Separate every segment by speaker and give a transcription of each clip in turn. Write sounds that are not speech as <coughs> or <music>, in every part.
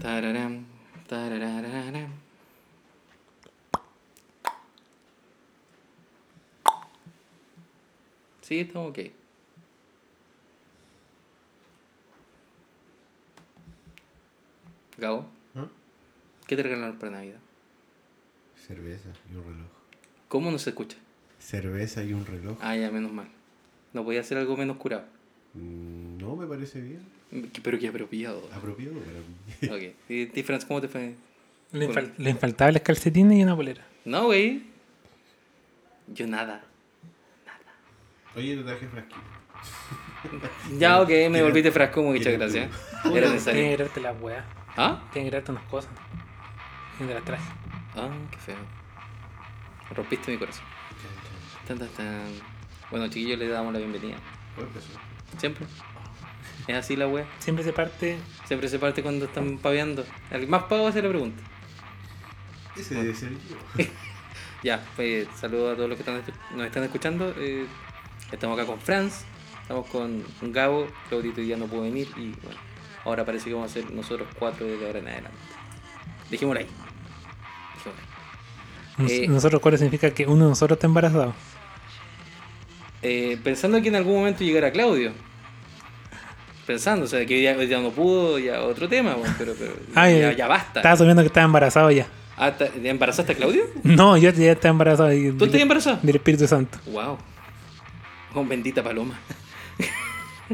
Speaker 1: Tararán, tararararán. Sí, estamos ok. Gabo,
Speaker 2: ¿Ah?
Speaker 1: ¿qué te regalaron para Navidad?
Speaker 2: Cerveza y un reloj.
Speaker 1: ¿Cómo no se escucha?
Speaker 2: Cerveza y un reloj.
Speaker 1: Ah, ya, menos mal. No podía hacer algo menos curado.
Speaker 2: Mm, No me parece bien.
Speaker 1: Pero que apropiado.
Speaker 2: Apropiado para mí.
Speaker 1: Ok. ¿Y, y Franz, cómo te fue?
Speaker 3: Los infal- los infaltables calcetines y una bolera.
Speaker 1: No, güey. Yo nada.
Speaker 2: <laughs> Oye, te traje frasquito.
Speaker 1: Ya, ok, me
Speaker 2: Quiero-
Speaker 1: volviste frasco, muchas
Speaker 2: quiero
Speaker 1: gracias.
Speaker 2: tu-
Speaker 1: Era
Speaker 3: Tienen que
Speaker 1: necesario.
Speaker 3: grabarte las weas.
Speaker 1: ¿Ah?
Speaker 3: Tienen que grabarte unas cosas. Y te las traje.
Speaker 1: Ah, qué feo. Rompiste mi corazón. Tan, tan, tan. Bueno, chiquillos, le damos la bienvenida.
Speaker 2: ¿Cuál empezó?
Speaker 1: Siempre. Es así la wea.
Speaker 3: Siempre se parte.
Speaker 1: Siempre se parte cuando están paveando. El más pavo se le pregunta.
Speaker 2: Ese debe ser yo.
Speaker 1: Ya, pues saludos a todos los que están escu- nos están escuchando. Eh, estamos acá con Franz, estamos con Gabo, Claudito ya no pudo venir y bueno, ahora parece que vamos a ser nosotros cuatro desde ahora en adelante. Dejémoslo ahí. Dejémoslo ahí.
Speaker 3: nos-
Speaker 1: Eh.
Speaker 3: Nosotros, ¿cuál significa que uno de nosotros está embarazado?
Speaker 1: Eh, pensando que en algún momento llegara Claudio. Pensando, o sea, que hoy día, hoy día no pudo, ya otro tema, bueno, pero, pero
Speaker 3: <laughs> Ay,
Speaker 1: ya,
Speaker 3: eh,
Speaker 1: ya basta.
Speaker 3: Estaba subiendo que estaba embarazado ya.
Speaker 1: Ah, ¿te- te ¿Embarazaste a Claudio?
Speaker 3: No, yo ya estaba embarazado. y-
Speaker 1: ¿Tú estás embarazada?
Speaker 3: Del Espíritu Santo.
Speaker 1: Wow. Con bendita paloma.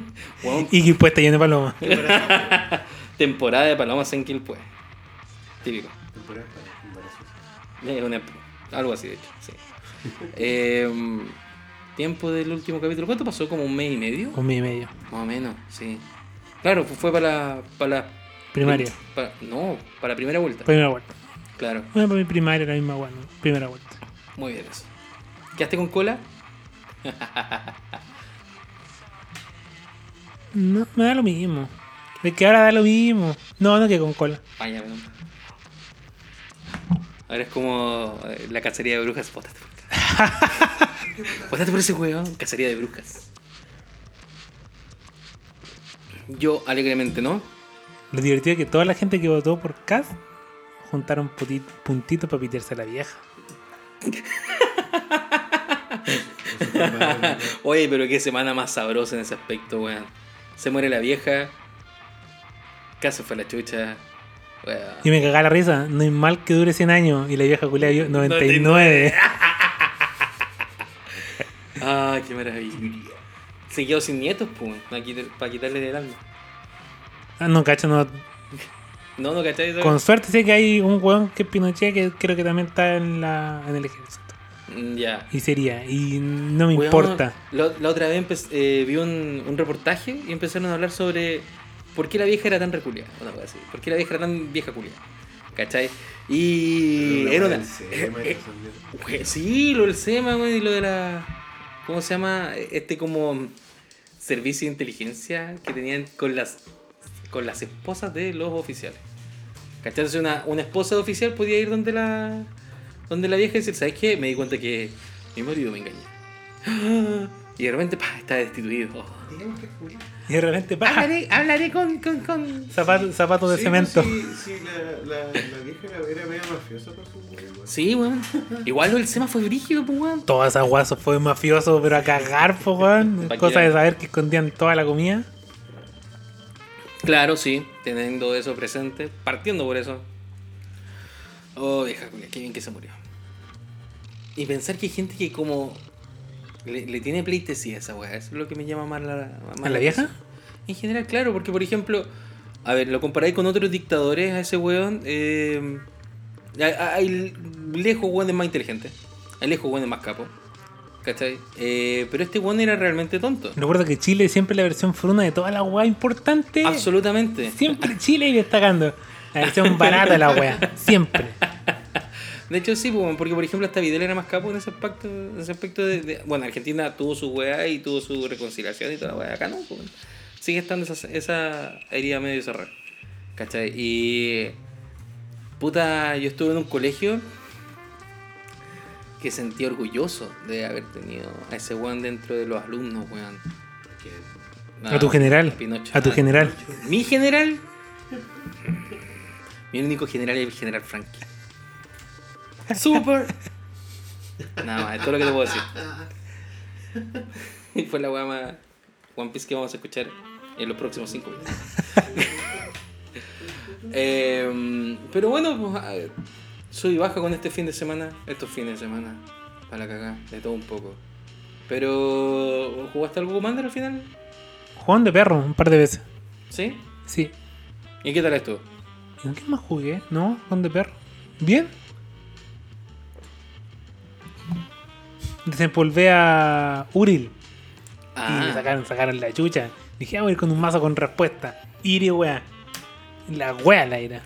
Speaker 1: <laughs> Wow.
Speaker 3: Y que pues está lleno de paloma.
Speaker 1: <laughs> Temporada de palomas en Quilpue. Típico.
Speaker 2: Temporada para embarazos.
Speaker 1: Es una- algo así, de hecho.
Speaker 3: <laughs>
Speaker 1: sí. Em, tiempo del último capítulo. ¿Cuánto pasó? ¿Como un mes y medio?
Speaker 3: Un mes y medio.
Speaker 1: Más o menos, sí. Claro, fu- fue para la. Para la
Speaker 3: Primaria.
Speaker 1: para- no, para la primera vuelta.
Speaker 3: Primera vuelta.
Speaker 1: Claro,
Speaker 3: Bueno, para mi primaria era la misma bueno. Primera vuelta.
Speaker 1: muy bien eso. ¿Quedaste con cola?
Speaker 3: No, me da lo mismo. De que ahora da lo mismo. No, no que con cola.
Speaker 1: Vaya, no. Ahora es como eh, la cacería de brujas. Pótate por, Bótate por ese huevón. Cacería de brujas. Yo alegremente no.
Speaker 3: Lo divertido es que toda la gente que votó por Cass juntaron puti- puntitos para pitearse a la vieja.
Speaker 1: Oye, pero qué semana más sabrosa en ese aspecto, weón. Se muere la vieja. Caso fue la chucha. Weón.
Speaker 3: Y me cagaba la risa. No es mal que dure 100 años y la vieja culia yo 99.
Speaker 1: Ah, qué maravilla. Se quedó sin nietos, pues, para quitarle el alma.
Speaker 3: Ah, no, cacho, no.
Speaker 1: No, no, ¿cachai? Eso-
Speaker 3: Con suerte sé que hay un weón que es Pinochet que creo que también está en, la, en el ejército.
Speaker 1: Mm, Ya.
Speaker 3: Y sería. Y no me
Speaker 1: Weón,
Speaker 3: importa.
Speaker 1: La, la otra vez empe- eh, vi un, un reportaje y empezaron a hablar sobre por qué la vieja era tan reculia. Una cosa así. ¿Por qué la vieja era tan vieja culia? ¿Cachai? Y era <laughs> una. eh, Güey, Sí, lo del SEMA, güey, y lo de la. ¿Cómo se llama? Este como servicio de inteligencia que tenían con las con las esposas de los oficiales. ¿Cachai? Entonces, Una, una esposa de oficial podía ir donde la. donde la vieja y decir, ¿sabes qué? Me di cuenta que mi marido me engañó. <gasps> Y de repente, pa, está destituido.
Speaker 2: Digamos que fue.
Speaker 3: Y de repente, ¡pah!
Speaker 1: Hablaré, hablaré con, con, con-
Speaker 3: Zapato, zapato de
Speaker 2: Sí,
Speaker 3: cemento.
Speaker 2: Sí, sí, la, la, la vieja era, era medio mafiosa por su huevo.
Speaker 1: Sí, weón. Igual lo del SEMA fue brígido, pues, weón.
Speaker 3: Todas esas guasos fue mafioso, pero a cagar, po, weón.
Speaker 1: Pa'
Speaker 3: Cosa
Speaker 1: que-
Speaker 3: de saber que escondían toda la comida.
Speaker 1: Claro, sí, teniendo eso presente, partiendo por eso. Oh, vieja culia, qué bien que se murió. Y pensar que hay gente que como le, le tiene pleitesía a esa weá, eso es lo que me llama más la... más
Speaker 3: ¿A la vieja?
Speaker 1: atención. En general, claro, porque por ejemplo, a ver, lo comparáis con otros dictadores a ese weón, eh, hay, hay lejos weones más inteligentes, hay lejos weones más capos, ¿cachai? Eh, pero este weón era realmente tonto.
Speaker 3: Recuerdo que Chile es siempre la versión fruna de toda la weá importante.
Speaker 1: Absolutamente.
Speaker 3: Siempre Chile y destacando. La versión barata de la weá. Siempre.
Speaker 1: De hecho, sí, pues, porque por ejemplo, hasta Vidal era más capo en ese aspecto. En ese aspecto de, de- Bueno, Argentina tuvo su weá y tuvo su reconciliación y toda la weá. Acá no, pues. Sigue estando esa, esa herida medio cerrada. ¿Cachai? Y. Puta, yo estuve en un colegio que sentí orgulloso de haber tenido a ese weón dentro de los alumnos, weón.
Speaker 3: A tu general.
Speaker 1: Pinocho.
Speaker 3: A tu general.
Speaker 1: Mi general. Mi único general es el general Frankie. ¡Super! Nada más, es todo lo que te puedo decir. Y fue la weá más One Piece que vamos a escuchar en los próximos 5 minutos. Em, pero bueno, pues, a ver, soy baja con este fin de semana. Estos fines de semana, para la cagada, de todo un poco. Pero, ¿jugaste algo Commander al final?
Speaker 3: Juan de perro, un par de veces.
Speaker 1: ¿Sí?
Speaker 3: Sí.
Speaker 1: ¿Y qué tal estuvo?
Speaker 3: ¿En qué más jugué? ¿No? Juan de perro. ¿Bien? Desempolvé a Uril.
Speaker 1: Ah.
Speaker 3: Y me sacaron, sacaron la chucha. Dije, "Ah, voy a ir con un mazo con respuesta. Iri, weá. La weá la ira.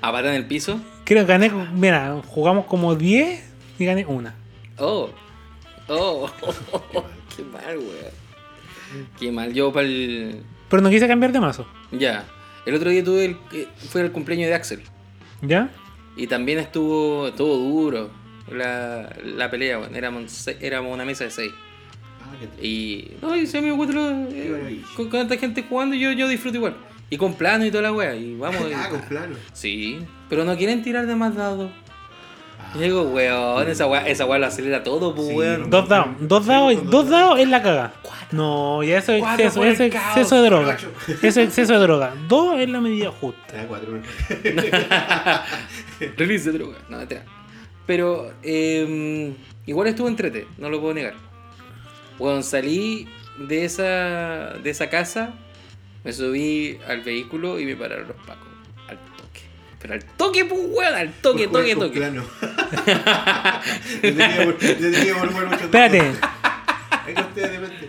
Speaker 1: ¿A patada en el piso?
Speaker 3: Creo que gané, mira, jugamos como 10 y gané una.
Speaker 1: Oh, oh, <laughs> qué mal, weón. Qué mal, yo para el.
Speaker 3: Pero no quise cambiar de mazo.
Speaker 1: Ya, el otro día tuve el... eh, fue el cumpleaños de Axel.
Speaker 3: ¿Ya?
Speaker 1: Y también estuvo, estuvo duro la, la pelea, weón. Éramos, se- éramos una mesa de seis.
Speaker 2: Ah, qué triste.
Speaker 1: Y. No, y se me encuentro eh,
Speaker 2: Qué maravilla.
Speaker 1: con, con tanta gente jugando, yo, yo disfruto igual. Y con plano y toda la wea. Y
Speaker 2: <laughs>
Speaker 1: vamos. y-
Speaker 2: Ah, con plano.
Speaker 1: Sí, pero no quieren tirar de más dados. Y digo, weón, esa weá, esa weá lo acelera todo, pues,
Speaker 2: Ah. Sí,
Speaker 1: weón.
Speaker 2: no.
Speaker 3: Dos dados, dos dados,
Speaker 2: Seguimos con
Speaker 3: dos
Speaker 2: dos dados.
Speaker 3: dados es la caga. No, ya eso es
Speaker 1: Cuatro
Speaker 3: exceso,
Speaker 1: por el
Speaker 3: eso es
Speaker 1: caos,
Speaker 3: exceso de droga.
Speaker 2: cacho.
Speaker 3: Eso es exceso de droga. Dos es la medida justa.
Speaker 2: Te da cuatro.
Speaker 1: Release de droga. No, mentira. Pero eh, igual estuvo entrete, no lo puedo negar. Weón, salí de esa, de esa casa, me subí al vehículo y me pararon los pacos. Al toque. Pero al toque, pues, weón, al toque,
Speaker 2: Por
Speaker 1: toque,
Speaker 2: jugar con
Speaker 1: toque.
Speaker 2: plano. <laughs> Le tenía que vol- le tenía que volver mucho
Speaker 3: Espérate,
Speaker 2: Ahí con ustedes de repente.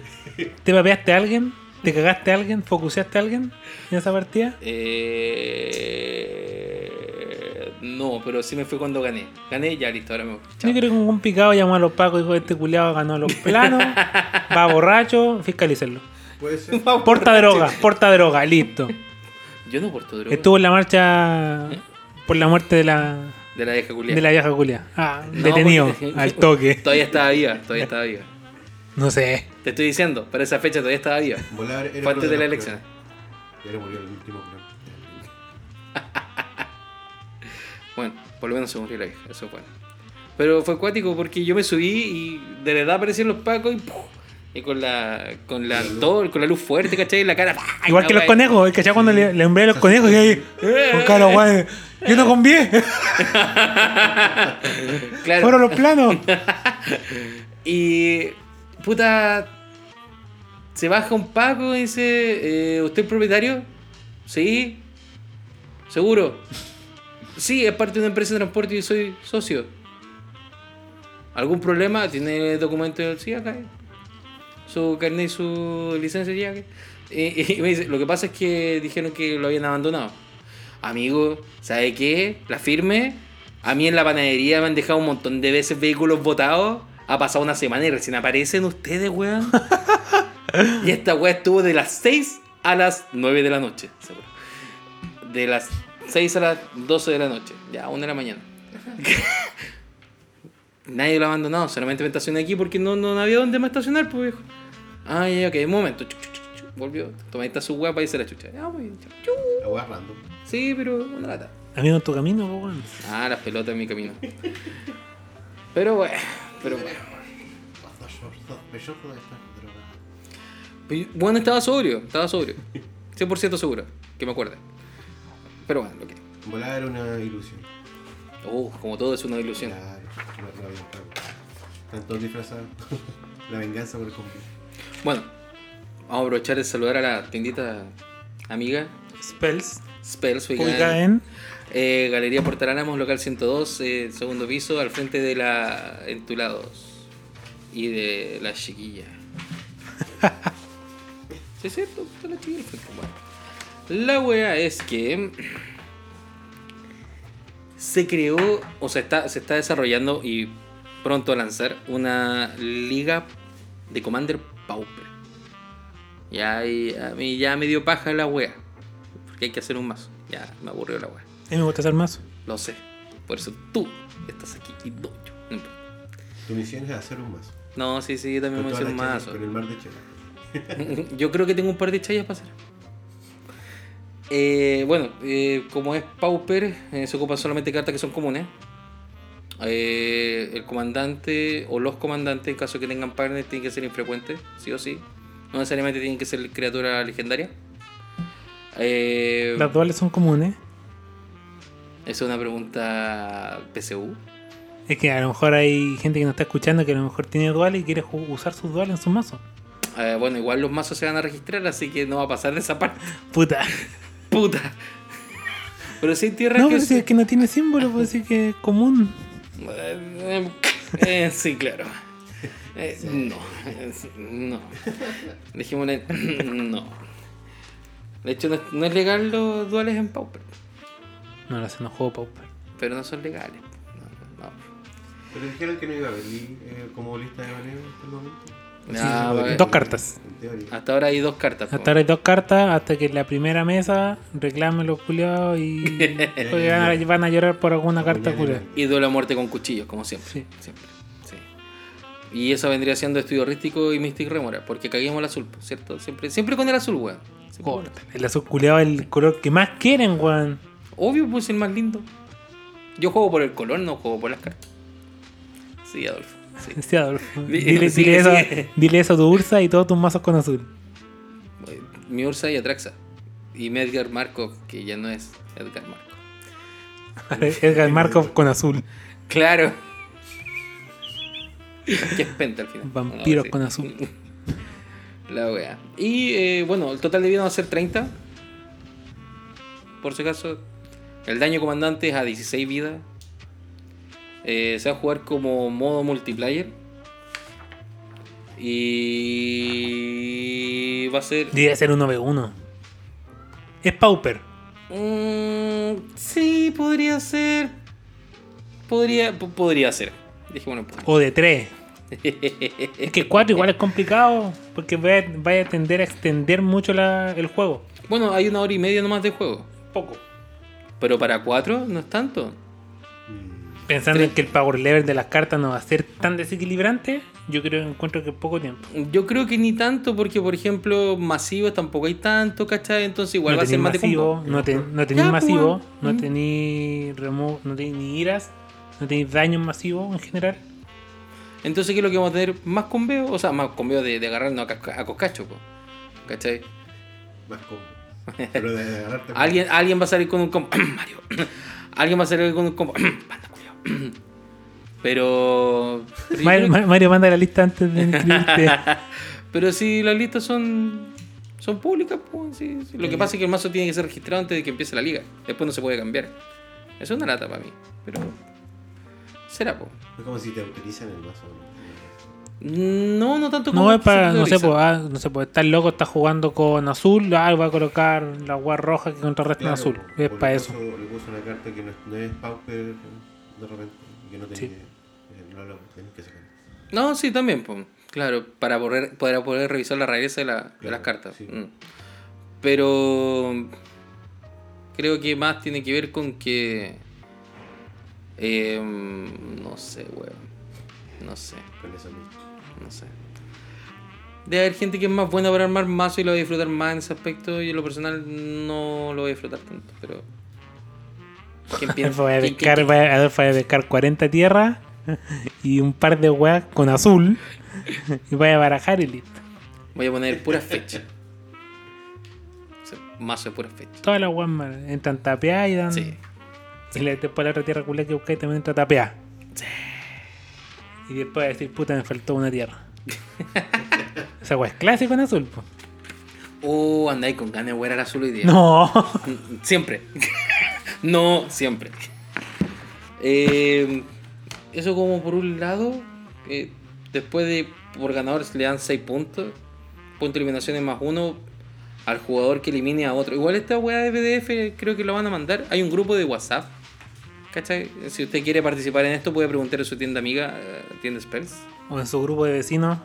Speaker 3: ¿te papeaste a alguien? ¿Te cagaste a alguien? ¿Focuseaste a alguien en esa partida?
Speaker 1: Eh, no, pero sí me fue cuando gané. Gané, ya listo, ahora me voy. Chao.
Speaker 3: Yo creo que un picado llamó a los pacos y dijo, este culiado ganó los planos, va borracho, fiscalícenlo.
Speaker 1: <laughs>
Speaker 2: Puede ser.
Speaker 3: Porta <laughs> droga, porta droga, listo.
Speaker 1: Yo no porto droga.
Speaker 3: Estuvo en la marcha
Speaker 1: ¿Eh?
Speaker 3: por la muerte de la,
Speaker 1: De la vieja culia.
Speaker 3: de la vieja culia. Ah,
Speaker 1: No, <laughs>
Speaker 3: detenido,
Speaker 1: porque-
Speaker 3: al toque.
Speaker 1: Todavía estaba viva, todavía estaba viva.
Speaker 3: No sé.
Speaker 1: Te estoy diciendo, para esa fecha todavía estaba viva.
Speaker 2: Volar era
Speaker 1: Fue
Speaker 2: uno
Speaker 1: antes de
Speaker 2: los
Speaker 1: la elección.
Speaker 2: planes. Ya le murió el último plan.
Speaker 1: Bueno, por lo menos se murió la vieja, eso fue. Pero fue acuático porque yo me subí y de la edad aparecieron los pacos y ¡puf! Y con la. con la, todo, con la luz fuerte, ¿cachai? Y la cara. ¡pah!
Speaker 3: Igual
Speaker 1: La
Speaker 3: que los
Speaker 1: wea-
Speaker 3: conejos, ¿cachai? Cuando le, le hombré a los conejos
Speaker 1: <laughs>
Speaker 3: y ahí, con cara guay, yo no convié, <laughs>
Speaker 1: Claro.
Speaker 3: fueron los
Speaker 1: <laughs>
Speaker 3: planos.
Speaker 1: Y. Puta. Se baja un paco y dice: eh, ¿Usted es propietario? Sí. ¿Seguro? Sí, es parte de una empresa de transporte y soy socio. ¿Algún problema? ¿Tiene documento? Sí, acá. Su carnet y su licencia ya. acá. Y, y me dice: Lo que pasa es que dijeron que lo habían abandonado. Amigo, ¿sabe qué? La firme. A mí en la panadería me han dejado un montón de veces vehículos botados. Ha pasado una semana y recién aparecen ustedes, weón. y esta weá estuvo de las 6 a las 9 de la noche, seguro. De las 6 a las 12 de la noche, ya, 1 de la mañana. <laughs> Nadie lo ha abandonado, solamente me estacioné aquí porque no, no había dónde más estacionar, pues viejo. Ah, ya, ok, un momento. Chuc, chuc, chuc, chuc. Volvió, tomé esta su guapa y se la chucha. Ya, pues, chau, chau.
Speaker 2: La weá random.
Speaker 1: Sí, pero una lata.
Speaker 3: Amigo, tu camino, po, weón.
Speaker 1: Ah, las pelotas en mi camino. Pero bueno, pero bueno. Pero yo- Bueno, estaba sobrio, estaba sobrio. 100% seguro, que me acuerde. Pero bueno, lo que.
Speaker 2: Volar era una ilusión.
Speaker 1: Uh, como todo es una ilusión.
Speaker 2: Claro, la- la ventaja. Están todos disfrazados. <laughs> La venganza por el conflicto.
Speaker 1: Bueno, vamos a aprovechar de saludar a la tiendita amiga
Speaker 3: Spells,
Speaker 1: Spells
Speaker 3: ubicada
Speaker 1: Vegan.
Speaker 3: en
Speaker 1: Eh, Galería Portal Álamos, local 102, eh, segundo piso, al frente de la Entulados y de la Chiquilla. Sí, es cierto, está la Chiquilla al frente, bueno. La wea es que se creó, o sea, está, se está desarrollando y pronto a lanzar una liga de Commander Pauper. Ya, y a mí ya me dio paja la wea, porque hay que hacer un mazo. Ya me aburrió la wea.
Speaker 3: A mí me gusta hacer mazo.
Speaker 1: Lo sé. Por eso tú estás aquí y no yo. No importa.
Speaker 2: Tu misión es hacer un mazo.
Speaker 1: No, sí, sí, yo también
Speaker 2: Con
Speaker 1: voy a
Speaker 2: todas
Speaker 1: hacer un
Speaker 2: las chelas,
Speaker 1: mazo. <laughs>
Speaker 2: Con el mar de chela.
Speaker 1: Yo creo que tengo un par de chayas para hacer. Eh, bueno, eh, como es Pauper, eh, se ocupan solamente cartas que son comunes. Eh, el comandante o los comandantes, en caso de que tengan partners, tienen que ser infrecuentes, sí o sí. No necesariamente tienen que ser criatura legendaria. Eh,
Speaker 3: Las duales son comunes.
Speaker 1: es una pregunta PCU.
Speaker 3: Es que a lo mejor hay gente que nos está escuchando que a lo mejor tiene duales y quiere ju- usar sus duales en su mazo.
Speaker 1: Eh, bueno, igual los mazos se van a registrar, así que no va a pasar de esa parte. <laughs>
Speaker 3: Puta.
Speaker 1: Puta. Pero sí, tierra
Speaker 3: No,
Speaker 1: que
Speaker 3: pero si
Speaker 1: se-
Speaker 3: es que no tiene símbolo, puede decir que es común.
Speaker 1: Eh, eh, sí, claro. Eh, no, es- no. Dejémosle, <clears throat> no. De hecho, no es, no es legal los duales en Pauper,
Speaker 3: No lo sé, no juego Pauper.
Speaker 1: pero no son legales. No, no, no.
Speaker 2: Pero dijeron que no iba a haber li- eh, como lista de baneo en este momento.
Speaker 1: Ah,
Speaker 3: sí,
Speaker 1: vale.
Speaker 3: Dos cartas.
Speaker 2: En teoría.
Speaker 1: Hasta ahora hay dos cartas. po.
Speaker 3: Hasta ahora hay dos cartas, hasta que la primera mesa reclamen los culiados y porque van, a, van a llorar por alguna carta culia.
Speaker 1: Y duelo a muerte con cuchillos, como siempre.
Speaker 3: Sí.
Speaker 1: siempre, sí. Y eso vendría siendo Estudio Rístico y Mystic Remora, porque caguemos el azul, po, ¿cierto? Siempre, siempre con el azul, weón. Siempre con el azul.
Speaker 3: El azul culiado es el color que más quieren, weón.
Speaker 1: Obvio, pues el más lindo. Yo juego por el color, no juego por las cartas. Sí, Adolfo.
Speaker 3: <laughs>
Speaker 1: Sí.
Speaker 3: Sí, Adolfo.
Speaker 1: Di-
Speaker 3: Dile,
Speaker 1: sigue,
Speaker 3: dile eso,
Speaker 1: sigue.
Speaker 3: dile eso a tu Ursa y todos tus mazos con azul. <laughs>
Speaker 1: Mi Ursa y Atraxa. Y mi Edgar Markov, que ya no es Edgar Markov.
Speaker 3: Edgar Markov con azul.
Speaker 1: Claro. que es penta al final.
Speaker 3: Vampiros
Speaker 1: Una wea así.
Speaker 3: con azul.
Speaker 1: <laughs> La wea. Y eh, bueno, el total de vida va a ser 30. Por si acaso. El daño comandante es a 16 vidas. Eh, se va a jugar como modo multiplayer. Y va a ser.
Speaker 3: Debe ser un 9-1. Es Pauper.
Speaker 1: Mm, sí, podría ser. Podría, po- podría ser. Dejémoslo en podría.
Speaker 3: O de 3. Es que 4 igual es complicado. Porque vaya, vaya a tender a extender mucho la- el juego.
Speaker 1: Bueno, hay una hora y media nomás de juego.
Speaker 3: Poco.
Speaker 1: Pero para cuatro no es tanto.
Speaker 2: Mm.
Speaker 3: Pensando en que el power level de las cartas no va a ser tan desequilibrante, yo creo que encuentro que poco tiempo.
Speaker 1: Yo creo que ni tanto, porque por ejemplo, masivos tampoco hay tanto, ¿cachai? Entonces igual
Speaker 3: no
Speaker 1: va a ser
Speaker 3: tenéis
Speaker 1: más
Speaker 3: masivo,
Speaker 1: de combo.
Speaker 3: no, te- no tenéis
Speaker 1: Ya, pues,
Speaker 3: masivo,
Speaker 1: weón.
Speaker 3: no
Speaker 1: Mm.
Speaker 3: tenéis remo- no tenéis ni iras, no tenéis daño masivo en general.
Speaker 1: Entonces, ¿qué es lo que vamos a tener? Más conveo, o sea, más conveo de, de agarrarnos a, casca- a coscacho, po. ¿cachai?
Speaker 2: Más
Speaker 1: <laughs>
Speaker 2: cómodo. Pero de, de agarrarte.
Speaker 1: Alguien, alguien va a salir con un combo. <coughs> Mario. alguien va a salir con un combo. <coughs> Panda, culiao. Pero. pero yo
Speaker 3: Mario,
Speaker 1: creo que-
Speaker 3: Ma- Mario, manda la
Speaker 1: <laughs>
Speaker 3: lista antes de inscribirte.
Speaker 1: Pero si las listas son. Son públicas, pues, sí, sí. Lo que pasa es que el mazo tiene que ser registrado antes de que empiece la liga. Después no se puede cambiar. Es una lata para mí. Pero. Será, pues.
Speaker 2: Es como si te autorizan el mazo.
Speaker 1: No, no tanto
Speaker 3: no es para,
Speaker 1: se
Speaker 3: no sé,
Speaker 1: prioriza.
Speaker 3: pues, ah, no sé, pues está loco, está jugando con azul, ah, va a colocar la agua roja que contrarresta en azul. Es
Speaker 2: o
Speaker 3: para
Speaker 2: le
Speaker 3: eso.
Speaker 2: puso- Le puso una carta que no, es- no es pauper de repente. Que no tenía.
Speaker 3: Sí.
Speaker 2: eh, no lo tenés que sacar.
Speaker 1: No, sí, también, pues. Claro, para poder, para poder revisar la rareza de, la- de
Speaker 2: Claro,
Speaker 1: las cartas.
Speaker 2: sí.
Speaker 1: Mm. Pero. Creo que más tiene que ver con que. em, no sé, weón. No sé.
Speaker 2: Con eso mismo.
Speaker 1: No sé. Debe haber gente que es más buena para armar mazo y lo va a disfrutar más en ese aspecto. Y en lo personal no lo voy a disfrutar tanto, pero. ¿Quién
Speaker 3: <laughs>
Speaker 1: piensa-
Speaker 3: Voy a
Speaker 1: quién-
Speaker 3: pescar,
Speaker 1: quién-
Speaker 3: voy a- Adolfo va a pescar 40 tierras <laughs> y un par de weas con azul. Y voy a barajar y listo.
Speaker 1: Voy a poner pura fecha. O sea, mazo de pura fecha.
Speaker 3: Todas las weas malas. entran tapeadas y dan.
Speaker 1: Sí.
Speaker 3: Y le- después la otra tierra culia que buscáis también entra tapeada. Y después va a decir, puta, me faltó una tierra. <laughs> Esa wea es clásico en azul, po.
Speaker 1: Oh, andáis con ganas de wear al azul hoy día.
Speaker 3: No. <laughs>
Speaker 1: Mm, Siempre. <laughs> no, siempre. Eh, eso como por un lado. eh, después de por ganadores le dan 6 puntos. Punto de eliminaciones más uno al jugador que elimine a otro. Igual esta weá de PDF creo que lo van a mandar. Hay un grupo de WhatsApp. ¿Cachai? Si usted quiere participar en esto puede preguntar a su tienda amiga, eh, tienda Spells.
Speaker 3: O en su grupo de vecinos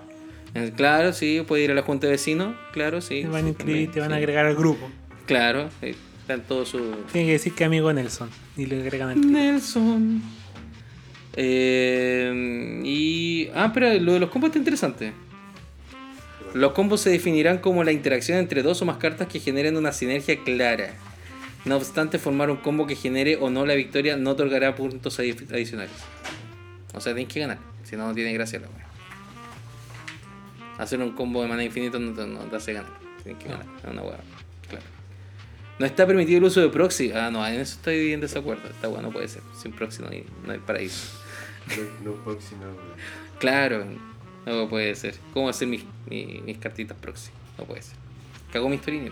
Speaker 1: Eh, Claro, sí, puede ir a la junta de vecinos, claro, sí.
Speaker 3: te van a
Speaker 1: sí,
Speaker 3: inscribir,
Speaker 1: también,
Speaker 3: te van a
Speaker 1: sí.
Speaker 3: agregar al grupo.
Speaker 1: Claro, sí, están todos sus...
Speaker 3: Tiene que decir que amigo Nelson. Y le agregan al
Speaker 1: Nelson. Eh, y. Ah, pero lo de los combos está interesante. Los combos se definirán como la interacción entre dos o más cartas que generen una sinergia clara. No obstante, formar un combo que genere o no la victoria no otorgará puntos adi- adicionales. O sea, tienes que ganar, si no, no tiene gracia la wea. Hacer un combo de mana infinito no te, no te hace ganar, tienes que ganar, es una wea. Claro. No está permitido el uso de proxy. Ah, no, en eso estoy en desacuerdo. Esta wea no puede ser. Sin proxy no hay, no hay paraíso.
Speaker 2: No, no proxy, no, no.
Speaker 1: Claro, no puede ser. ¿Cómo hacer mis, mi- mis cartitas proxy? No puede ser. Cagó mi historia,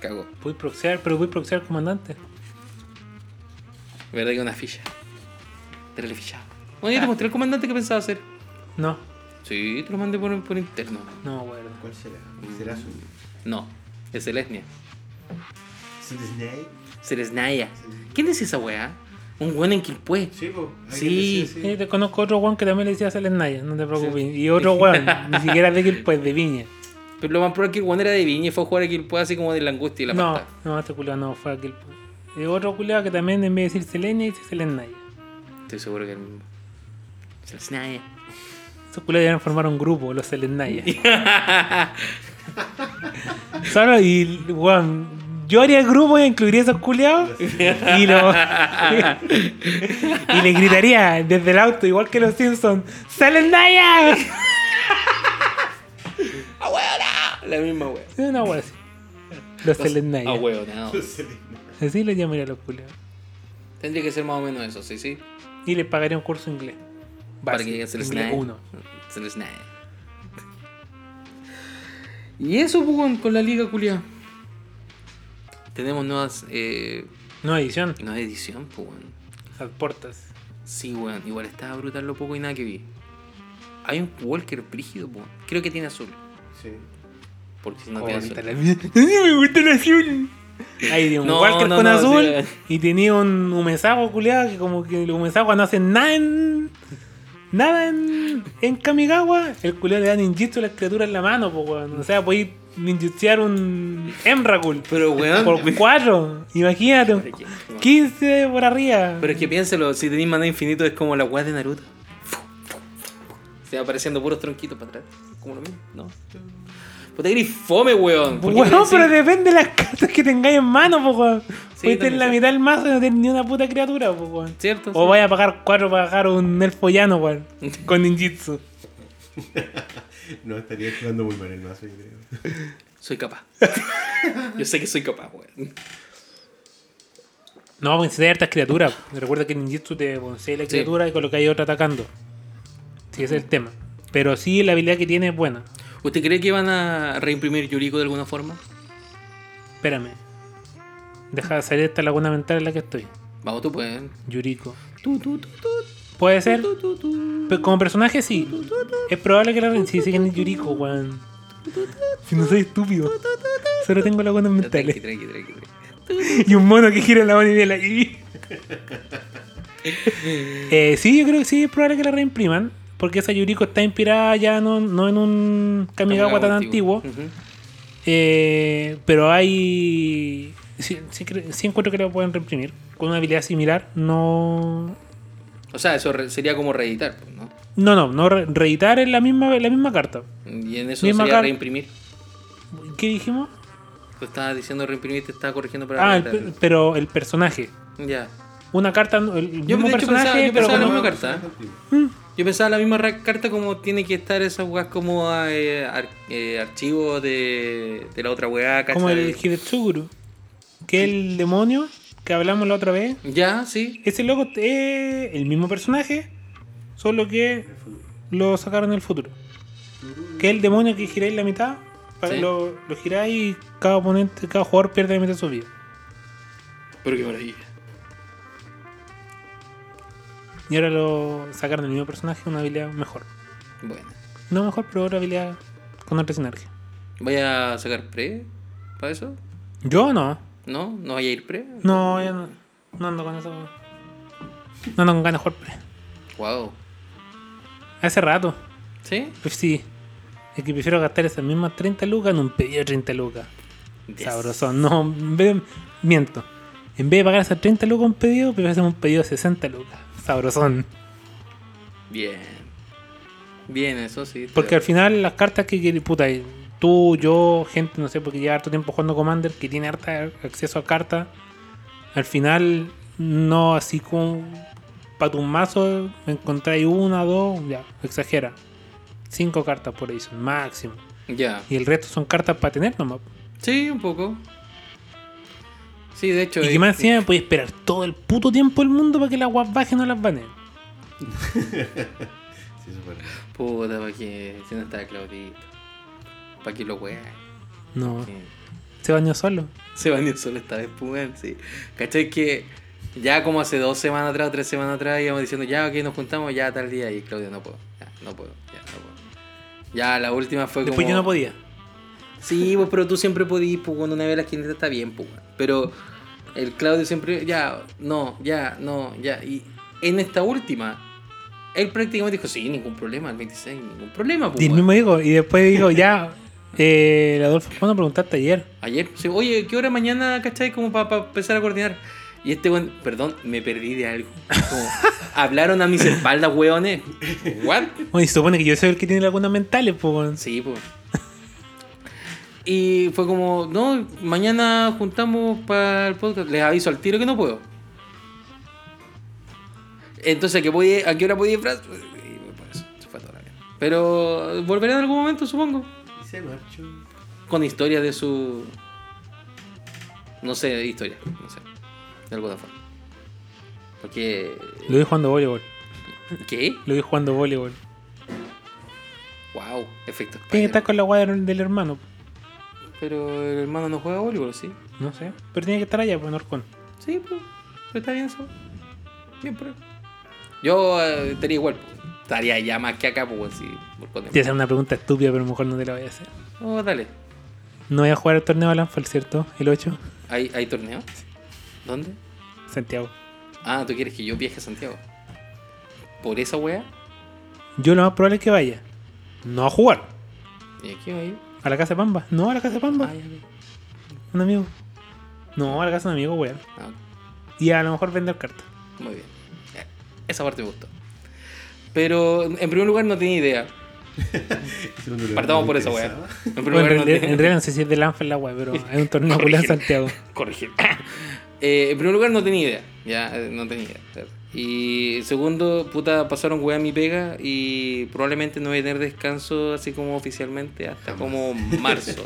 Speaker 1: cagó.
Speaker 3: Voy a proxear, pero voy a proxear al comandante.
Speaker 1: ¿Verdad que una ficha? Tráele ficha. Bueno, yo te mostré al comandante que pensaba hacer.
Speaker 3: No,
Speaker 1: Sí, te lo mandé por, por interno.
Speaker 3: no, bueno.
Speaker 2: ¿Cuál será? ¿Será su
Speaker 1: No, es el etnia.
Speaker 2: ¿Su Disney?
Speaker 1: Seresnaya. ¿Quién es esa weá? Un weón en Quilpué.
Speaker 2: Sí, po.
Speaker 1: Sí.
Speaker 2: alguien decía,
Speaker 3: Sí, te conozco otro weón que también le decía Selenaya, no te preocupes. Y otro weón, ni siquiera de que pues de viña.
Speaker 1: Pero lo más probable es que el weón era de Viña y fue a jugar a Quilpué así como de la angustia y la
Speaker 3: no,
Speaker 1: pasta.
Speaker 3: no, este culiao no, fue aquel. Y otro culiao que también en vez de decir Selenia dice Selenaya.
Speaker 1: Estoy seguro que es el mismo. Seresnaya.
Speaker 3: Esos culiados deberían formar un grupo, los Selenaya. Solo y weón, yo haría el grupo y incluiría a esos culiados y lo- <laughs> y le gritaría desde el auto, igual que los Simpsons, ¡Selenaya!
Speaker 1: Ah, La misma weá.
Speaker 3: Es una weá así. Los
Speaker 1: Ah,
Speaker 3: Selenaya.
Speaker 1: weón, <laughs> no.
Speaker 3: Así le llamaría a los culiados.
Speaker 1: Tendría que ser más o menos eso, sí, sí.
Speaker 3: Y les pagaría un curso de inglés.
Speaker 1: Para
Speaker 3: Básico,
Speaker 1: que lleguen a ser
Speaker 3: inglés
Speaker 1: Snake.
Speaker 3: uno.
Speaker 1: Ser Snake. Y eso pues, con, con la liga culia. Tenemos nuevas eh,
Speaker 3: Nueva edición.
Speaker 1: nueva edición, pues weón.
Speaker 3: Las puertas.
Speaker 1: Sí, weón. Igual estaba brutal lo poco y nada que vi. Hay un Walker brígido, pues. weón. Creo que tiene azul.
Speaker 2: Sí.
Speaker 1: Porque si no
Speaker 3: Oh,
Speaker 1: tiene
Speaker 3: ahorita
Speaker 1: azul.
Speaker 3: la- <laughs> me gusta el azul. Ahí de un
Speaker 1: No,
Speaker 3: Walker
Speaker 1: no,
Speaker 3: con
Speaker 1: no,
Speaker 3: azul.
Speaker 1: sí.
Speaker 3: Y tenía un humezagua culiado que como que el humezagua no hace nada en. Nada en. en Kamigawa. El culiado le da ninjitsu a las criaturas en la mano, po, weón. O sea, podéis ninjutsear un Emrakul.
Speaker 1: Pero weón.
Speaker 3: Por cuatro. Imagínate, un
Speaker 1: Ah. Pero que-
Speaker 3: 15 por arriba.
Speaker 1: Pero es que piénselo, si tenéis maná infinito es como la weá de Naruto. Se va apareciendo puros tronquitos para atrás. Como lo mismo, ¿no? Puta gris fome, weón. ¿Por qué
Speaker 3: Weón,
Speaker 1: te-
Speaker 3: pero depende de las cartas que tengáis en mano, po, weón.
Speaker 1: Sí,
Speaker 3: Puedes
Speaker 1: también
Speaker 3: tener la
Speaker 1: sí.
Speaker 3: mitad del mazo y no tener ni una puta criatura, po, weón.
Speaker 1: ¿Cierto?
Speaker 3: O vaya a pagar cuatro para pagar un elfo llano, weón.
Speaker 1: <laughs>
Speaker 3: Con ninjitsu.
Speaker 2: No, estaría jugando muy mal el mazo, yo
Speaker 1: <laughs>
Speaker 2: creo.
Speaker 1: Soy capaz. <laughs> Yo sé que soy capaz, weón.
Speaker 3: No, porque si hay hartas criaturas.
Speaker 1: <laughs>
Speaker 3: Recuerda que ninjitsu te bonsea la
Speaker 1: Sí.
Speaker 3: criatura y con lo que hay otra atacando. Sí, ese es el tema. Pero sí, la habilidad que tiene es buena.
Speaker 1: ¿Usted cree que van a reimprimir Yuriko de alguna forma?
Speaker 3: Espérame. Deja de salir de esta laguna mental en la que estoy.
Speaker 1: Vamos tú, pues.
Speaker 3: Yuriko.
Speaker 1: Tú, tú, tú, tú,
Speaker 3: Puede ser.
Speaker 1: tú, tú, tú.
Speaker 3: Pero como personaje sí. Es probable que la re- sí, sí que es Yuriko, weón. Si no soy estúpido. Solo tengo lagunas
Speaker 1: Tranqui,
Speaker 3: mentales.
Speaker 1: tranqui, tranqui, tranqui.
Speaker 3: <laughs> Y un mono que gira en la mano y de la y- <laughs> eh, Sí, yo creo que sí, es probable que la reimpriman. Porque esa Yuriko está inspirada ya no, no en un Kamigawa tan antiguo.
Speaker 1: Ujú.
Speaker 3: Eh, pero hay. Sí, sí cre- sí encuentro que la pueden reimprimir. Con una habilidad similar. No.
Speaker 1: O sea, eso re- sería como reeditar, pues, ¿no?
Speaker 3: No, no, no re- reeditar en la misma, la misma carta.
Speaker 1: Y en eso
Speaker 3: Misma
Speaker 1: sería
Speaker 3: car-
Speaker 1: reimprimir.
Speaker 3: ¿Qué dijimos?
Speaker 1: Tú estabas diciendo reimprimir, te estaba corrigiendo para
Speaker 3: Ah, el
Speaker 1: reeditar.
Speaker 3: pe- pero el personaje.
Speaker 1: Ya.
Speaker 3: Una carta, el- el
Speaker 1: Yo,
Speaker 3: mismo
Speaker 1: de hecho,
Speaker 3: personaje,
Speaker 1: pensaba- yo
Speaker 3: pero
Speaker 1: pensaba
Speaker 3: con
Speaker 1: lo
Speaker 3: un-
Speaker 1: mismo. misma carta, ¿eh? Yo pensaba la misma ra- carta como tiene que estar esa weá como eh, ar- eh, archivo de, de la otra weá, ¿cachai?
Speaker 3: como el Hidetsuguru, que es el demonio que hablamos la otra vez.
Speaker 1: Ya, sí.
Speaker 3: Ese loco es el mismo personaje, solo que lo sacaron en el futuro. Que es el demonio que giráis la mitad, para-
Speaker 1: Sí.
Speaker 3: lo, lo giráis y cada oponente, cada jugador pierde la mitad de su vida.
Speaker 1: Pero qué maravilla.
Speaker 3: Y ahora lo sacaron el mismo personaje, una habilidad mejor.
Speaker 1: Bueno.
Speaker 3: No mejor, pero otra habilidad con otra sinergia.
Speaker 1: ¿Voy a sacar pre para eso?
Speaker 3: Yo no.
Speaker 1: ¿No? ¿No vaya a ir pre?
Speaker 3: No, yo no, no ando con eso. No ando con ganas de jugar.
Speaker 1: Wow.
Speaker 3: Hace rato,
Speaker 1: ¿Sí?
Speaker 3: pues sí. Es que prefiero gastar esas mismas 30 lucas en un pedido de 30 lucas. Sabroso. No, en vez de- miento. En vez de pagar esas 30 lucas un pedido, prefiero hacer un pedido de 60 lucas. Sabrosón.
Speaker 1: Bien. Bien, eso sí.
Speaker 3: Porque al final las cartas que quiere, puta, tú, yo, gente, no sé, porque lleva harto tiempo jugando Commander, que tiene harta acceso a cartas, al final, no así como para tu mazo, encontráis una, dos, ya, exagera. Cinco cartas por ahí son máximo.
Speaker 1: Ya.
Speaker 3: Y el resto son cartas para tener nomás.
Speaker 1: Sí, un poco. Sí, de hecho.
Speaker 3: Y
Speaker 1: eh,
Speaker 3: que más encima podéis esperar todo el puto tiempo del mundo para que las guas bajen o las baneen.
Speaker 2: Sí, súper.
Speaker 1: Puta, pa' que. Si no está Claudito. Pa' que lo weá.
Speaker 3: No, se bañó solo.
Speaker 1: Se bañó solo esta vez, pues, weón, sí. ¿Cachai? Que ya como hace dos semanas atrás, tres semanas atrás, íbamos diciendo, ya, ok, nos juntamos ya tal día. Y Claudio, no puedo. Ya, no puedo. Ya, no puedo. Ya, la última fue
Speaker 3: Después
Speaker 1: como.
Speaker 3: yo no podía.
Speaker 1: Sí, pues, pero tú siempre podís, pues, cuando una vez la quinta está bien, pues, weón. Pero el Claudio siempre, ya, no, ya, no, ya. Y en esta última, él prácticamente dijo, sí, ningún problema, el 26, ningún problema, pues.
Speaker 3: Y el
Speaker 1: weón".
Speaker 3: mismo digo, y después digo, ya, eh, el Adolfo, bueno, preguntaste ayer.
Speaker 1: Ayer, sí, oye, ¿qué hora mañana, cachai? Como para empezar a coordinar. Y este weón, perdón, me perdí de algo. Como, hablaron a mis espaldas, weones. ¿What?
Speaker 3: Bueno, y se supone que yo soy el que tiene lagunas mentales, pues. weón.
Speaker 1: Sí, pues. Y fue como, no, mañana juntamos para el podcast. Les aviso al tiro que no puedo. Entonces, ¿a qué, podí- a qué hora podía ir? Fran? Y por eso, se fue toda la mierda. Pero volveré en algún momento, supongo.
Speaker 2: Y se marchó.
Speaker 1: con historia de su. No sé, historia, no sé. De alguna forma. Porque.
Speaker 3: Lo vi jugando voleibol.
Speaker 1: ¿Qué?
Speaker 3: Lo vi jugando voleibol.
Speaker 1: ¡Wow! Efecto.
Speaker 3: Tiene que
Speaker 1: Spider.
Speaker 3: estar con la guada del del hermano.
Speaker 1: Pero el hermano no juega voleibol, ¿sí?
Speaker 3: No sé. Pero tiene que estar allá, pues, en Orcón.
Speaker 1: Sí, pues. Pero está bien eso. Bien por él. Yo eh, estaría igual, pues. Estaría ya más que acá, pues, sí. Por
Speaker 3: Te
Speaker 1: contra.
Speaker 3: voy a hacer una pregunta estúpida, pero a lo mejor no te la voy a hacer.
Speaker 1: Oh, dale.
Speaker 3: No voy a jugar el torneo de Lanfal, ¿cierto? El 8,
Speaker 1: ¿Hay, ¿Hay torneo? ¿Dónde?
Speaker 3: Santiago.
Speaker 1: Ah, ¿tú quieres que yo viaje a Santiago? ¿Por esa wea?
Speaker 3: Yo lo más probable es que vaya. No a jugar.
Speaker 1: ¿Y aquí o ahí?
Speaker 3: ¿A la casa de Pamba? No, a la casa de Pamba.
Speaker 1: Ah, ya vi.
Speaker 3: Un amigo. No, a la casa de un amigo, weón.
Speaker 1: Ah, ok.
Speaker 3: Y a lo mejor vender cartas.
Speaker 1: Muy bien. Eh, Esa parte me gustó. Pero en primer lugar no tenía idea.
Speaker 2: En segundo lugar,
Speaker 1: Partamos
Speaker 2: no
Speaker 1: por
Speaker 2: me
Speaker 1: esa weá.
Speaker 2: interesaba.
Speaker 1: En primer
Speaker 3: Bueno, en,
Speaker 1: lugar no
Speaker 3: realidad, en
Speaker 1: tenía
Speaker 3: realidad no sé si es de Lanfal la weá, pero hay un torneo culiao en Santiago.
Speaker 1: <laughs> Corregir. <laughs> Eh, en primer lugar no tenía idea. Ya, eh, no tenía idea. claro. Y segundo, puta, pasaron weá mi pega y probablemente no voy a tener descanso así como oficialmente hasta
Speaker 2: Jamás.
Speaker 1: como
Speaker 3: <laughs>
Speaker 1: marzo.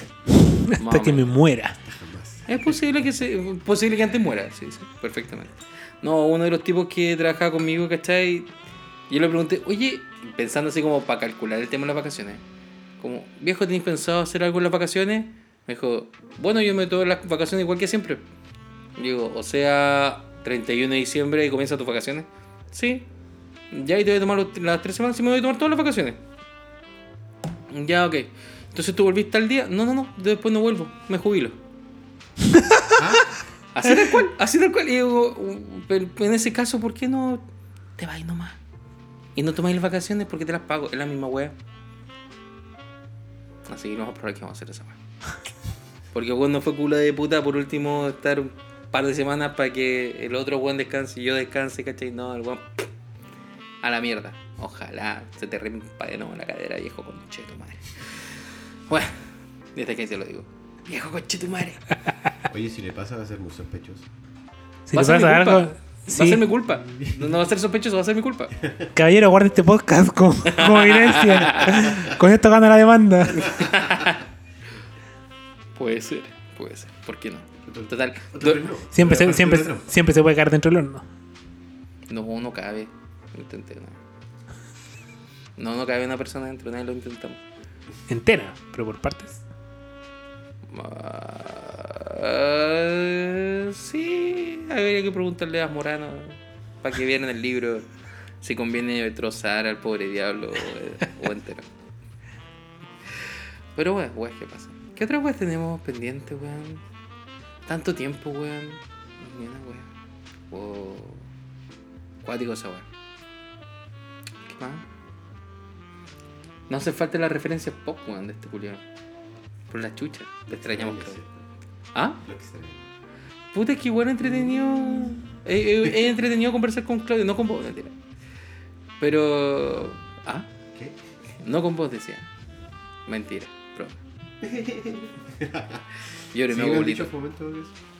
Speaker 1: Más
Speaker 3: Hasta
Speaker 1: o
Speaker 3: que me
Speaker 1: menos.
Speaker 3: muera.
Speaker 2: Jamás.
Speaker 1: Es posible que se, posible que antes muera, sí, sí, perfectamente. No, uno de los tipos que trabajaba conmigo, ¿cachai? Yo le pregunté, oye, pensando así como para calcular el tema de las vacaciones, como, viejo, ¿tenéis pensado hacer algo en las vacaciones? Me dijo, bueno, yo me tomo las vacaciones igual que siempre. Digo, o sea, 31 de diciembre y comienzan tus vacaciones. Sí, ya y te voy a tomar los- las tres semanas y me voy a tomar todas las vacaciones. Ya, ok. Entonces tú volviste al día. No, no, no, después no vuelvo, me jubilo. Así tal cual, así tal cual. Y digo, "Uh, pero en ese caso, ¿por qué no te vas nomás? Y no tomáis las vacaciones porque te las pago. Es la misma wea. Así que vamos a probar que vamos a hacer esa wea. Porque weón no fue culo de puta por último estar un par de semanas para que el otro weón descanse y yo descanse, ¿cachai? No, el weón. A la mierda. Ojalá se te rempa de nuevo la cadera, viejo concheto madre. Bueno, desde que te lo digo. Viejo concheto madre.
Speaker 2: Oye, si le pasa va a ser muy sospechoso.
Speaker 3: Si
Speaker 1: va a
Speaker 3: te
Speaker 1: ser mi
Speaker 3: pasa
Speaker 1: culpa.
Speaker 3: algo.
Speaker 1: Va a
Speaker 3: Sí,
Speaker 1: ser mi culpa. No, no va a ser sospechoso, va a ser mi culpa.
Speaker 3: caballero, guarda este podcast <laughs> como, como evidencia. Con esto gana la demanda.
Speaker 1: Puede ser, puede ser. ¿Por qué no?
Speaker 2: Otro-
Speaker 1: Total.
Speaker 2: otro
Speaker 1: do-
Speaker 2: primero.
Speaker 3: Siempre se,
Speaker 2: Pero
Speaker 3: siempre,
Speaker 2: aparte del otro.
Speaker 3: siempre se puede caer dentro del horno.
Speaker 1: no, no cabe. Lo intenté, no. No, no cabe una persona dentro, una vez lo intentamos.
Speaker 3: Entera, pero por partes.
Speaker 1: Ah, sí, habría que preguntarle a Morano para que vieran el libro si conviene trozar al pobre diablo eh, o, o entero. Pero weón, weón, ¿qué pasa? ¿Qué otras weas tenemos pendiente, weón? Tanto tiempo, weón. Ni una wea. Wow. Cuático esa weón. ¿Qué más? No hace falta la referencia pop, weón, de este culión. Por la chucha. Te extrañamos,
Speaker 2: Sí,
Speaker 1: cabrón.
Speaker 2: sí.
Speaker 1: ¿Ah?
Speaker 2: Lo extraño.
Speaker 1: Puta, es que igual entretenido. Es entretenido conversar con Claudio, no con vos, mentira. Pero. Ah,
Speaker 2: ¿Qué?
Speaker 1: no con vos decía. Mentira, broma. Yo me
Speaker 2: Sí, me
Speaker 1: hago
Speaker 2: han
Speaker 1: bolito.
Speaker 2: dicho fomento,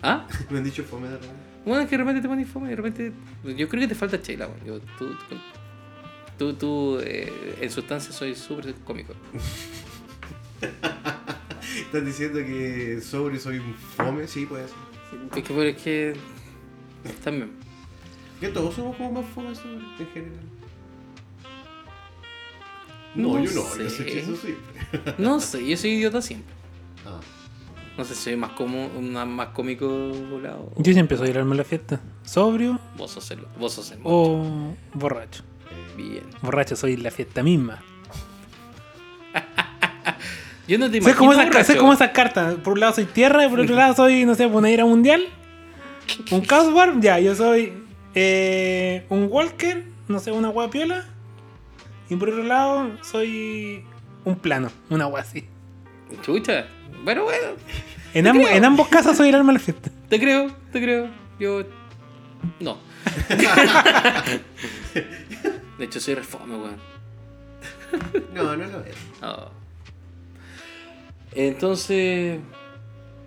Speaker 1: ¿Ah?
Speaker 2: <laughs> Me han dicho fome de repente.
Speaker 1: Bueno, es que de repente te pones fome y de repente. Yo creo que te falta chela, weón. Yo- Tú, tú, tú, tú, eh, en sustancia, soy súper cómico.
Speaker 2: Estás diciendo que sobre soy un fome, sí, puede ser.
Speaker 1: Es que, es que. También.
Speaker 2: Que todos somos como más fomes sobre, en general. No,
Speaker 1: No
Speaker 2: yo no, yo
Speaker 1: sé.
Speaker 2: sé que eso siempre.
Speaker 1: No sé, yo soy idiota siempre.
Speaker 2: Ah,
Speaker 1: No sé, soy más, como, más, más cómico volado.
Speaker 3: Yo siempre soy el alma de la fiesta. ¿Sobrio
Speaker 1: Vos sos el. Vos sos el.
Speaker 2: Oh.
Speaker 3: o borracho?
Speaker 2: eh,
Speaker 1: Bien.
Speaker 3: Borracho soy la fiesta misma.
Speaker 1: Yo no te
Speaker 3: ¿Sabes
Speaker 1: imagino.
Speaker 3: cómo, esa,
Speaker 1: borracho.
Speaker 3: ¿sabes cómo esas cartas? Por un lado soy tierra y por otro lado soy, no sé, una ira mundial. Un Chaos Warp, ya, yo soy eh, un Walker, no sé, una hueá piola. Y por otro lado soy un plano, una hueá así.
Speaker 1: Chucha. Bueno, bueno.
Speaker 3: En,
Speaker 1: Te
Speaker 3: ambos-
Speaker 1: creo.
Speaker 3: en ambos casos soy el alma de la fiesta.
Speaker 1: Te creo, te creo. Yo.
Speaker 2: <laughs>
Speaker 1: No. De hecho, soy refome, weón.
Speaker 2: No, no lo es.
Speaker 1: Ah. Entonces.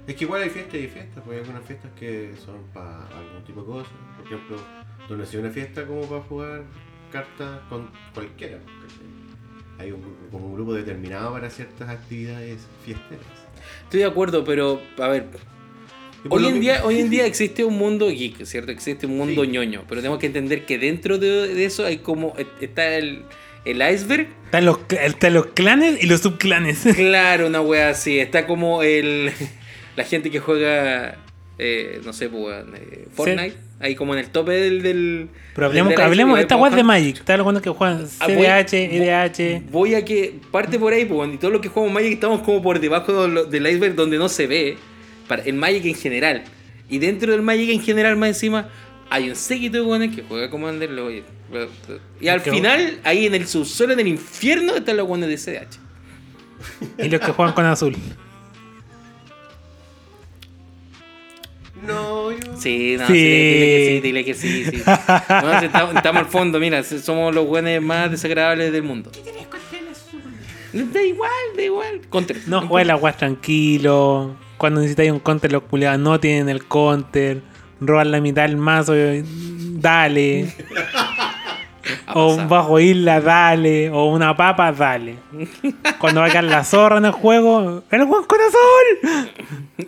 Speaker 2: Es que igual hay fiestas y fiestas, porque hay algunas fiestas que son para algún tipo de cosas. Por ejemplo, donde se una fiesta como para jugar cartas con cualquiera. ¿cachai? Hay un, grupo- como un grupo determinado para ciertas actividades fiesteras.
Speaker 1: Estoy de acuerdo, pero. A ver.
Speaker 2: Y por
Speaker 1: Hoy
Speaker 2: lo
Speaker 1: en,
Speaker 2: mi-
Speaker 1: día, hoy en día existe un mundo geek, ¿cierto? Existe un mundo
Speaker 2: Sí.
Speaker 1: ñoño, pero tenemos que entender que dentro de, de eso hay como. e, Está el, el iceberg.
Speaker 3: Están los, cl- están los clanes y los subclanes.
Speaker 1: Claro, una wea así. Está como el. <laughs> La gente que juega. eh, no sé, pues, weón, eh, Fortnite. Ahí como en el tope del. del
Speaker 3: Pero hablemos,
Speaker 1: del iceberg,
Speaker 3: hablemos
Speaker 1: ahí
Speaker 3: esta
Speaker 1: como
Speaker 3: weá es de
Speaker 1: Hunt-
Speaker 3: Magic. Está lo bueno que juegan
Speaker 1: Ah, voy-
Speaker 3: CDH,
Speaker 1: voy-
Speaker 3: EDH.
Speaker 1: Voy a que parte por ahí, pues, weón, y todo lo que jugamos Magic estamos como por debajo de lo- del iceberg donde no se ve. Para el Magic en general. Y dentro del Magic en general, más encima, hay un séquito de weones que juega Commander. lo- y- y al
Speaker 3: Es que-
Speaker 1: final, ahí en el subsuelo, en el infierno, están los weones de CDH.
Speaker 3: Y los que juegan con azul.
Speaker 2: No, yo.
Speaker 1: Sí, no,
Speaker 3: Sí.
Speaker 1: sí. dile que sí, dile que sí, sí. No, si estamos, estamos al fondo, mira, si somos los güeyes más desagradables del mundo. ¿Qué tienes contra el azul? Da igual, da igual. Contra.
Speaker 3: No
Speaker 1: <laughs>
Speaker 3: juega la guas tranquilo. Cuando necesitáis un counter, los culiados no tienen el counter. Roban la mitad del mazo. eh,
Speaker 1: <laughs>
Speaker 3: Dale.
Speaker 1: Ha
Speaker 3: O un
Speaker 1: pasado.
Speaker 3: bajo isla, dale. O una papa, dale. Cuando va a caer la zorra en el juego, ¡el buen corazón!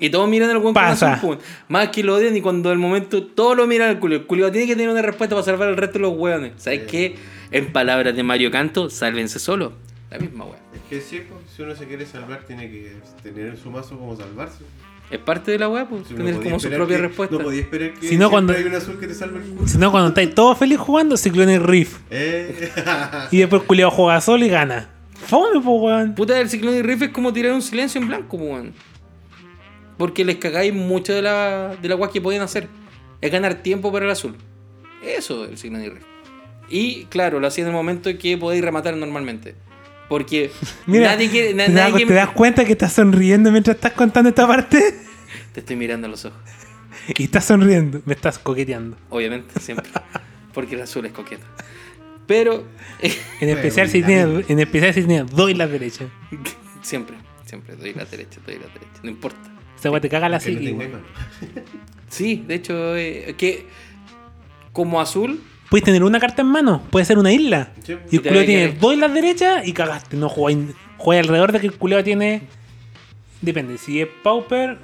Speaker 1: Y todos miran al güey con
Speaker 3: Pasa.
Speaker 1: azul, pum. Más que lo odian y cuando el momento todos lo miran al culo. El culo tiene que tener una respuesta para salvar al resto de los hueones. ¿Sabes
Speaker 2: Sí.
Speaker 1: qué? En palabras de Mario Canto, sálvense solo. La misma wea.
Speaker 2: Es que sí, pues, si uno se quiere salvar, tiene que tener en su mazo como salvarse.
Speaker 1: Es parte de la wea, pues,
Speaker 2: Si uno
Speaker 1: tener
Speaker 2: podía
Speaker 1: como su
Speaker 2: esperar
Speaker 1: propia
Speaker 2: que-
Speaker 1: respuesta.
Speaker 2: No podía esperar que
Speaker 3: Si no,
Speaker 2: siempre
Speaker 3: cuando-
Speaker 2: hay un azul que te salve el culo.
Speaker 3: Si no, cuando estáis todos felices jugando, ciclones riff.
Speaker 1: <laughs>
Speaker 2: <laughs> Eh,
Speaker 3: Y después el culiado juega solo y gana. Fome, po, weón.
Speaker 1: Puta, el ciclón y riff es como tirar un silencio en blanco, pues, weón. Porque les cagáis mucho de la, de la guas que podían hacer. Es ganar tiempo para el azul. Eso es el ciclón y riff. Y claro, lo hacía en el momento que podéis rematar normalmente. Porque
Speaker 3: Mira,
Speaker 1: nadie quiere. na-
Speaker 3: ¿te, das,
Speaker 1: nadie
Speaker 3: ¿te das cuenta que estás sonriendo mientras estás contando esta parte? <laughs>
Speaker 1: Te estoy mirando a los ojos.
Speaker 3: Y estás sonriendo, me estás coqueteando.
Speaker 1: Obviamente, siempre. Porque el azul es coqueta. Pero. eh,
Speaker 3: En
Speaker 2: Bueno,
Speaker 3: especial, si
Speaker 2: mira.
Speaker 3: tienes, en especial si tienes dos islas derechas.
Speaker 1: siempre, siempre. Doy la derecha, doy la derecha. No importa.
Speaker 3: Esa weá te caga la
Speaker 2: que no
Speaker 3: psiqui,
Speaker 2: tengáis
Speaker 3: weón.
Speaker 2: mano.
Speaker 1: Sí, de hecho, eh, que. Como azul,
Speaker 3: Puedes tener una carta en mano, puede ser una isla.
Speaker 2: Sí,
Speaker 3: Y el
Speaker 1: te
Speaker 3: culeo
Speaker 1: va a
Speaker 3: tiene
Speaker 1: querer.
Speaker 3: dos islas derechas y cagaste. No juega, juega alrededor de que el culeo tiene. Depende, si es Pauper,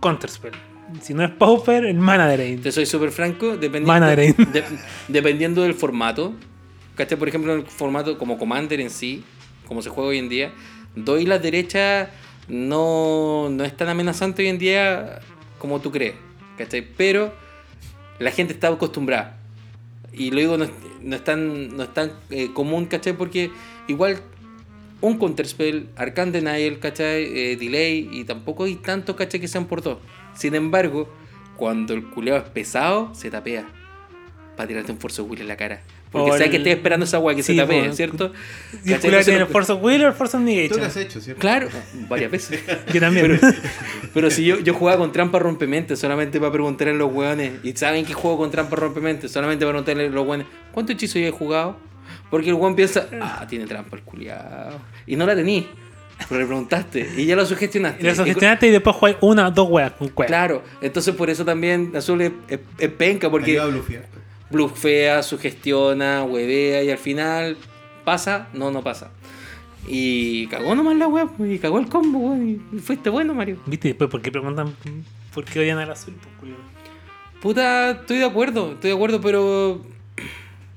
Speaker 3: Counterspell. Si no es Pauper, el Mana Drain.
Speaker 1: Te soy súper franco, dependiendo,
Speaker 3: Mana Drain.
Speaker 1: de- dependiendo del formato. ¿Cachai? Por ejemplo, en el formato como Commander en sí, como se juega hoy en día, doy la derecha no, no es tan amenazante hoy en día como tú crees. ¿Cachai? Pero la gente está acostumbrada. Y lo digo, no es, no es tan, no es tan eh, común, ¿cachai? Porque igual un Counterspell, Arcan Denial, ¿cachai? Eh, delay, y tampoco hay tantos, ¿cachai? Que sean por dos. Sin embargo, cuando el culeo es pesado, se tapea. Para tirarte un Force of Will en la cara. Porque
Speaker 3: O
Speaker 1: sabes
Speaker 3: el-
Speaker 1: que estés esperando esa agua que
Speaker 3: Sí,
Speaker 1: se tapee,
Speaker 3: po.
Speaker 1: ¿cierto?
Speaker 3: Y el
Speaker 1: ¿Cachai?
Speaker 3: culeo
Speaker 1: No se
Speaker 3: tiene
Speaker 1: lo-
Speaker 3: el Force of Will o el Force of
Speaker 2: Tú lo has
Speaker 3: Negation.
Speaker 2: hecho, ¿cierto?
Speaker 1: Claro, varias
Speaker 3: <laughs>
Speaker 1: veces.
Speaker 3: Yo también.
Speaker 1: Pero si yo, yo jugaba con trampa rompemente solamente para preguntarle a los hueones. Y saben que juego con trampa rompemente solamente para preguntarle a los hueones. ¿Cuánto hechizo yo he jugado? Porque el hueón piensa, ah, tiene trampa el culiao. Y no la tení. Pero le preguntaste y ya lo sugestionaste.
Speaker 3: Y lo sugestionaste y después jugáis una o dos weas con cueva.
Speaker 1: Claro, entonces por eso también Azul es, es- es penca, porque
Speaker 2: Ayuda a blufear.
Speaker 1: blufea, sugestiona, huevea y al final pasa, no, no pasa. Y cagó nomás la wea, pues, y cagó el combo, weón, y fuiste bueno, Mario.
Speaker 3: ¿Viste? Y Después, ¿por qué preguntan por qué odian al azul? Pues, culiao?
Speaker 1: Puta, estoy de acuerdo, estoy de acuerdo, pero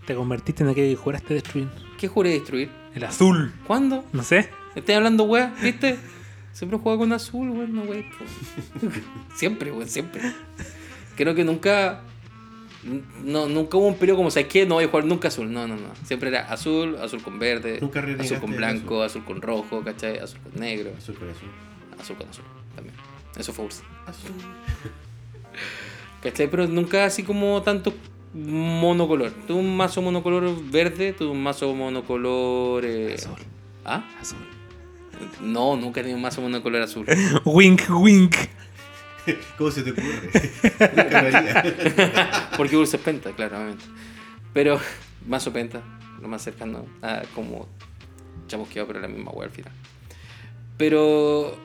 Speaker 3: Te convertiste en aquel que juraste destruir.
Speaker 1: ¿qué juré destruir?
Speaker 3: El azul.
Speaker 1: ¿Cuándo?
Speaker 3: No sé.
Speaker 1: Estoy hablando wea, ¿viste? Siempre juego con azul, weón, no wey. <laughs> siempre, weón, siempre. Creo que nunca. No, nunca hubo un periodo como, ¿sabes qué? No voy a jugar nunca azul. No, no, no. Siempre era azul, azul con verde,
Speaker 2: Nunca renegaste
Speaker 1: azul con
Speaker 2: del
Speaker 1: blanco, azul. con rojo, ¿cachai? Azul con negro,
Speaker 2: Azul corazón.
Speaker 1: azul con azul también. Eso fue Ursa.
Speaker 2: Azul.
Speaker 1: ¿Cachai? Pero nunca así como tanto monocolor. Tuve un mazo monocolor verde, tuve un mazo monocolor. eh,
Speaker 3: Azul.
Speaker 1: ¿Ah?
Speaker 3: Azul.
Speaker 1: No, nunca he tenido un mazo monocolor azul.
Speaker 3: <laughs> Wink, wink.
Speaker 2: ¿Cómo se te ocurre? Nunca
Speaker 1: <laughs>
Speaker 2: lo haría.
Speaker 1: Porque Ursa es penta, claramente. Pero <laughs> más o penta, lo más cercano a como chamusqueado, pero la misma wea al final. Pero.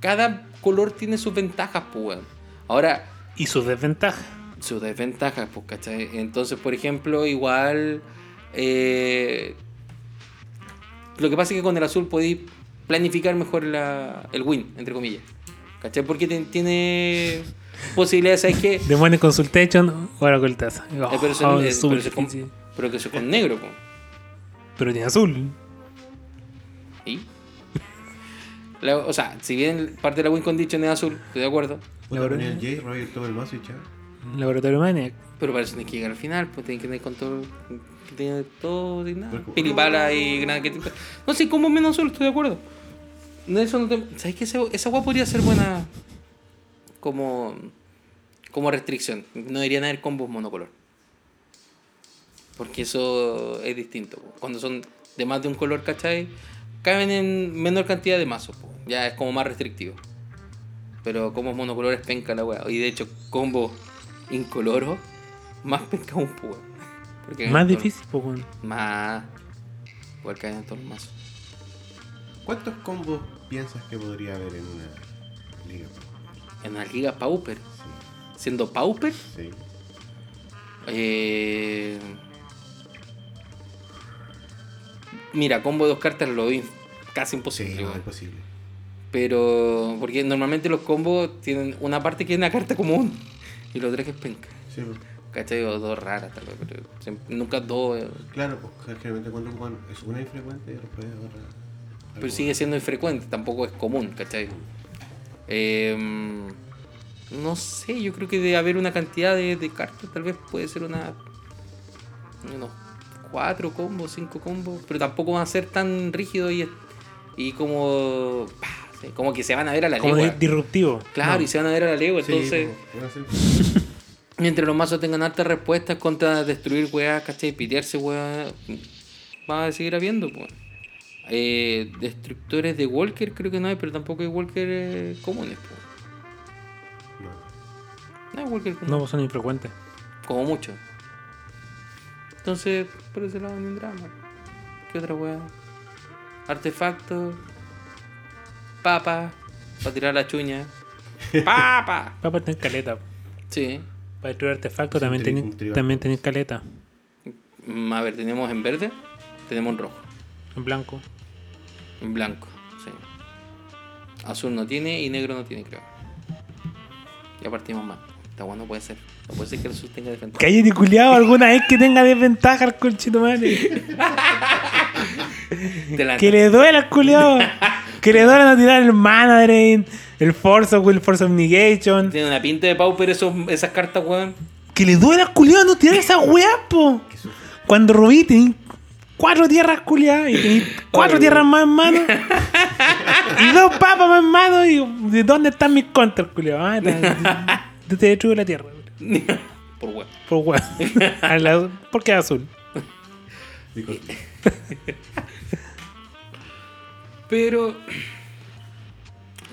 Speaker 1: Cada color tiene sus ventajas, pues, weón. Ahora,
Speaker 3: Y sus desventajas.
Speaker 1: sus desventajas, pues, ¿cachai? Entonces, por ejemplo, igual. eh, lo que pasa es que con el azul podéis planificar mejor la, el win, entre comillas. ¿cachai? Porque te-
Speaker 3: <laughs>
Speaker 1: tiene posibilidades, ¿sabes qué?
Speaker 3: The Money Consultation, ahora con el taza.
Speaker 1: Eh, pero, eso,
Speaker 3: Oh,
Speaker 1: eh,
Speaker 3: azul,
Speaker 1: pero eso es con,
Speaker 3: sí.
Speaker 1: pero que eso es con negro, po.
Speaker 3: Pero tiene azul. <laughs>
Speaker 1: ¿Y? La- o sea, si bien parte de la win condition es azul, estoy de acuerdo.
Speaker 2: Puta, ponía el Jay, Roger, todo el mazo y chao.
Speaker 3: Laboratorio Maniac.
Speaker 1: Pero para eso tienes que llegar al final, pues tienes que tener con todo. que tener todo y nada.
Speaker 2: Pero como-
Speaker 1: Pilipala y gran que No sé, como menos azul, estoy de acuerdo. No, eso no te- ¿Sabes qué? Ese- Esa agua podría ser buena como. como restricción. No deberían haber combos monocolor. Porque eso es distinto. po. Cuando son de más de un color, ¿cachai? Caben en menor cantidad de mazos. po. Ya es como más restrictivo. Pero como es monocolor es penca la weá. Y de hecho, combo incoloro, más penca un poco. Porque
Speaker 3: Más
Speaker 1: en todo-
Speaker 3: difícil, po, weón.
Speaker 1: Más. Igual caen en todos los mazos.
Speaker 2: ¿Cuántos combos piensas que podría haber en una liga?
Speaker 1: En la liga Pauper.
Speaker 2: Sí,
Speaker 1: Siendo Pauper,
Speaker 2: sí.
Speaker 1: eh... Mira, combo de dos cartas lo vi casi imposible.
Speaker 2: Sí, no,
Speaker 1: weón.
Speaker 2: imposible.
Speaker 1: Pero. Porque normalmente los combos tienen una parte que es una carta común. Y los tres que es penca.
Speaker 2: Sí, pues,
Speaker 1: ¿Cachai? O dos raras, tal vez. Pero siempre- nunca dos. eh,
Speaker 2: claro, pues generalmente cuando un guan- es una infrecuente y después otra.
Speaker 1: Pero sigue siendo infrecuente, tampoco es común, ¿cachai? Em, no sé, yo creo que de haber una cantidad de, de cartas, tal vez puede ser una. unos cuatro combos, cinco combos, pero tampoco van a ser tan rígidos y, y como. pa, sí, como que se van a ver a la
Speaker 3: Como
Speaker 1: legua.
Speaker 3: di- disruptivo.
Speaker 1: Claro,
Speaker 3: No.
Speaker 1: y se van a ver a la legua,
Speaker 2: Sí,
Speaker 1: entonces.
Speaker 2: pues, bueno, sí.
Speaker 1: Mientras los mazos tengan hartas respuestas contra destruir weas, ¿cachai? Pitearse weas, va a seguir habiendo, pues. Eh, destructores de Walker creo que no hay, pero tampoco hay Walker eh, comunes, pues.
Speaker 2: No.
Speaker 1: No hay Walker comunes,
Speaker 3: No, pues son infrecuentes.
Speaker 1: como mucho. Entonces, por ese lado ni un drama. ¿Qué otra wea? Artefactos, papa, para tirar la chuña. ¡Papa!
Speaker 3: Papá tener caleta.
Speaker 1: Sí.
Speaker 3: Para destruir artefactos
Speaker 2: Sí,
Speaker 3: también
Speaker 2: tri- un
Speaker 3: tenés,
Speaker 2: tribaco.
Speaker 3: también tenés caleta.
Speaker 1: Mm, A ver, tenemos en verde, tenemos en rojo.
Speaker 3: En blanco.
Speaker 1: En blanco, sí. Azul no tiene y negro no tiene, creo. Ya partimos mal. Está bueno, puede ser. No puede ser que el azul tenga defensa.
Speaker 3: Calle de culiado alguna vez que tenga desventaja al colchito madre.
Speaker 1: Te la-
Speaker 3: Que le duela al culiado. Que le duela no tirar el mana drain, el force of will, force of negation.
Speaker 1: Tiene una pinta de pauper esos, esas cartas, weón. <laughs>
Speaker 3: Que le duela al culiado no tirar esa weá, po. Cuando robí tenés cuatro tierras culiadas y tenés cuatro tierras más en mano. y dos papas más en mano. Y ¿de dónde están mis contras, culiado? Ah, está- te, te destruyo la tierra, culiao.
Speaker 1: Por weón.
Speaker 3: Por weá.
Speaker 1: <laughs>
Speaker 3: Al azul- Porque es azul.
Speaker 2: Digo,
Speaker 1: Pero.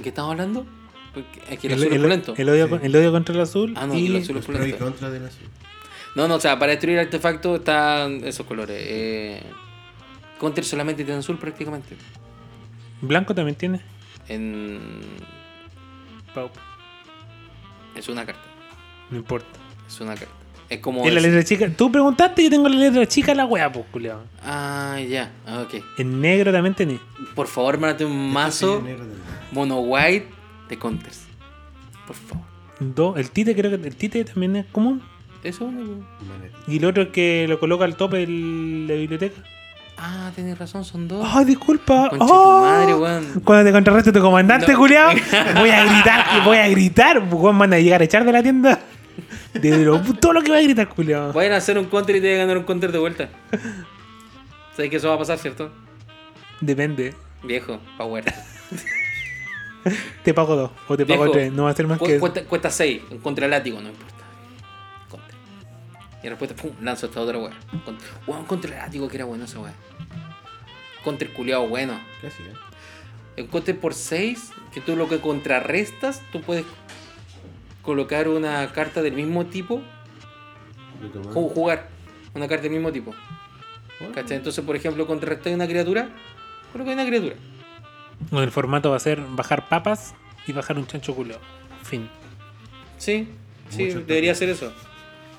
Speaker 1: ¿Qué estamos hablando? Porque es que el, azul es pulento.
Speaker 3: el odio, con- el odio contra el azul.
Speaker 1: Ah, no, que
Speaker 3: y
Speaker 1: el azul es
Speaker 2: los pros y
Speaker 1: pulento.
Speaker 2: contras de la Este ciudad.
Speaker 1: No, no, o sea, para destruir artefactos están esos colores. Eh, Counter solamente tiene azul prácticamente.
Speaker 3: Blanco también tiene.
Speaker 1: En...
Speaker 3: Pau.
Speaker 1: Es una carta.
Speaker 3: No importa.
Speaker 1: Es una carta. Es como...
Speaker 3: Es la
Speaker 1: el-
Speaker 3: letra chica. Tú preguntaste, yo tengo la letra chica, la weá, pues, culiado.
Speaker 1: Ah, ya. Ah, Ok.
Speaker 3: En negro también tenés.
Speaker 1: Por favor, mánate un mazo mono white de counters. Por favor.
Speaker 3: Dos. El tite, creo que el tite también es común.
Speaker 1: Eso es único.
Speaker 3: Y el otro es que lo coloca al tope de la biblioteca.
Speaker 1: Ah, tenés razón, son dos.
Speaker 3: ¡Ay, disculpa!
Speaker 1: Conche tu
Speaker 3: ¡Oh!
Speaker 1: madre, weón.
Speaker 3: Cuando te contrarreste tu comandante,
Speaker 1: No. <laughs>
Speaker 3: culiao, voy a gritar, voy a gritar. pues, Weón, van a llegar a echar de la tienda. De lo- todo lo que va a gritar, culiao.
Speaker 1: Vayan a hacer un counter y te van a ganar un counter de
Speaker 3: <laughs>
Speaker 1: vuelta. Sabes que eso va a pasar, ¿cierto?
Speaker 3: Depende.
Speaker 1: Viejo, power.
Speaker 3: Te pago dos o te pago
Speaker 1: Viejo,
Speaker 3: tres. No va a ser más que
Speaker 1: Cu-
Speaker 3: eso.
Speaker 1: cuesta, cuesta 6, un contra látigo, no importa. Contra. Y respuesta, pum, lanzo esta otra weá. Contra, weón, contra látigo que era bueno esa weá. Contra culiado bueno.
Speaker 2: Casi, ¿eh?
Speaker 1: El counter por 6, que tú lo que contrarrestas, tú puedes colocar una carta del mismo tipo
Speaker 2: Lo
Speaker 3: Ah.
Speaker 2: tomaba.
Speaker 1: o jugar una carta del mismo tipo. ¿Cachai? Entonces, por ejemplo, contrarrestas una criatura, coloca una criatura.
Speaker 3: Bueno, el formato va a ser bajar papas y bajar un chancho culiao. Fin.
Speaker 1: Sí, sí,
Speaker 2: Mucho
Speaker 1: debería
Speaker 2: toque.
Speaker 1: ser eso.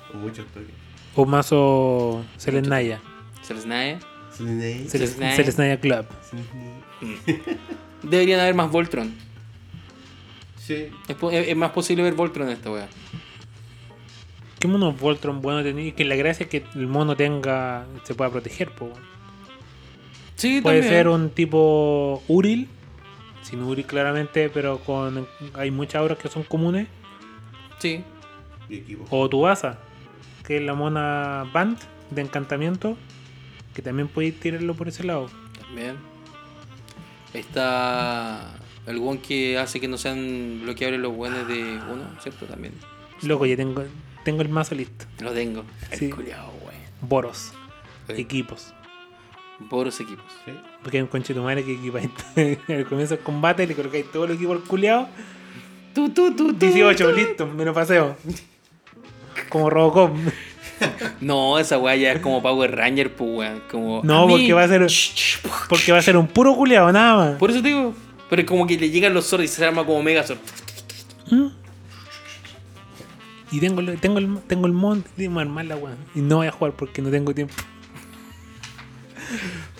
Speaker 2: Con muchos toques.
Speaker 3: O mazo Selenaya.
Speaker 1: Se les nae.
Speaker 2: Sliney,
Speaker 1: Selesnaya.
Speaker 3: Selenaya Club.
Speaker 2: Sliney.
Speaker 1: Deberían haber más Voltron.
Speaker 2: Sí,
Speaker 1: Es, po- es- es más posible ver Voltron en esta wea.
Speaker 3: ¿Qué mono Voltron bueno tenés? Que la gracia es que el mono tenga. se pueda proteger, po. weón.
Speaker 1: Sí,
Speaker 3: Puede
Speaker 1: también.
Speaker 3: ser un tipo Uril, sin Uril claramente, pero con hay muchas obras que son comunes.
Speaker 1: Sí.
Speaker 2: y equipo.
Speaker 1: Oh.
Speaker 3: O Tubasa, que es la mona Band de encantamiento, que también podéis tirarlo por ese lado.
Speaker 1: También. Está. El one que hace que no sean bloqueables los weones de uno, ¿cierto? También.
Speaker 3: Loco, ya tengo, tengo el mazo listo.
Speaker 1: Lo tengo. El
Speaker 3: Sí.
Speaker 1: culiao, weón.
Speaker 3: Boros,
Speaker 1: Sí.
Speaker 3: equipos.
Speaker 1: Poros equipos.
Speaker 2: Sí.
Speaker 3: Porque hay un conchetumare que equipáis <laughs> al comienzo del combate, le colocáis todo el equipo al culeado.
Speaker 1: Tú, tú, tú, tú,
Speaker 3: 18,
Speaker 1: tú.
Speaker 3: listo, me lo paseo. <laughs> Como Robocop.
Speaker 1: No, esa wea ya es como Power Ranger, pues weón. Como.
Speaker 3: No,
Speaker 1: a mí.
Speaker 3: porque va a ser-
Speaker 1: Ch, ch, pu.
Speaker 3: Porque va a ser un puro culeado, nada más.
Speaker 1: Por eso te digo. Pero es como que le llegan los zorros y se arma como Megazord.
Speaker 3: ¿Mm? Y tengo, el- tengo, el, tengo el mon, tengo armar la weá. Y no voy a jugar porque no tengo tiempo.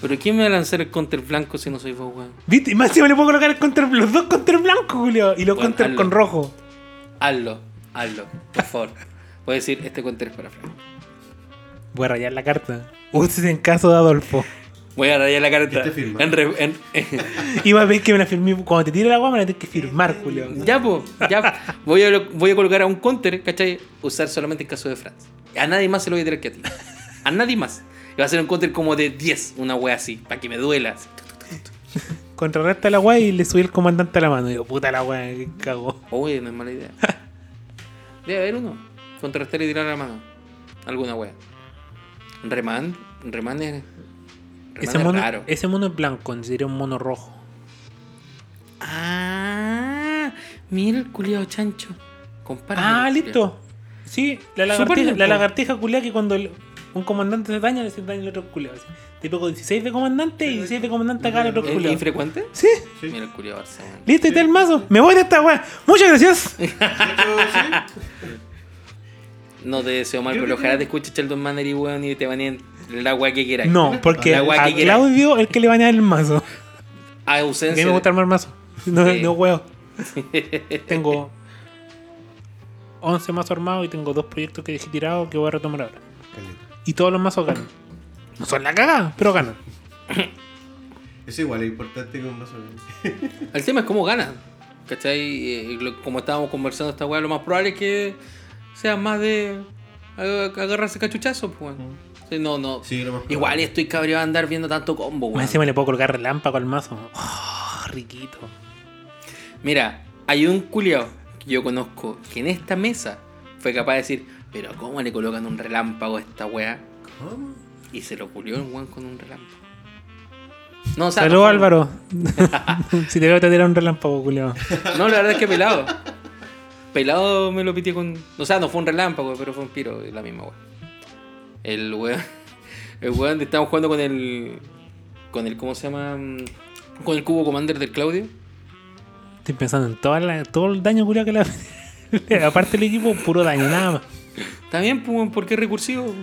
Speaker 1: Pero ¿quién me va a lanzar el counter blanco si no soy vos, weón?
Speaker 3: ¿Viste? Y más encima le puedo colocar el contra, los dos contra blanco, Julio. Y los
Speaker 1: Bueno,
Speaker 3: contra
Speaker 1: hazlo.
Speaker 3: con rojo.
Speaker 1: Hazlo, hazlo, por favor. Voy a decir, este counter es para Frank.
Speaker 3: Voy a rayar la carta. Ustedes en caso de
Speaker 1: <laughs>
Speaker 3: Adolfo.
Speaker 1: Voy a rayar la carta.
Speaker 2: Este firma.
Speaker 1: En re- en- <laughs>
Speaker 3: Y vas a ver que me la firmé. Cuando te tire la weá, me la tienes que firmar,
Speaker 1: <laughs>
Speaker 3: Julio.
Speaker 1: ya, po, ya. po. Voy a, lo- voy a colocar a un counter, ¿cachai? Usar solamente en caso de Franz. A nadie más se lo voy a tirar que a ti. A nadie más. Y va a ser un counter como de 10, una wea así, para que me duela. así.
Speaker 3: Contrarresta la weá y le subí el comandante a la mano. Digo, puta la weá, que cago.
Speaker 1: Oye, no es mala
Speaker 3: <laughs>
Speaker 1: idea. Debe haber uno. Contrastar y tirar la mano. Alguna wea. Remand, Remand es. Remand
Speaker 3: Ese
Speaker 1: es
Speaker 3: mono,
Speaker 1: raro.
Speaker 3: ese mono es blanco, sería un mono rojo.
Speaker 1: Ah, mira el culiado chancho. Compárame
Speaker 3: Ah,
Speaker 1: el culiao.
Speaker 3: listo. Sí,
Speaker 1: Súper
Speaker 3: la lagartija,
Speaker 1: limpio.
Speaker 3: la lagartija culea que cuando el- un comandante se daña, le se daña el otro culeado. Te pego 16 de comandante y 16 de comandante acá al otro
Speaker 1: ¿Es
Speaker 3: culeado.
Speaker 1: infrecuente?
Speaker 3: Sí,
Speaker 2: Sí.
Speaker 1: Mira el culiado Barcelona.
Speaker 3: listo, y está el mazo. Me voy de esta weá. Muchas gracias.
Speaker 1: No te deseo mal, pero ojalá te escuche Sheldon Manner y weón y te baneen la agua que quieras.
Speaker 3: No, porque
Speaker 1: La weá
Speaker 3: a
Speaker 1: que quiera.
Speaker 3: Claudio es el que le va a dar el mazo.
Speaker 1: A
Speaker 3: A mí
Speaker 1: ausencia.
Speaker 3: me gusta armar mazo. <laughs> No,
Speaker 1: Sí. <laughs>
Speaker 3: no huevo. Tengo 11 mazos armados y tengo dos proyectos que dejé tirados que voy a retomar ahora.
Speaker 2: Caleta.
Speaker 3: Y todos los mazos ganan. No son la cagada, pero ganan.
Speaker 2: Eso igual es importante con más o menos.
Speaker 1: El tema es cómo ganas. ¿Cachai? Eh, lo- Como estábamos conversando esta weá, lo más probable es que sea más de ag- agarrarse cachuchazo, pues,
Speaker 3: Mm.
Speaker 1: weón. Sí, no, no.
Speaker 2: Sí, lo más probable.
Speaker 1: Igual estoy cabreado de andar viendo tanto combo,
Speaker 3: Más
Speaker 1: weón.
Speaker 3: encima le puedo colocar relámpago al mazo. Oh, riquito.
Speaker 1: Mira, hay un culiao que yo conozco que en esta mesa fue capaz de decir, pero ¿cómo le colocan un relámpago a esta weá?
Speaker 2: ¿Cómo?
Speaker 1: Y se lo culió el weón con un relámpago. No, o sea,
Speaker 3: Saludos
Speaker 1: no,
Speaker 3: Álvaro. <laughs> si te veo te tirar un relámpago, culiao.
Speaker 1: No, la verdad es que pelado. Pelado me lo pitié con. O sea, no fue un relámpago, pero fue un piro, la misma weá. El weón. El weón, estábamos jugando con el. con el, ¿cómo se llama? Mm, Con el cubo commander del Claudio.
Speaker 3: Estoy pensando en toda la- todo el daño culiado que le. <laughs> Aparte del equipo, puro daño, nada más.
Speaker 1: También, pues, weón, ¿por qué recursivo?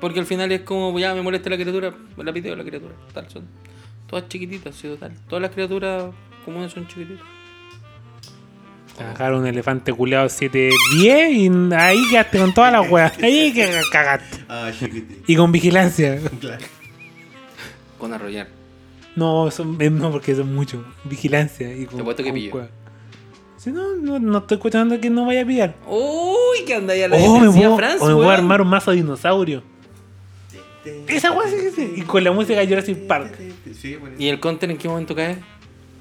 Speaker 1: Porque al final es como, ya me molesta la criatura, la piteo la criatura, tal, son todas chiquititas, sí, total. Todas las criaturas comunes son chiquititas.
Speaker 3: Bajaron un elefante culiado 7-10 y ahí quedaste con todas las weas. Ahí que cagaste.
Speaker 2: Ah, chiquitito.
Speaker 3: Y con vigilancia.
Speaker 2: Claro.
Speaker 1: Con arrollar.
Speaker 3: No, son, eh, no porque son mucho. Vigilancia. Y con,
Speaker 1: Te apuesto que
Speaker 3: con
Speaker 1: pillo.
Speaker 3: cua- Si no, no, no estoy cuestionando que no vaya a pillar.
Speaker 1: ¡Uy! Que andáis a la
Speaker 3: Oh, me
Speaker 1: defensiva,
Speaker 3: puedo,
Speaker 1: Franz,
Speaker 3: o me voy a
Speaker 1: weón.
Speaker 3: armar un mazo de dinosaurio. Esa wea sí que sí. Y con la música de Jurassic Park.
Speaker 2: Sí, bueno.
Speaker 1: ¿Y el counter en qué momento cae?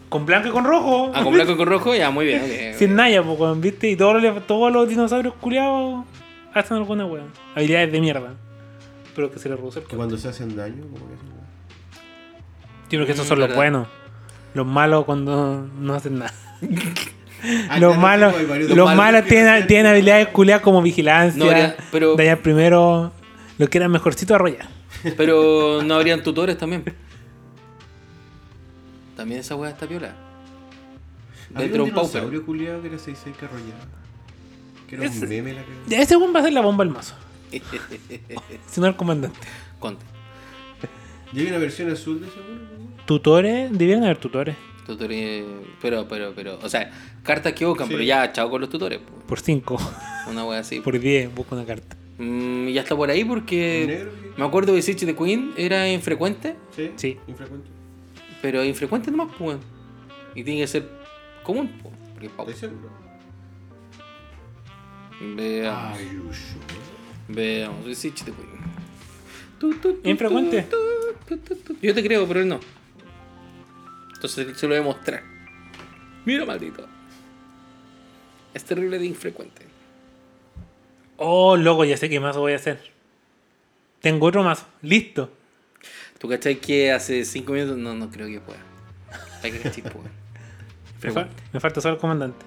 Speaker 3: Con blanco y con rojo.
Speaker 1: Ah, con blanco y con rojo, ya, muy bien. ok.
Speaker 3: Sin Naya, po, weón, ¿viste? Y todos los, todos los dinosaurios culiados hacen alguna weón. Habilidades de mierda. Pero que se les reduce el
Speaker 2: Que
Speaker 3: poder.
Speaker 2: cuando se hacen daño, como que son-
Speaker 3: Yo creo que esos
Speaker 1: Mm,
Speaker 3: son los
Speaker 1: verdad.
Speaker 3: buenos. Los malos cuando no hacen nada.
Speaker 2: Ah, claro,
Speaker 3: los malos,
Speaker 2: hay varios-
Speaker 3: los
Speaker 1: malos
Speaker 3: malos
Speaker 2: que
Speaker 3: tienen,
Speaker 2: <laughs> hacen-
Speaker 3: tienen habilidades culiadas como vigilancia,
Speaker 1: No, ya, pero-
Speaker 3: dañar primero. Los que eran mejorcitos arrollar.
Speaker 1: Pero no habrían tutores también. También esa weá está piola.
Speaker 2: Había
Speaker 1: Dentro de
Speaker 2: un
Speaker 1: un pauper.
Speaker 2: dinosaurio culiado que era 6-6 que arrollaba. Que era
Speaker 3: Ese-
Speaker 2: un meme la que...
Speaker 3: Ya ese weón va a ser la bomba al
Speaker 2: <laughs>
Speaker 3: mazo. si no el comandante.
Speaker 1: Conte.
Speaker 2: Y hay una versión azul de ese weón.
Speaker 3: Tutores, debieron haber tutores.
Speaker 1: Tutores. Pero, pero, pero. O sea, cartas que evocan,
Speaker 2: Sí.
Speaker 1: pero ya, chao con los tutores. po.
Speaker 3: Por 5,
Speaker 1: Una weá así.
Speaker 3: <laughs> por 10, busco una carta.
Speaker 1: Mm, y hasta por ahí porque.
Speaker 3: Eh,
Speaker 2: Negro, sí.
Speaker 1: Me acuerdo que Sitch de Queen era infrecuente,
Speaker 2: Sí.
Speaker 3: Sí.
Speaker 2: Infrecuente.
Speaker 1: pero infrecuente nomás, po, weón. Y tiene que ser común, po, porque es
Speaker 3: Oh.
Speaker 1: pauper.
Speaker 2: ¿Estás seguro?
Speaker 1: Veamos.
Speaker 2: Are you sure?
Speaker 1: Veamos, sí, chiste, güey. Tu, tu, tu,
Speaker 3: Infrecuente.
Speaker 1: tu, tu, tu, tu. Yo te creo, pero él no. Entonces se lo voy a mostrar. Mira, maldito. Es terrible de infrecuente.
Speaker 3: Oh, loco, ya sé qué mazo voy a hacer. Tengo otro mazo. Listo.
Speaker 1: ¿Tú cachai que hace 5 minutos? No, no creo que pueda. Hay que pues, cachar, po, güey.
Speaker 3: Me, fal-
Speaker 1: Infrecuente.
Speaker 3: me falta solo el comandante.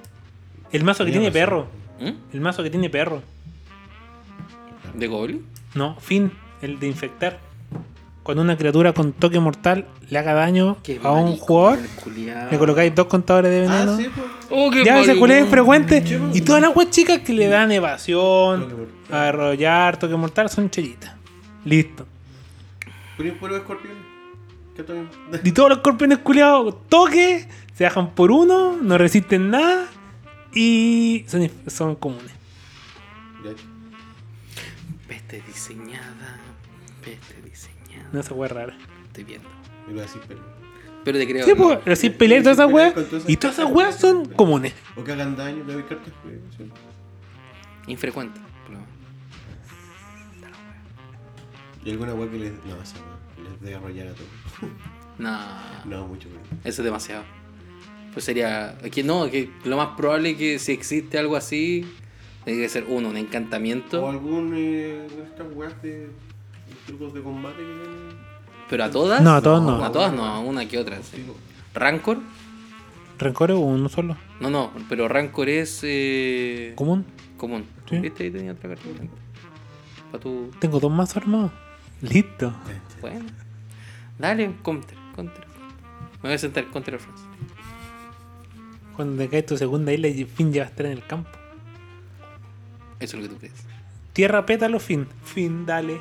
Speaker 3: El mazo que
Speaker 2: Tenía
Speaker 3: tiene perro.
Speaker 2: razón.
Speaker 1: <laughs> ¿Mm?
Speaker 3: El mazo que tiene perro.
Speaker 1: ¿De Goblin?
Speaker 3: No, fin, el de infectar. Cuando una criatura con toque mortal le haga daño
Speaker 1: Qué
Speaker 3: a un
Speaker 1: marico,
Speaker 3: jugador,
Speaker 1: el culiao.
Speaker 3: le colocáis dos contadores de veneno.
Speaker 2: Ah, sí, pues.
Speaker 1: Oh, qué
Speaker 3: Ya, ese
Speaker 1: maricón.
Speaker 3: culé es frecuente.
Speaker 2: Sí, po.
Speaker 3: Y todas las weas chicas que le dan evasión,
Speaker 2: Toque mortal.
Speaker 3: arrollar, toque mortal, son chellitas. Listo.
Speaker 2: Ponía un puro escorpión. ¿Qué tal?
Speaker 3: Y todos los escorpiones culiados toque, se bajan por uno, no resisten nada y son, inf- son comunes.
Speaker 2: Ya.
Speaker 1: Peste diseñada. Peste diseñada.
Speaker 3: No esa wea rara.
Speaker 1: Estoy viendo.
Speaker 2: Me iba a decir, pero...
Speaker 1: Pero te creo.
Speaker 3: Sí,
Speaker 1: no.
Speaker 3: pues, así pelear todas esas
Speaker 2: Pelear
Speaker 3: weas.
Speaker 2: con todas esas
Speaker 3: Y todas esas
Speaker 2: cartas.
Speaker 3: weas son comunes.
Speaker 2: O que hagan daño, te doy cartas, pues, sí.
Speaker 1: Infrecuente. por lo menos.
Speaker 2: Y alguna wea que les... No, esa wea. Les debe arrollar a todos.
Speaker 1: No.
Speaker 2: No, mucho menos.
Speaker 1: Eso es demasiado. Pues sería. Que no, que lo más probable es que si existe algo así, tiene que ser uno, un
Speaker 2: O
Speaker 1: encantamiento.
Speaker 2: algún... Eh, de estas weas de... Trucos de combate que... tienen.
Speaker 1: Pero a todas.
Speaker 3: No, a todas no.
Speaker 1: A todas no, una que otra. sí.
Speaker 2: Digo,
Speaker 1: ¿Rancor?
Speaker 3: Rencores o uno solo.
Speaker 1: No, no, pero Rancor es. eh,
Speaker 3: Común.
Speaker 1: común.
Speaker 3: Sí.
Speaker 1: ¿Viste? Ahí tenía otra carta. Para tu.
Speaker 3: Tengo dos mazos armados. Listo.
Speaker 1: Bueno. Dale, counter, counter. Me voy a sentar contra el France.
Speaker 3: Cuando te cae tu segunda isla y fin ya vas a estar en el campo.
Speaker 1: Eso es lo que tú crees.
Speaker 3: Tierra, pétalo, fin. Fin, dale.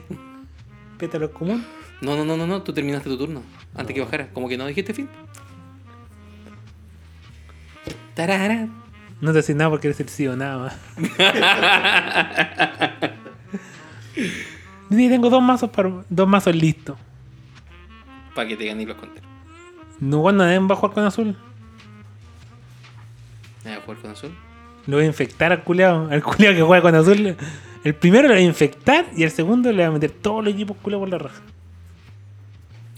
Speaker 3: Pétalo común.
Speaker 1: No, no, no, no, no, tú terminaste tu turno antes que bajara. Como que no dijiste fin. Tarara.
Speaker 3: No te haces nada porque eres el sí o nada más. Sí, tengo dos mazos para, dos mazos listos.
Speaker 1: Para que te ganen los counter.
Speaker 3: No, bueno, nadie va a jugar con azul.
Speaker 1: ¿Me voy a jugar con azul?
Speaker 3: Lo voy a infectar al culeado. Al culeado que juega con azul. El primero lo voy a infectar y el segundo le voy a meter todos los equipos culeados por la raja.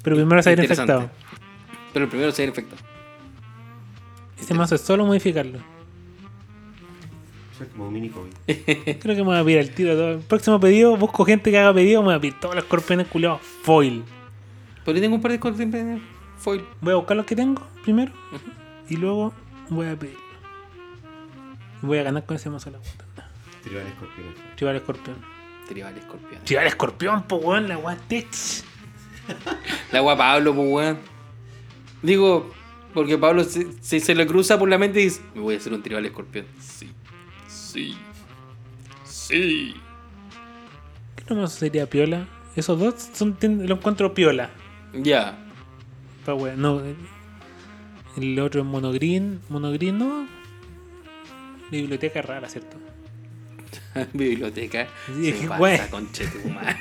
Speaker 3: Pero primero se va a ir
Speaker 1: Interesante.
Speaker 3: infectado.
Speaker 1: Pero el primero se viene infectado.
Speaker 3: Ese mazo es solo modificarlo.
Speaker 2: O sea, como un mini
Speaker 1: <laughs>
Speaker 2: COVID.
Speaker 3: Creo que me voy a pedir al tiro. todo. El próximo pedido, busco gente que haga pedido, me voy a pedir todos los escorpiones culiados foil.
Speaker 1: Pero yo tengo un par de counter en foil.
Speaker 3: Voy a buscar los que tengo primero
Speaker 1: Ujú.
Speaker 3: y luego voy a pedirlo. Voy a ganar con ese mazo de la puta.
Speaker 2: Tribal escorpión.
Speaker 3: Chivar escorpión.
Speaker 1: Tribal escorpión.
Speaker 3: Chivar escorpión, po weón, la guatech.
Speaker 1: <laughs> La wea Pablo, pues weón. Digo, porque Pablo se, se, se le cruza por la mente y dice, me voy a hacer un tiro al escorpión. Sí. Sí. Sí.
Speaker 3: ¿Qué nomás sería piola? Esos dos son, ten- lo encuentro piola.
Speaker 1: Ya.
Speaker 3: Pa' wea, No, el- el otro es monogreen. Monogreen, ¿no? Biblioteca rara, ¿cierto?
Speaker 1: Biblioteca.
Speaker 3: Sí,
Speaker 1: Soy
Speaker 3: güey.
Speaker 1: Barça, conchetumar.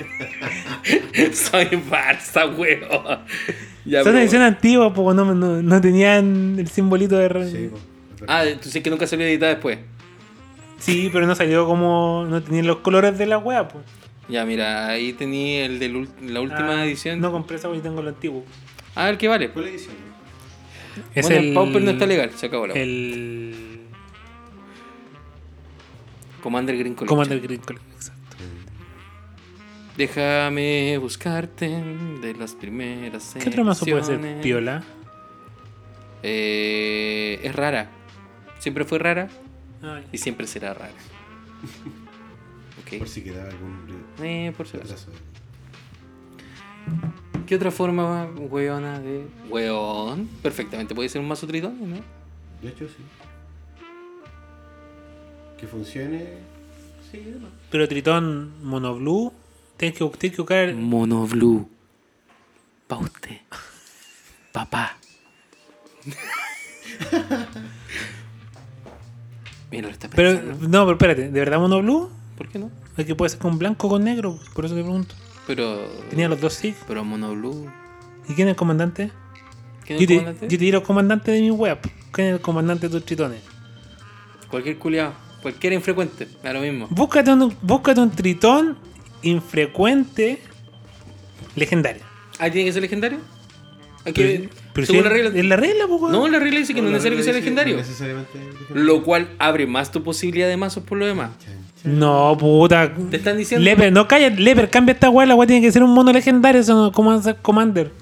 Speaker 1: <laughs> Soy Barça, weón. Ya,
Speaker 3: Son
Speaker 1: pero-
Speaker 3: edición antigua, porque no, no, no tenían el simbolito de. re-
Speaker 2: Sí,
Speaker 3: Sí,
Speaker 2: po.
Speaker 1: Ah, tú sabes que nunca salió editada después.
Speaker 3: pero no salió como. No tenían los colores de la wea, pues.
Speaker 1: Ya, mira, ahí tenía el de la última
Speaker 3: Ah,
Speaker 1: edición.
Speaker 3: No compré esa, porque tengo lo antiguo.
Speaker 1: A ver qué vale.
Speaker 2: ¿Cuál edición?
Speaker 3: Es
Speaker 1: bueno,
Speaker 3: el-
Speaker 1: Pauper no está legal, se acabó la wea.
Speaker 3: El.
Speaker 1: Commander Green Collection.
Speaker 3: Commander Green Collection, exacto.
Speaker 1: Déjame buscarte de las primeras.
Speaker 3: ¿Qué otro mazo puede ser
Speaker 1: ediciones.
Speaker 3: piola?
Speaker 1: Eh, es rara. Siempre fue rara
Speaker 3: Ay.
Speaker 1: y siempre será rara. <laughs> Ok.
Speaker 2: Por si quedaba algún
Speaker 1: Eh, por si acaso.
Speaker 2: retraso.
Speaker 1: ¿Qué otra forma, weona, de. Weón? Perfectamente, puede ser un mazo tritón, ¿no?
Speaker 2: De hecho, sí. Que funcione. Sí, además.
Speaker 3: Pero Tritón Mono Blue, tienes que, tienes que buscar.
Speaker 1: Mono Blue. Pa' usted. Papá. <laughs> Mira, lo está
Speaker 3: Pero,
Speaker 1: pensando.
Speaker 3: no, pero espérate, ¿de verdad Mono Blue?
Speaker 1: ¿Por qué no?
Speaker 3: Es que puede ser con blanco o con negro, por eso te pregunto.
Speaker 1: Pero.
Speaker 3: Tenía los dos SIG.
Speaker 1: Pero Mono Blue.
Speaker 3: ¿Y quién es el comandante?
Speaker 1: ¿Quién es
Speaker 3: yo,
Speaker 1: el
Speaker 3: te,
Speaker 1: comandante?
Speaker 3: yo te digo el comandante de mi web. ¿Quién es el comandante de tus tritones?
Speaker 1: Cualquier culiado. Cualquier infrecuente. Da lo mismo.
Speaker 3: Búscate un, búscate un tritón infrecuente legendario.
Speaker 1: Ah, tiene que ser legendario. Hay
Speaker 3: Pero-
Speaker 1: que.
Speaker 3: pero si
Speaker 1: según la
Speaker 3: es-
Speaker 1: regla.
Speaker 3: Es la regla, po, weón.
Speaker 1: No, la regla dice que no, es
Speaker 2: la
Speaker 1: necesario que sea
Speaker 2: regla dice
Speaker 1: legendario.
Speaker 2: No necesariamente legendario.
Speaker 1: Lo cual abre más tu posibilidad de mazos por lo demás.
Speaker 3: No, puta.
Speaker 1: Te están diciendo.
Speaker 3: Leper, no calla, Leper, cambia esta weá, la weá tiene que ser un mono legendario, eso no, ¿cómo va a ser Commander?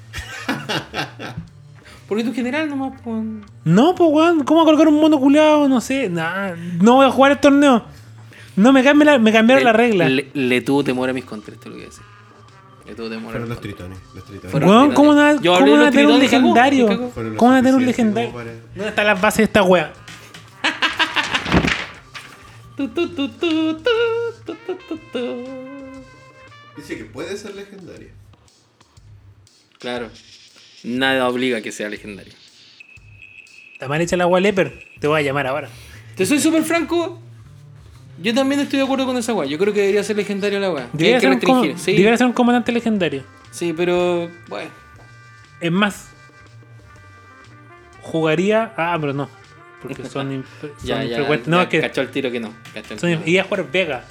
Speaker 1: Porque tu general nomás pon.
Speaker 3: No, pues weón, ¿cómo va a colocar un mono culeado? No sé, nah, no voy a jugar el torneo. No, me, cambié la- me cambiaron la
Speaker 1: Le-
Speaker 3: regla.
Speaker 1: Le, le tuvo temor a mis contras, te lo voy a decir. Le tuvo temor a
Speaker 2: Fueron
Speaker 1: mis
Speaker 2: los
Speaker 1: contras.
Speaker 2: tritones. Los tritones.
Speaker 1: Fueron-
Speaker 3: weón, ¿cómo
Speaker 1: Yo
Speaker 3: van a
Speaker 1: hablé
Speaker 3: cómo
Speaker 1: de
Speaker 3: van a
Speaker 1: los
Speaker 3: tener un
Speaker 1: tritones, cagó,
Speaker 3: legendario?
Speaker 1: cagó.
Speaker 2: Fueron los
Speaker 3: ¿Cómo van a tener un
Speaker 2: suficientes
Speaker 3: legendario?
Speaker 2: como
Speaker 3: ¿Dónde están las bases de esta weá?
Speaker 1: Tu, tu, tu, tu, tu, tu, tu, tu, tu.
Speaker 2: para- Dice que puede ser legendario.
Speaker 1: Claro. Nada obliga a que sea legendario.
Speaker 3: Está mal hecha la weá, Leper. Te voy a llamar ahora.
Speaker 1: Te soy súper franco. Yo también estoy de acuerdo con esa weá. Yo creo que debería ser legendario la weá. Que hay
Speaker 3: Debería
Speaker 1: que
Speaker 3: ser, un, com-
Speaker 1: restringir. Sí,
Speaker 3: debería ser un comandante legendario.
Speaker 1: sí, pero. Bueno.
Speaker 3: Es más, jugaría. Ah, pero no.
Speaker 1: <laughs>
Speaker 3: Porque son, inf- son
Speaker 1: Ya, ya.
Speaker 3: infrecuentes.
Speaker 1: ya
Speaker 3: no, es que
Speaker 1: Cachó el tiro que no. cachó el
Speaker 3: Son-
Speaker 1: tiro.
Speaker 3: iba a jugar Vega.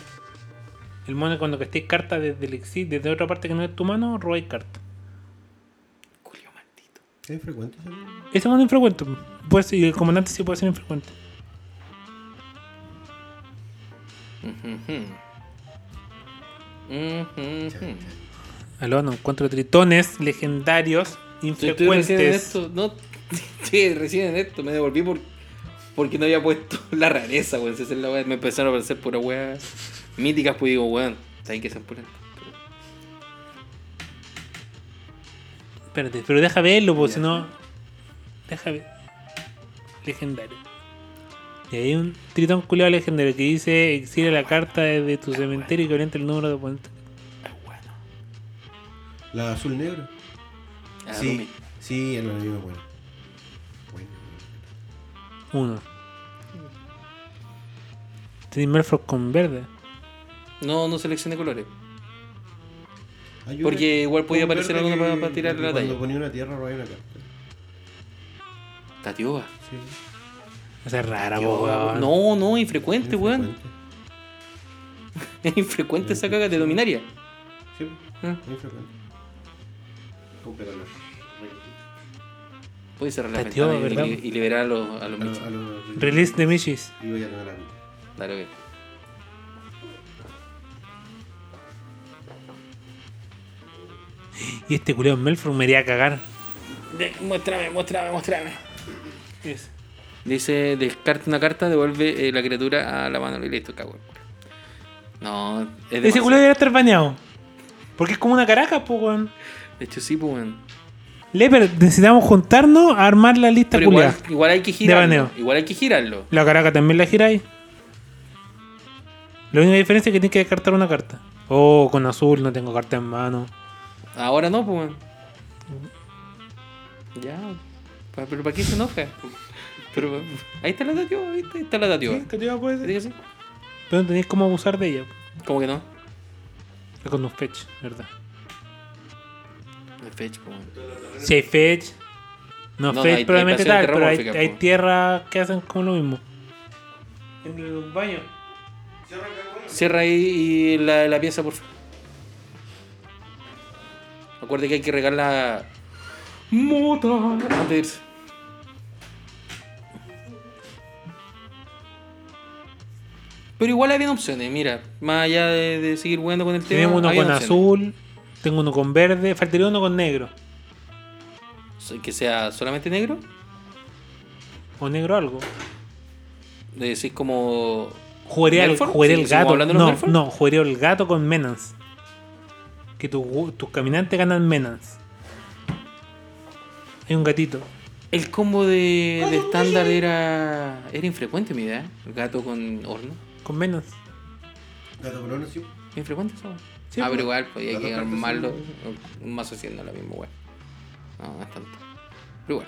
Speaker 3: El mono cuando estés cartas desde el exil, desde otra parte que no es tu mano, robáis cartas.
Speaker 1: Culio maldito.
Speaker 2: ¿Es frecuente ese mono?
Speaker 3: Ese mono es infrecuente. Puede ser- y el comandante sí puede ser infrecuente.
Speaker 1: Ujú, ujú.
Speaker 3: Aló, no encuentro tritones legendarios,
Speaker 1: Estoy recién en
Speaker 3: infrecuentes.
Speaker 1: esto, no, <laughs> estoy recién en esto, me devolví por, porque no había puesto <laughs> la rareza, weón. si esa es la weá. Me empezaron a aparecer puras weas míticas, pues digo, weón, saben que son puras.
Speaker 3: Espérate, pero deja verlo, porque
Speaker 2: Ya.
Speaker 3: si no. Deja ver. Legendario. Y hay un tritón culiado legendario que dice: exilia la carta desde tu cementerio y que orienta el número de oponentes.
Speaker 2: La azul negro.
Speaker 1: Ah,
Speaker 2: sí,
Speaker 1: Rumi.
Speaker 2: sí, el enemigo bueno. Bueno.
Speaker 3: Uno. Tenéis Melford con verde.
Speaker 1: No, no seleccioné colores.
Speaker 2: Hay una-
Speaker 1: Porque igual podía
Speaker 2: un
Speaker 1: aparecer
Speaker 2: verde
Speaker 1: alguno
Speaker 2: que-
Speaker 1: para- para tirar
Speaker 2: que
Speaker 1: la
Speaker 2: Cuando
Speaker 1: talla.
Speaker 2: ponía una tierra robaba una carta.
Speaker 1: Tatioba.
Speaker 2: Sí.
Speaker 3: Esa es rara, po, weón.
Speaker 1: No, no, Ah. infrecuente, weón. <laughs>
Speaker 2: Infrecuente.
Speaker 1: Es infrecuente esa caga de dominaria.
Speaker 2: Sí,
Speaker 1: Ah,
Speaker 2: muy frecuente. Cumple con los
Speaker 1: Puedes cerrar la
Speaker 3: Tatioba,
Speaker 1: ventana y-
Speaker 3: ¿verdad?
Speaker 1: y, y liberar a los, a los michis.
Speaker 2: requisitos. A los- a los-
Speaker 3: Release de Michis.
Speaker 2: Y voy a tener la mitad.
Speaker 1: Claro que.
Speaker 3: Y este culiao Melford me iría a cagar.
Speaker 1: Muéstrame, muéstrame, muéstrame.
Speaker 3: Es.
Speaker 1: Dice, descarta una carta, devuelve eh, la criatura a la mano y listo, cago. No, es
Speaker 3: Ese
Speaker 1: demasiado.
Speaker 3: culiao debería estar baneado. Porque es como una caraca, po, weón.
Speaker 1: De hecho, sí, pues, weón.
Speaker 3: Leper, necesitamos juntarnos a armar la lista
Speaker 1: Pero igual,
Speaker 3: culiada.
Speaker 1: igual hay que
Speaker 3: De
Speaker 1: girarlo.
Speaker 3: baneo.
Speaker 1: Igual hay que girarlo.
Speaker 3: La caraca también la giráis. La única diferencia es que tienes que descartar una carta. Oh, con azul no tengo carta en mano.
Speaker 1: Ahora no, pues, weón. Ya. Pa- Pero ¿para qué se enoja? <laughs> Pero ahí está la tatió, ahí está- ahí está la tatió.
Speaker 3: Sí, que te iba a poder-
Speaker 1: Así que sí.
Speaker 3: Pero no tenéis cómo abusar de ella.
Speaker 1: ¿Cómo que no?
Speaker 3: Es con un fetch, ¿verdad?
Speaker 1: El fetch, pues, weón.
Speaker 3: Si hay fetch. No,
Speaker 1: No, no,
Speaker 3: fetch
Speaker 1: hay- hay
Speaker 3: probablemente
Speaker 1: pasiones
Speaker 3: tal, pero hay,
Speaker 1: terramórficas,
Speaker 3: hay
Speaker 1: po.
Speaker 3: tierras que hacen como lo mismo. En el baño.
Speaker 1: Cierra ahí y la, la pieza, por favor. Acuérdate que hay que regar la. Mota. Antes de irse. Pero igual habían opciones, mira. Más allá de, de seguir jugando con el tema.
Speaker 3: Tenemos uno
Speaker 1: habían
Speaker 3: con
Speaker 1: Ah, opciones.
Speaker 3: azul. Tengo uno con verde. Faltaría uno con negro.
Speaker 1: So- Que sea solamente negro.
Speaker 3: O negro algo.
Speaker 1: De decir como.
Speaker 3: Jugaría el,
Speaker 1: ¿Belfort?
Speaker 3: jugaría
Speaker 1: Sí,
Speaker 3: el
Speaker 1: ¿seguimos
Speaker 3: gato.
Speaker 1: hablando de los
Speaker 3: No,
Speaker 1: Belfort?
Speaker 3: no, jugaría el gato con Menans. Que tu gu- tus caminantes ganan Menans. Hay un gatito.
Speaker 1: El combo de, de estándar era. Era infrecuente, mi idea. El gato con horno.
Speaker 3: Con Menans.
Speaker 2: Gato Corona, sí.
Speaker 1: Infrecuente esa weá.
Speaker 3: Sí,
Speaker 1: ah,
Speaker 3: pues.
Speaker 1: pero igual, pues hay
Speaker 2: Las
Speaker 1: que
Speaker 2: dos cartas
Speaker 1: armarlo. Un mazo haciendo la misma weá. No, no es tanto. Pero igual.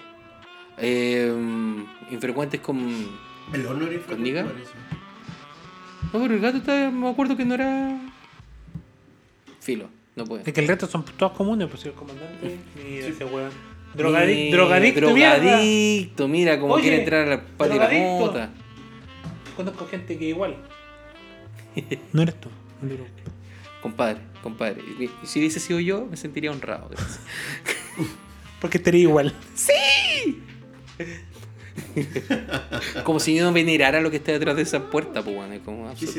Speaker 1: Eh, infrecuentes con. No,
Speaker 2: El horno era
Speaker 1: ¿Con
Speaker 2: infrecuente,
Speaker 1: miga?
Speaker 2: parece.
Speaker 1: pero el gato está. Me acuerdo que no era. Filo, no puede.
Speaker 3: Es que el resto son todos comunes, pues el comandante. Mira ese weón. Drogadi-
Speaker 1: Eh,
Speaker 3: drogadicto, mierda.
Speaker 1: Drogadicto, mira cómo
Speaker 3: Oye,
Speaker 1: quiere entrar a la pata de la
Speaker 3: drogadicto.
Speaker 1: mota.
Speaker 3: Conozco gente que igual.
Speaker 1: <laughs>
Speaker 3: No eres tú. no eres tú.
Speaker 1: Compadre, compadre. Y- Y si hubiese sido yo, me sentiría honrado. gracias.
Speaker 3: Porque estaría igual.
Speaker 1: Como si yo no venerara lo que está detrás de esa puerta, pues, weón. es como
Speaker 2: ¿Qué
Speaker 1: absurdo.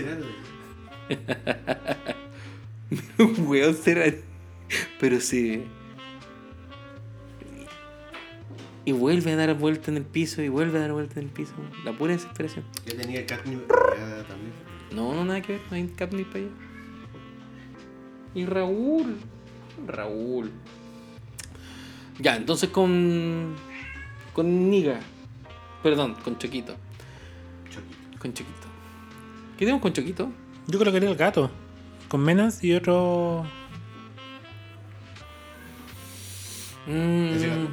Speaker 2: será? güey?
Speaker 1: <laughs> Weón será. Pero sí. Y vuelve a dar vuelta en el piso, y vuelve a dar vuelta en el piso. La pura desesperación.
Speaker 2: Ya tenía el catnip ya también.
Speaker 1: No, no, nada que ver, no hay cap ni para allá. Y Raúl. Raúl. Ya, entonces con. Con Niga. Perdón, con Choquito.
Speaker 2: Choquito.
Speaker 1: Con Choquito. ¿Qué tenemos con Choquito?
Speaker 3: Yo creo que era el gato. Con Menas y otro.
Speaker 1: Mm,
Speaker 2: Ese gato.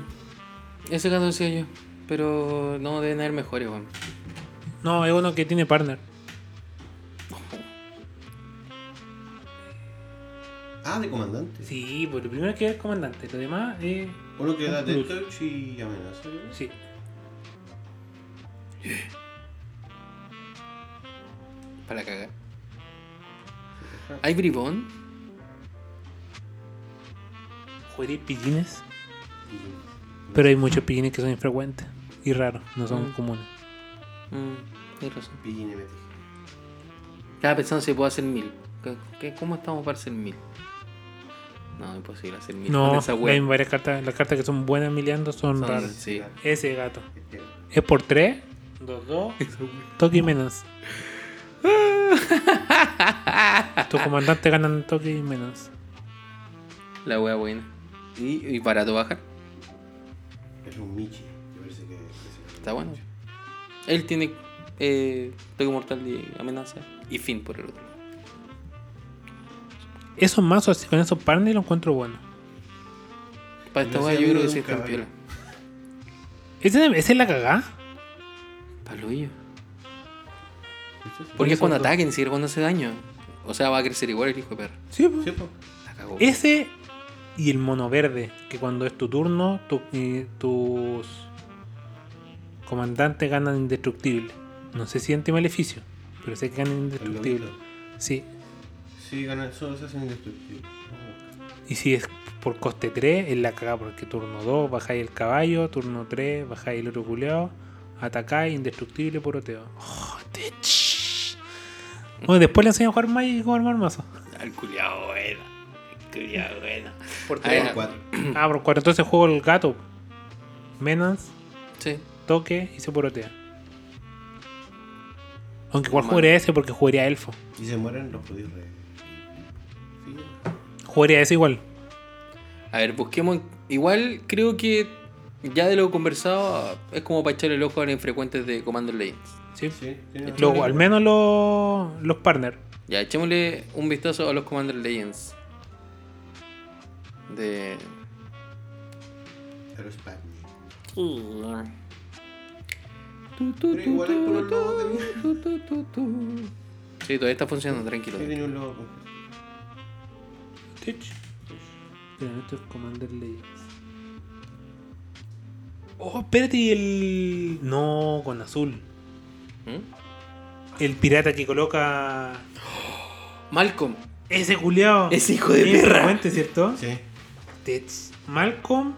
Speaker 1: Ese gato decía yo. Pero no, deben haber mejores, weón.
Speaker 3: No, es uno que tiene partner.
Speaker 2: Ah, de comandante.
Speaker 3: Sí, pues lo primero que es el comandante. Lo demás es.
Speaker 2: Uno que da
Speaker 3: Un plus.
Speaker 2: death touch y amenaza. ¿no?
Speaker 3: Sí.
Speaker 1: Para cagar. ¿Hay bribón?
Speaker 3: Jugaré pillines.
Speaker 2: Y-
Speaker 3: Pero hay muchos pillines que son infrecuentes. Y raros, no son
Speaker 1: Mm.
Speaker 3: comunes.
Speaker 1: Mm, tienes razón.
Speaker 2: Pillín y metí.
Speaker 1: Estaba pensando si puedo hacer mil. ¿Qué- qué- ¿Cómo estamos para hacer mil? No, imposible hacer mil.
Speaker 3: No,
Speaker 1: con esa wea.
Speaker 3: hay varias cartas. Las cartas que son buenas miliando son,
Speaker 1: Son-
Speaker 3: raras.
Speaker 1: sí.
Speaker 3: Ese gato.
Speaker 2: Este,
Speaker 3: ¿Es por 3? 2, 2. Toque y menos.
Speaker 1: <laughs>
Speaker 3: tu comandante ganan toque y menos.
Speaker 1: La wea buena. ¿Y, y barato bajar?
Speaker 2: Es un Michi. que parece que- que se-
Speaker 1: Está bueno. Él tiene eh, toque mortal y amenaza. Y fin por el otro. lado.
Speaker 3: Esos mazos así, con esos partners lo encuentro bueno.
Speaker 1: Para esta
Speaker 2: No
Speaker 1: wea
Speaker 2: sea
Speaker 1: yo creo
Speaker 2: amigo
Speaker 1: que
Speaker 2: de
Speaker 1: sí
Speaker 2: un
Speaker 1: está en
Speaker 2: caballo.
Speaker 1: piola.
Speaker 3: ¿Ese, ese es la cagada?
Speaker 1: Palullo.
Speaker 2: ¿Sí?
Speaker 1: Porque es cuando
Speaker 3: Eso-
Speaker 1: ataquen, si es cuando hace daño. O sea, va a crecer igual el hijo de perra.
Speaker 3: Sí,
Speaker 2: Sí, po.
Speaker 1: La cagó.
Speaker 3: Ese y el mono verde, que cuando es tu turno, tu- eh, tus comandantes ganan indestructible. No sé si anti-maleficio, pero sé que ganan
Speaker 2: El
Speaker 3: indestructible.
Speaker 2: lobito.
Speaker 3: Sí.
Speaker 2: Sí, ganan. Eso se hacen indestructibles. Ah,
Speaker 3: Y si es por coste 3, es la cagada, porque turno 2 bajáis el caballo, turno 3 bajáis el oro culeado, atacáis, indestructible, poroteo. Joder, ch- Bueno, después le enseño a jugar Magic y cómo armar mazo.
Speaker 1: Al culiao buena. Al culiao buena.
Speaker 3: Por
Speaker 1: tres.
Speaker 2: por cuatro.
Speaker 3: <coughs> Ah, por 4, entonces juego el gato. Menas,
Speaker 1: Sí.
Speaker 3: toque y se porotea. Aunque igual
Speaker 1: Normal.
Speaker 3: jugaría ese porque jugaría elfo.
Speaker 2: Y se mueren los judíos. re- Sí.
Speaker 3: Jugaría ese igual.
Speaker 1: A ver, busquemos. Igual creo que ya de lo conversado es como para echarle el ojo a los infrecuentes de Commander Legends.
Speaker 3: Sí.
Speaker 2: Sí, tiene
Speaker 1: Lo-
Speaker 3: Los- al menos los, los partners.
Speaker 1: Ya, echémosle un vistazo a los Commander Legends. De.
Speaker 2: Pero es Batman.
Speaker 1: Tu, tu,
Speaker 2: Pero igual
Speaker 1: tu,
Speaker 2: es por el
Speaker 1: tu,
Speaker 2: logo de mierda.
Speaker 1: tu, tu, tu, tu. Sí, todavía está funcionando, tranquilo.
Speaker 2: Sí, tiene un logo.
Speaker 3: Tich. Pero esto es Commander Legends. Oh, espérate, y el. No, con azul.
Speaker 1: ¿Mm?
Speaker 3: El pirata que coloca.
Speaker 1: Malcolm,
Speaker 3: Ese culiao.
Speaker 1: ese hijo de
Speaker 3: Es
Speaker 1: perra. <laughs>
Speaker 3: frecuente, ¿cierto?
Speaker 2: Sí.
Speaker 3: Tits. Malcolm.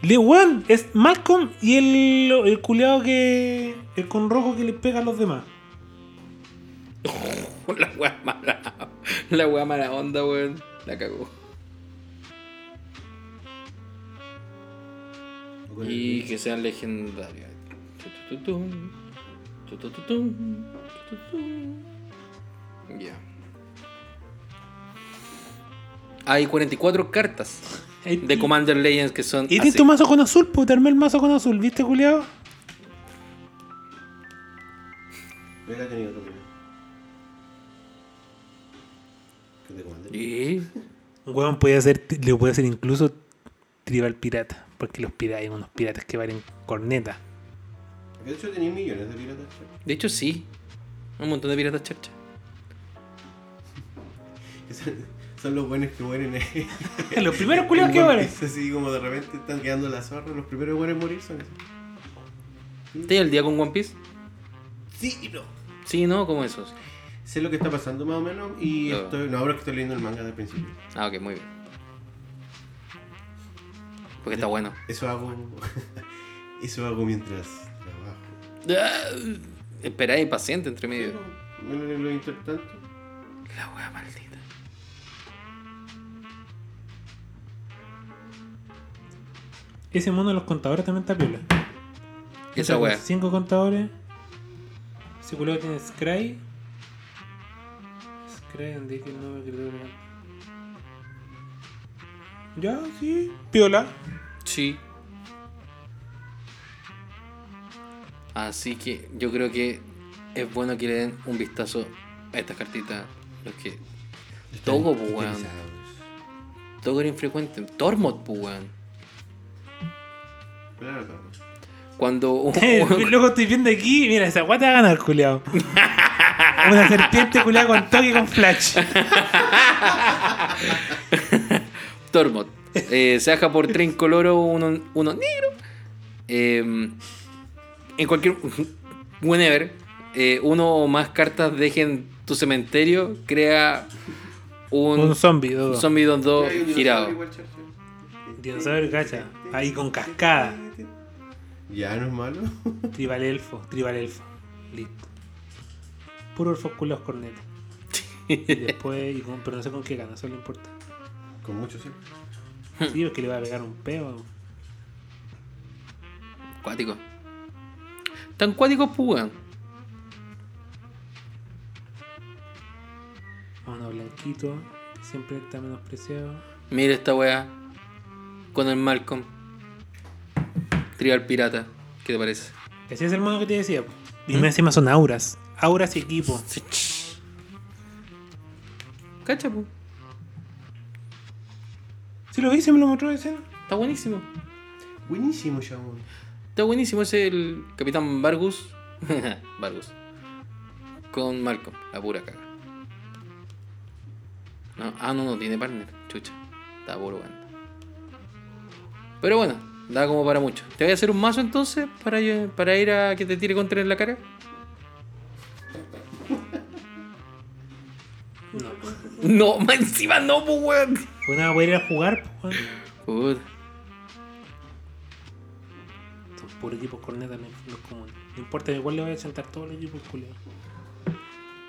Speaker 3: Le weón, es Malcolm y el, el culiao que. El con rojo que le pega a los demás.
Speaker 1: La wea mala. La wea mala onda, weón. La cagó.
Speaker 2: Con el-
Speaker 1: Y que sean legendarias. Tu, tu, tu, tum. Tu, tu, tu, tum. Tu, tu, tum. Ya. Hay 44 cartas de Ah, Commander Legends que son.
Speaker 3: Y
Speaker 1: así.
Speaker 3: tiene tu mazo con azul, pues te armé el mazo con azul, ¿viste, culiao?
Speaker 2: Hubiera tenido otro primero. ¿Qué te comandé?
Speaker 1: Y-
Speaker 3: Weón, puede hacer, le puede hacer incluso tribal pirata. Porque los piratas, hay unos piratas que valen corneta.
Speaker 2: De hecho, tenéis millones de piratas.
Speaker 1: De hecho, sí. Un montón de piratas charcha.
Speaker 2: Que Son, <laughs> son los buenos que mueren. eh.
Speaker 3: los primeros culiados
Speaker 2: <laughs>
Speaker 3: que
Speaker 2: En One
Speaker 3: valen.
Speaker 2: Piece, Así como de repente están quedando la zorra. Los primeros buenos en morir son esos.
Speaker 1: ¿Estás al día con One Piece?
Speaker 2: Sí y no.
Speaker 1: Sí, no, como esos.
Speaker 2: Sé lo que está pasando más o menos. Y
Speaker 1: Claro.
Speaker 2: estoy. No, ahora que estoy leyendo el manga del principio.
Speaker 1: Ah, ok, muy bien. Porque está bueno.
Speaker 2: Eso hago. <laughs> eso hago mientras trabajo.
Speaker 1: Ah, Espera, ahí, paciente entre medio.
Speaker 2: No lo leo tanto.
Speaker 1: La wea maldita.
Speaker 3: Ese mono de los contadores también está piola.
Speaker 1: Esa
Speaker 3: Está con
Speaker 1: wea.
Speaker 3: Cinco contadores. Ese culiao tiene Scry. Scry, donde es que no me creo Ya, sí.
Speaker 1: <laughs>
Speaker 3: Piola. <laughs>
Speaker 1: Sí. Así que yo creo que es bueno que le den un vistazo a estas cartitas. Los que. Togo, pues, weón. Todo era infrecuente. Tormod, pues, weón.
Speaker 2: Claro, claro.
Speaker 1: Cuando un,
Speaker 3: Luego estoy viendo aquí. Mira, esa guata va a ganar,
Speaker 1: <laughs>
Speaker 3: culiao. Una serpiente culiao con toque y con flash.
Speaker 1: Tormod eh, se baja por tren coloro uno, uno negro. Eh, en cualquier. <laughs> Whenever. eh, uno o más cartas dejen tu cementerio. Crea un,
Speaker 3: Un zombie, dodo.
Speaker 1: zombie 2
Speaker 2: Hay un
Speaker 1: girado.
Speaker 2: dinosaurio igual, Charles.
Speaker 3: Dinosaurio gacha. Ahí con cascada.
Speaker 2: Ya no es malo. <laughs>
Speaker 3: Tribal elfo, tribal elfo. Listo. Puro elfo
Speaker 1: <laughs>
Speaker 3: culos corneta. Y después, y con- pero no sé con qué gana, eso no
Speaker 1: <laughs>
Speaker 3: importa.
Speaker 2: Con mucho sí.
Speaker 3: Sí, es que le va a pegar un peo.
Speaker 1: Cuático. Tan cuático, pues, weón.
Speaker 3: Mono blanquito, siempre está menospreciado.
Speaker 1: Mira esta weá. Con el Malcolm. Tribal Pirata. ¿Qué te parece?
Speaker 3: Ese es el mono que te decía. po. Y me encima son auras. Auras y equipo.
Speaker 1: Cacha, pues.
Speaker 3: Si lo hice, me lo mostró diciendo.
Speaker 1: Está buenísimo.
Speaker 2: Buenísimo, chabón.
Speaker 1: Está buenísimo. Es el Capitán <laughs> Vargus. Vargus. Con Malcolm. La pura caga. No, ah, no, no. Tiene partner. Chucha. Está burbuando. Pero bueno. Da como para mucho. ¿Te voy a hacer un mazo entonces para, para ir a que te tire contra en la cara?
Speaker 3: No.
Speaker 1: No, <laughs> más encima no, pues, weón.
Speaker 3: Bueno, voy a ir a jugar, po, weón.
Speaker 1: Puta.
Speaker 3: Son puros equipos corneta, no, no es común. No importa, igual le voy a sentar todos los equipos culiados.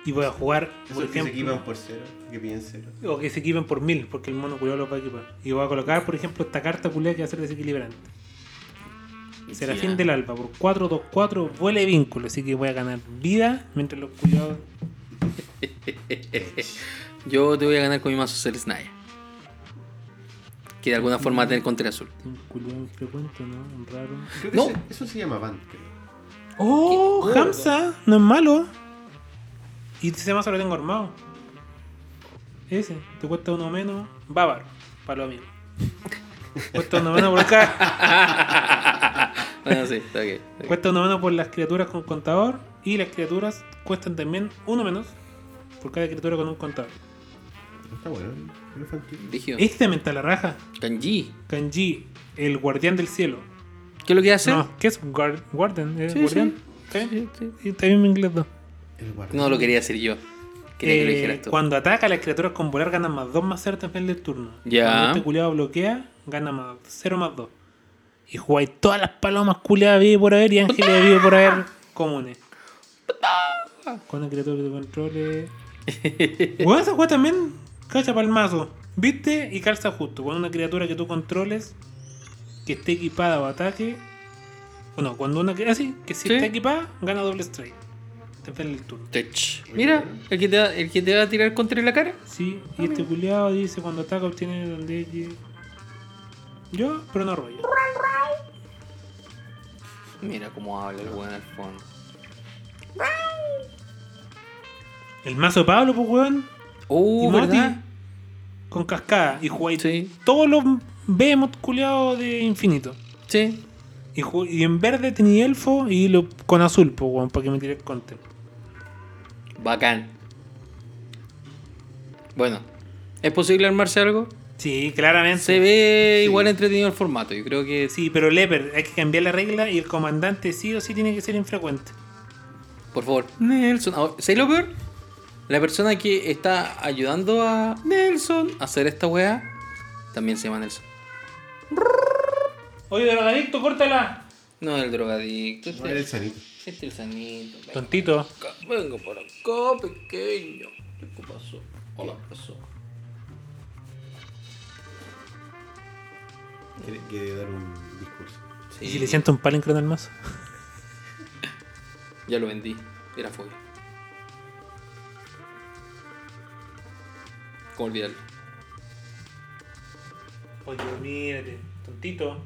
Speaker 3: Y voy a jugar, por
Speaker 2: Esos que se
Speaker 3: ejemplo.
Speaker 2: equipan por cero, que piden cero.
Speaker 3: O que se equipen por mil, porque el mono culiado lo va a equipar. Y voy a colocar, por ejemplo, esta carta culiada que va a ser desequilibrante. Serafín
Speaker 1: Ya.
Speaker 3: del Alba, por 4-2-4, vuele vínculo. Así que voy a ganar vida mientras los culiados.
Speaker 1: Yo te voy a ganar con mi mazo Cell Snyder. que de alguna forma va a tener contenido azul. <laughs>
Speaker 3: Un culiado frecuente, ¿no? Un raro.
Speaker 2: Creo que
Speaker 1: No.
Speaker 2: ese- eso se llama Band, creo.
Speaker 3: ¡Oh!
Speaker 1: Qué gordo.
Speaker 3: ¡Hamza! No es malo. Y ese mazo lo tengo armado. Ese. Te cuesta uno menos. Bávaro. Para lo mismo. <laughs> Cuesta uno menos por acá.
Speaker 1: Bueno, Ah, sí, está bien, está bien.
Speaker 3: Cuesta uno menos por las criaturas con contador. Y las criaturas cuestan también uno menos por cada criatura con un contador.
Speaker 2: Está bueno, ¿no? infantil.
Speaker 1: Rígido.
Speaker 3: Este me está la raja.
Speaker 1: Kanji.
Speaker 3: Kanji, el guardián del cielo.
Speaker 1: ¿Qué es lo que hace?
Speaker 3: No, ¿qué es guard guardian? ¿Es
Speaker 1: Sí,
Speaker 3: guardián?
Speaker 1: sí.
Speaker 3: ¿Sí?
Speaker 1: Sí, sí.
Speaker 3: Y también en inglés no.
Speaker 2: El guardián.
Speaker 1: No lo quería hacer yo. Quería que lo
Speaker 3: Eh,
Speaker 1: dijeras tú.
Speaker 3: Cuando ataca, las criaturas con volar ganan más 2 más 0 al final del turno.
Speaker 1: Ya.
Speaker 3: Cuando este culeado bloquea, gana más 0 más 2. Y jugáis todas las palomas culeadas vive por haber y ángeles vive por haber comunes. Con el criatura que
Speaker 1: <laughs>
Speaker 3: te controle. Weón, esa weá también cacha pa'l mazo. ¿Viste? Y calza justo. Cuando una criatura que tú controles, que esté equipada o ataque. Bueno, cuando una criatura. Así, que si
Speaker 1: Sí.
Speaker 3: está equipada, gana doble strike. Te final del turno.
Speaker 1: Touch. Mira, el que, te va, el que te va a tirar contra en la cara.
Speaker 3: Sí, y este culiado dice cuando ataca obtiene donde llegue. Yo, pero no rollo.
Speaker 1: Mira cómo habla el weón al fondo.
Speaker 3: El mazo de Pablo, pues weón,
Speaker 1: Uh,
Speaker 3: ¿Y Mati?
Speaker 1: ¿verdad?
Speaker 3: con cascada. Y jugáis
Speaker 1: Sí.
Speaker 3: todos los behemoth culiados de infinito.
Speaker 1: Sí.
Speaker 3: Y, ju- y en verde tenía elfo y lo con azul, pues weón, para que me tire el counter.
Speaker 1: Bacán. Bueno, ¿es posible armarse algo?
Speaker 3: Sí, claramente.
Speaker 1: Se ve
Speaker 2: Sí.
Speaker 1: igual entretenido el formato. Yo creo que
Speaker 3: Sí, pero Leper, hay que cambiar la regla y el comandante sí o sí tiene que ser infrecuente.
Speaker 1: Por favor, Nelson. Ahora, ¿Sabes lo peor? La persona que está ayudando a Nelson a hacer esta weá también se llama Nelson.
Speaker 3: Oye, drogadicto, córtala.
Speaker 1: No el drogadicto.
Speaker 2: No, era el
Speaker 1: Este
Speaker 2: sanito.
Speaker 1: este es el sanito. Vengo,
Speaker 3: Tontito.
Speaker 1: acá, vengo por acá, pequeño. ¿Qué pasó? Hola, ¿qué pasó?
Speaker 2: Quiere, quiere dar un discurso.
Speaker 1: Sí,
Speaker 3: Y si le siento un palincron al mazo.
Speaker 1: ya lo vendí. Era fobia. ¿Cómo olvidarlo?
Speaker 3: Oye, mírate, este, tontito.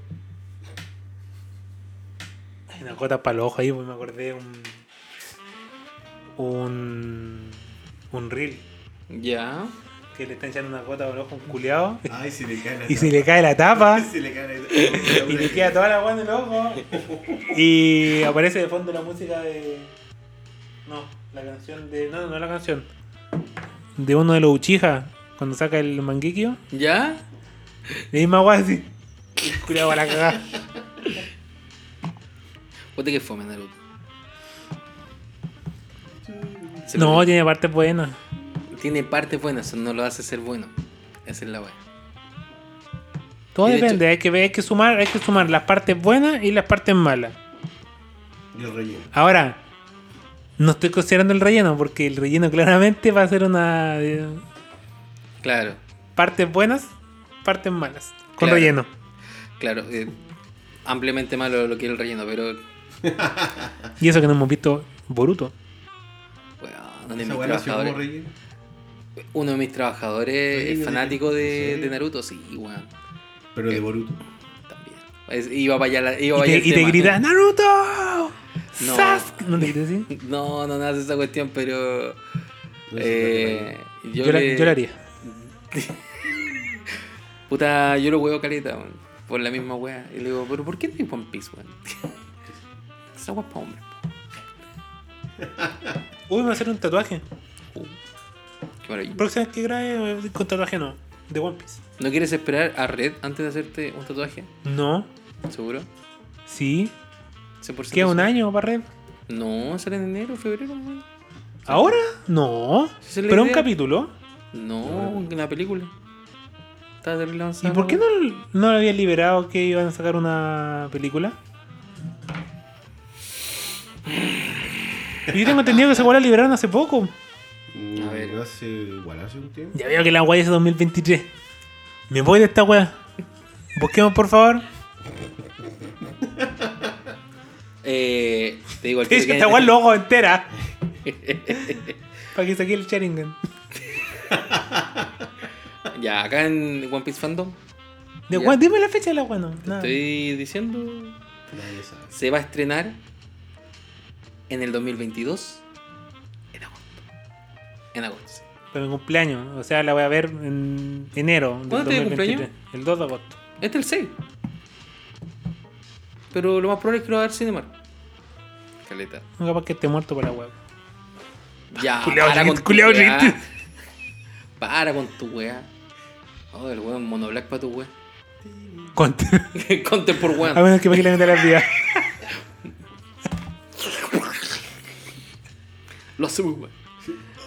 Speaker 3: Hay una gota para el ojo ahí, pues me acordé de un. Un. Un reel.
Speaker 1: Ya.
Speaker 3: Que le está echando una gota para el ojo a un culeado.
Speaker 2: Ay, si le gana.
Speaker 3: Y se le cae la tapa.
Speaker 2: <laughs> Si le gana.
Speaker 3: Y le queda toda la agua en el ojo. Y aparece de fondo la música de. No, la canción de. No, no la canción. De uno de los Uchija. Cuando saca el manguequio.
Speaker 1: ¿Ya?
Speaker 3: La misma agua así. El culeado para la cagada.
Speaker 1: Ponte que fome, Naruto. Se
Speaker 3: No, tiene partes buenas.
Speaker 1: Tiene partes buenas, eso no lo hace ser bueno. Esa es la weá.
Speaker 3: Todo
Speaker 1: Y de
Speaker 3: depende, hay que, ver- hay que sumar, hay que sumar las partes buenas y las partes malas.
Speaker 2: Y el relleno.
Speaker 3: Ahora, no estoy considerando el relleno, porque el relleno <laughs> claramente va a ser una eh,
Speaker 1: Claro,
Speaker 3: partes buenas, partes malas. Con
Speaker 1: Claro.
Speaker 3: relleno.
Speaker 1: claro. eh, ampliamente malo lo que es el relleno, pero.
Speaker 3: Y eso que no hemos visto Boruto.
Speaker 1: Weón, uno de
Speaker 2: Esa
Speaker 1: mis
Speaker 2: weá nació como
Speaker 1: trabajadores.
Speaker 2: relleno.
Speaker 1: Uno de mis trabajadores
Speaker 2: Relleno
Speaker 1: es
Speaker 2: de-
Speaker 1: fanático
Speaker 2: ¿en
Speaker 1: de,
Speaker 2: serio?
Speaker 1: de Naruto, sí, weón.
Speaker 2: Pero de Boruto.
Speaker 1: También. Es- iba para allá. la- iba
Speaker 3: Y
Speaker 1: para
Speaker 3: te,
Speaker 1: allá el
Speaker 3: y te
Speaker 1: tema.
Speaker 3: grita, ¡Naruto!
Speaker 1: este No.
Speaker 3: ¡Sasuke! ¿No te gritas así?
Speaker 1: <laughs> No, no, no hace esa cuestión, pero.
Speaker 2: No sé,
Speaker 1: eh,
Speaker 3: Yo,
Speaker 1: yo,
Speaker 3: la,
Speaker 1: le-
Speaker 3: yo la haría.
Speaker 1: Puta, yo lo huevo caleta, weón. Por la misma wea. Y le digo, pero ¿por qué no hay One Piece, weón? <laughs> Esa wea es para hombres.
Speaker 3: Uy, me voy a hacer un tatuaje.
Speaker 1: Uh, qué maravilla.
Speaker 3: Próxima vez que grabe, eh, con tatuaje no. De One Piece.
Speaker 1: ¿No quieres esperar a Red antes de hacerte un tatuaje?
Speaker 3: No.
Speaker 1: ¿Seguro?
Speaker 3: Sí.
Speaker 1: 100%
Speaker 3: ¿Queda un
Speaker 1: seguro.
Speaker 3: año para red?
Speaker 1: No, sale en enero, febrero, weón.
Speaker 3: ¿Ahora? No.
Speaker 1: Esa es la
Speaker 3: Pero un
Speaker 1: idea.
Speaker 3: capítulo.
Speaker 1: No, una película. Está terrible
Speaker 3: ¿Y
Speaker 1: avanzado.
Speaker 3: por qué no,
Speaker 1: weón.
Speaker 3: no lo habían liberado que iban a sacar una película? Yo tengo entendido que esa weá la liberaron hace poco.
Speaker 2: Mm,
Speaker 1: A ver.
Speaker 2: no hace igual hace un tiempo.
Speaker 3: Ya veo que la weá es 2023. Me voy de esta weá. Busquemos,
Speaker 1: <laughs>
Speaker 3: por favor.
Speaker 1: Eh, te
Speaker 3: <laughs>
Speaker 1: digo, el
Speaker 3: Es que
Speaker 1: tiene-
Speaker 3: esta weá lo hago
Speaker 1: <laughs>
Speaker 3: entera. Para que saque el Sharingan.
Speaker 1: Ya, acá en One Piece Fandom
Speaker 3: ¿De
Speaker 1: Ya.
Speaker 3: cuándo? Dime la fecha de la bueno.
Speaker 1: Te estoy diciendo.
Speaker 2: Nadie sabe.
Speaker 1: Se va a estrenar en el 2022. En agosto. En agosto. sí.
Speaker 3: Para mi cumpleaños. O sea, la voy a ver en enero. del
Speaker 1: ¿Cuándo te dio
Speaker 3: 2023,
Speaker 1: cumpleaños?
Speaker 3: El 2 de agosto.
Speaker 1: Este es el 6. Pero lo más probable es que lo va a ver Cinemark. Caleta.
Speaker 3: No, capaz que esté muerto para la web.
Speaker 1: Ya,
Speaker 3: Culeado
Speaker 1: para
Speaker 3: triste,
Speaker 1: con tu
Speaker 3: culeado
Speaker 1: weá.
Speaker 3: triste.
Speaker 1: <laughs> Para con tu weá. Oh, el weón monoblack para tu weá. <laughs>
Speaker 3: Conte.
Speaker 1: Content por
Speaker 3: <laughs> A
Speaker 1: weón.
Speaker 3: menos que me quieran meter las vidas.
Speaker 1: Lo hacemos weón.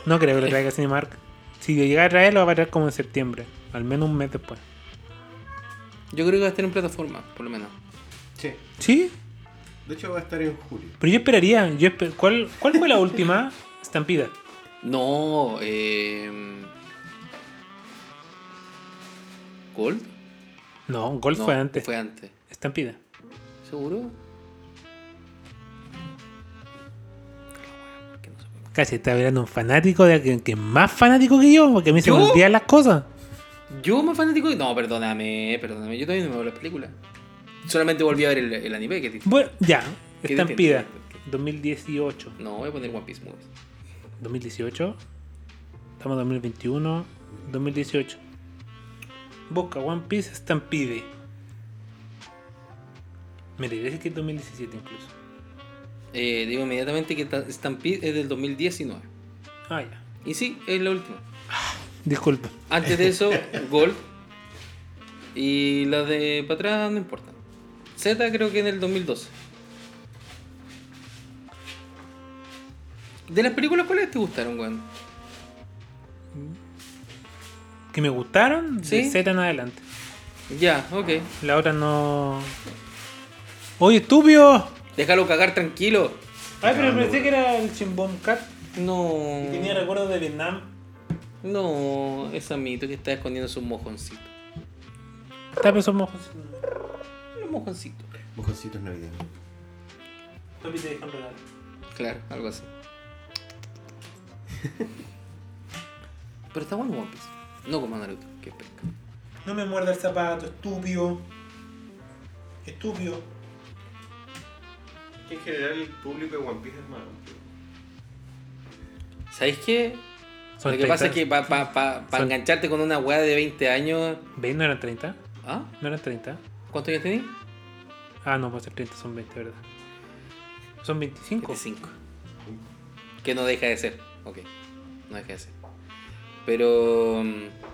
Speaker 3: No creo que lo traiga Cinemark. Si yo llegara a traer, lo va a traer como en septiembre. Al menos un mes después.
Speaker 1: Yo creo que va a estar en plataforma, por lo menos.
Speaker 2: Sí.
Speaker 3: ¿Sí?
Speaker 2: De hecho va a estar en julio.
Speaker 3: Pero yo esperaría. Yo esper- ¿Cuál, ¿Cuál fue la última? <laughs> Estampida.
Speaker 1: No, eh. ¿Gold?
Speaker 3: No, Golf
Speaker 1: No,
Speaker 3: fue antes.
Speaker 1: Fue antes.
Speaker 3: Estampida.
Speaker 1: ¿Seguro?
Speaker 3: Casi está hablando un fanático de alguien que es más fanático que yo, porque a mí se me
Speaker 1: ¿Yo?
Speaker 3: olvidan las cosas.
Speaker 1: Yo más fanático. No, perdóname, perdóname. Yo todavía no me veo las películas. Solamente volví a ver el, el anime que te...
Speaker 3: Bueno, ya,
Speaker 1: ¿Qué
Speaker 3: estampida.
Speaker 1: distinto? ¿Qué?
Speaker 3: 2018.
Speaker 1: No, voy a poner One Piece Movies.
Speaker 3: 2018. Estamos en 2021. 2018. Busca One Piece Stampede. Me dice que es 2017 incluso.
Speaker 1: Eh, digo inmediatamente que ta- Stampede es del 2019.
Speaker 3: Ah, ya.
Speaker 1: Y sí, es la última.
Speaker 3: Disculpa.
Speaker 1: Antes de eso, Gold. Y la de para atrás no importa. Z creo que en el 2012. ¿De las películas cuáles te gustaron, weón?
Speaker 3: Que me gustaron, de
Speaker 1: Sí.
Speaker 3: Z en adelante.
Speaker 1: Ya, ok.
Speaker 3: La otra no. ¡Oye, estúpido!
Speaker 1: Déjalo cagar tranquilo.
Speaker 3: Ay,
Speaker 2: pero
Speaker 3: pero
Speaker 2: pensé
Speaker 3: pensé
Speaker 2: bueno.
Speaker 3: que
Speaker 2: que
Speaker 3: era el Chimbom Cat.
Speaker 1: No.
Speaker 3: Tenía recuerdos de Vietnam.
Speaker 1: No, es Amito que está escondiendo sus mojoncitos.
Speaker 3: Está pero son mojos.
Speaker 1: Los mojoncitos.
Speaker 2: Mojoncitos navideños.
Speaker 3: Papi te dejan regalo.
Speaker 1: Claro, algo así. Pero está bueno One Piece. No como Naruto, que pesca.
Speaker 3: No me muerda el zapato, estúpido. Estúpido.
Speaker 2: En general el público de One Piece es malo.
Speaker 1: ¿Sabéis qué? Lo que pasa es que para
Speaker 3: Son-
Speaker 1: engancharte con una weá de 20 años.
Speaker 3: ¿Veis? ¿No eran 30?
Speaker 1: ¿Ah?
Speaker 3: ¿No eran 30?
Speaker 1: ¿Cuántos años tenés?
Speaker 3: Ah, no, puede ser 30, son 20, ¿verdad? Son 25.
Speaker 1: 25. Que no deja de ser. Ok. No deja de ser. Pero. mm,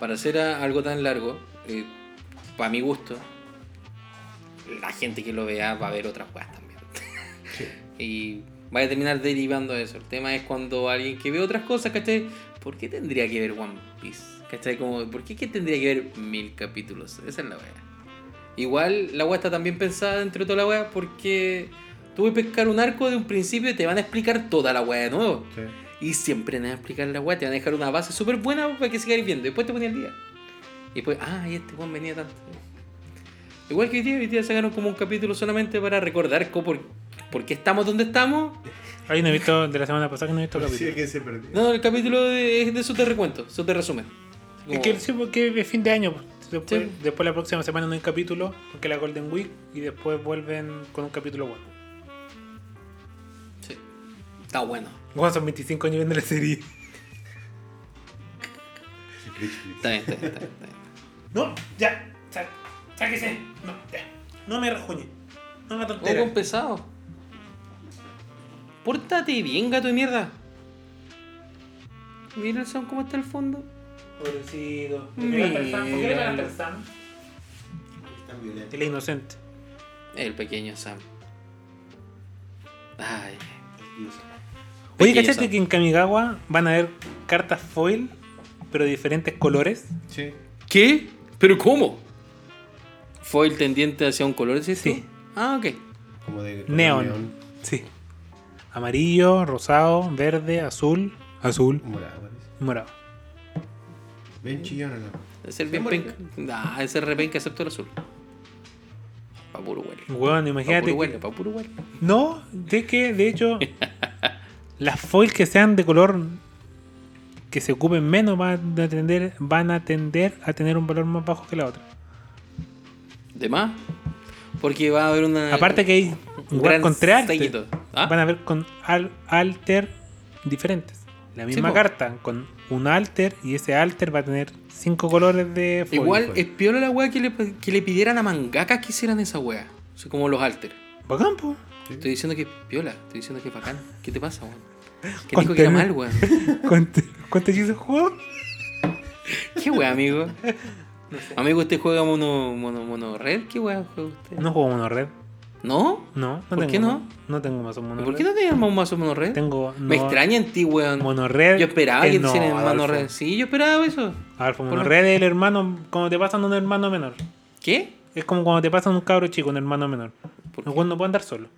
Speaker 1: Para hacer a- algo tan largo, eh, para mi gusto, la gente que lo vea va a ver otras weas también. <laughs> y vaya a terminar derivando de eso. El tema es cuando alguien que ve otras cosas, ¿cachai? ¿Por qué tendría que ver One Piece? ¿Cachai? Como, ¿Por qué que tendría que ver mil capítulos? Esa es la wea. Igual la wea está también pensada dentro de toda la wea porque tú voy a pescar un arco de un principio y te van a explicar toda la wea de nuevo.
Speaker 2: Sí.
Speaker 1: Y siempre te van a explicar la wea, te van a dejar una base súper buena para que sigáis viendo. Después te ponía el día. Y después, ah, y este Juan venía tanto. Igual que hoy día, hoy día sacaron como un capítulo solamente para recordar cómo, por, por qué estamos donde estamos.
Speaker 3: Ay, no he visto de la semana pasada que no he visto capítulo.
Speaker 2: Parecía que se perdió.
Speaker 1: No, el capítulo de- es de eso te recuento, eso te resumen.
Speaker 3: Es
Speaker 1: Como-
Speaker 3: que sí, porque es fin de año. pues. Después,
Speaker 1: Sí.
Speaker 3: después la próxima semana no hay capítulo, porque la Golden Week, y después vuelven con un capítulo bueno.
Speaker 1: Sí. Está bueno.
Speaker 3: Bueno, son 25 años viendo la serie.
Speaker 1: Está bien, está bien,
Speaker 3: <laughs>
Speaker 1: está bien, está bien.
Speaker 3: No, ya, sá- sáquese. No, ya. No me rajuñe. No me
Speaker 1: Oh,
Speaker 3: tontera.
Speaker 1: con pesado. Pórtate bien, gato de mierda. Mira el son cómo está el fondo.
Speaker 3: Pobrecito. ¿Por qué le pegaste al Sam? ¿Por qué le pegaste al Sam?
Speaker 2: Están violentos.
Speaker 3: El inocente.
Speaker 1: El pequeño Sam. Ay.
Speaker 3: Oye,
Speaker 1: Pequeño
Speaker 3: ¿cachaste
Speaker 1: Sam.
Speaker 3: que en Kamigawa van a haber cartas foil, pero de diferentes colores?
Speaker 2: Sí.
Speaker 1: ¿Qué? ¿Pero cómo? ¿Fue el tendiente hacia un color? Sí,
Speaker 3: Sí.
Speaker 1: Ah, ok.
Speaker 2: Como de color
Speaker 3: Neón.
Speaker 2: neón,
Speaker 3: Sí. Amarillo, rosado, verde, azul, azul,
Speaker 2: Morado parece.
Speaker 3: y morado.
Speaker 2: Ven chillona la
Speaker 1: Es el bien penca. Nah, es el repenca excepto el azul. Pa' puro huele.
Speaker 3: Bueno,
Speaker 1: Pa'
Speaker 3: imagínate.
Speaker 1: puro
Speaker 3: que-
Speaker 1: huele, pa' puro huele.
Speaker 3: No, de que, de hecho, las foil que sean de color que se ocupen menos van a tender, van a, tender a tener un valor más bajo que la otra.
Speaker 1: ¿De más? Porque va a haber una.
Speaker 3: Aparte que hay
Speaker 1: un
Speaker 3: weas
Speaker 1: gran
Speaker 3: contrarias.
Speaker 1: séquito. ¿Ah?
Speaker 3: Van a ver con al- alter diferentes. La misma
Speaker 1: po.
Speaker 3: carta, con un alter, y ese alter va a tener cinco colores de foil.
Speaker 1: Igual
Speaker 2: fue.
Speaker 1: es piola la wea que le, que le pidieran a mangakas que hicieran esa wea. O sea, como los alter.
Speaker 3: Bacán, po.
Speaker 1: Estoy diciendo que es piola, estoy diciendo que es bacán. ¿Qué te pasa, weón? Que dijo
Speaker 3: Conten-
Speaker 1: que era mal, weón.
Speaker 3: <laughs> ¿Cuánto, cuánto hechizos jugó?
Speaker 1: ¿Qué wea,
Speaker 3: <laughs>
Speaker 1: amigo? Amigo, ¿usted juega mono, mono, mono red? ¿Qué wea juega usted?
Speaker 3: No juego mono red.
Speaker 1: ¿No?
Speaker 3: No, no
Speaker 1: ¿Por
Speaker 3: tengo
Speaker 1: qué no?
Speaker 3: mono- No tengo mazo
Speaker 1: ¿Y
Speaker 3: mono
Speaker 1: ¿Por
Speaker 3: red.
Speaker 1: qué no te llamas un mazo mono red?
Speaker 3: Tengo
Speaker 1: Me
Speaker 3: no-
Speaker 1: extraña en ti, weón.
Speaker 3: Mono red.
Speaker 1: Yo esperaba
Speaker 3: es
Speaker 1: que
Speaker 3: no,
Speaker 1: hicieran
Speaker 3: Adolfo.
Speaker 1: mono red. Sí, yo esperaba eso.
Speaker 3: Adolfo, mono
Speaker 1: Por-
Speaker 3: red es el hermano, como te pasan a un hermano menor.
Speaker 1: ¿Qué?
Speaker 3: Es como cuando te pasan un cabro chico, un hermano menor.
Speaker 1: ¿Por
Speaker 3: No,
Speaker 1: qué?
Speaker 3: puedo- no puedo andar solo.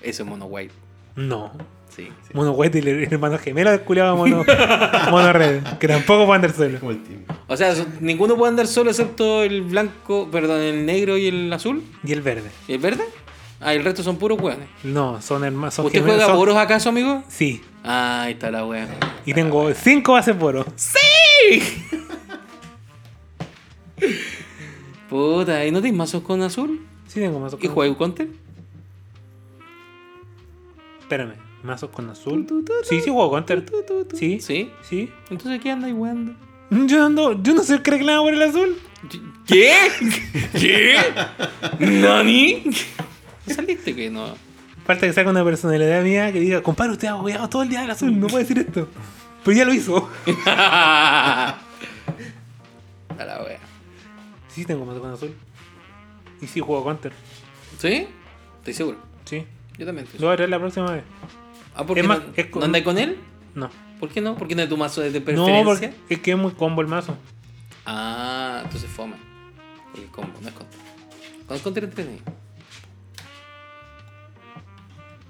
Speaker 1: Eso es mono white.
Speaker 3: No.
Speaker 1: Sí.
Speaker 3: Mono White y el hermano gemelo del culiado mono, <laughs> mono red. Que tampoco puedo andar solo.
Speaker 2: Es como el team.
Speaker 1: O sea, son- ninguno puede andar solo excepto el blanco, perdón, el negro y el azul.
Speaker 3: Y el verde.
Speaker 1: ¿Y el verde? Ah, el resto son puros weones.
Speaker 3: No, son hermanos. Son
Speaker 1: ¿Usted
Speaker 3: gemelos,
Speaker 1: juega
Speaker 3: son-
Speaker 1: poros acaso, amigo?
Speaker 3: Sí.
Speaker 1: Ah, ahí está la wea.
Speaker 3: Y tengo cinco bases poro.
Speaker 1: Puta, ¿y no tenéis mazos con azul?
Speaker 3: Sí, tengo mazos
Speaker 1: ¿Y
Speaker 3: con
Speaker 1: jugáis un counter?
Speaker 3: Espérame. Mazos con azul. Sí, sí, juego counter. Sí.
Speaker 1: ¿Sí?
Speaker 3: Sí.
Speaker 1: Entonces, ¿qué andáis weando?
Speaker 3: Yo ando. Yo no soy reclamado por el azul.
Speaker 1: ¿Qué? ¿Qué? ¿Nani? ¿Saliste que no?
Speaker 3: Falta que saque una personalidad mía que diga, compadre, usted ha jugado todo el día del azul, no puede decir esto. Pero ya lo hizo.
Speaker 1: a la wea.
Speaker 3: Sí, tengo mazo con azul. Y sí, juego counter.
Speaker 1: ¿Sí? Estoy seguro.
Speaker 3: Sí.
Speaker 1: Yo también estoy seguro.
Speaker 3: Lo voy a traer la próxima vez.
Speaker 1: Ah, ¿por qué
Speaker 3: es más,
Speaker 1: no,
Speaker 3: es con-
Speaker 1: ¿no andáis con él?
Speaker 3: No.
Speaker 1: ¿Por qué no? ¿Por qué no es tu mazo de preferencia?
Speaker 3: No, porque es que es muy combo el mazo.
Speaker 1: Ah, entonces fome. El combo, no es contra. Con contra entretenido.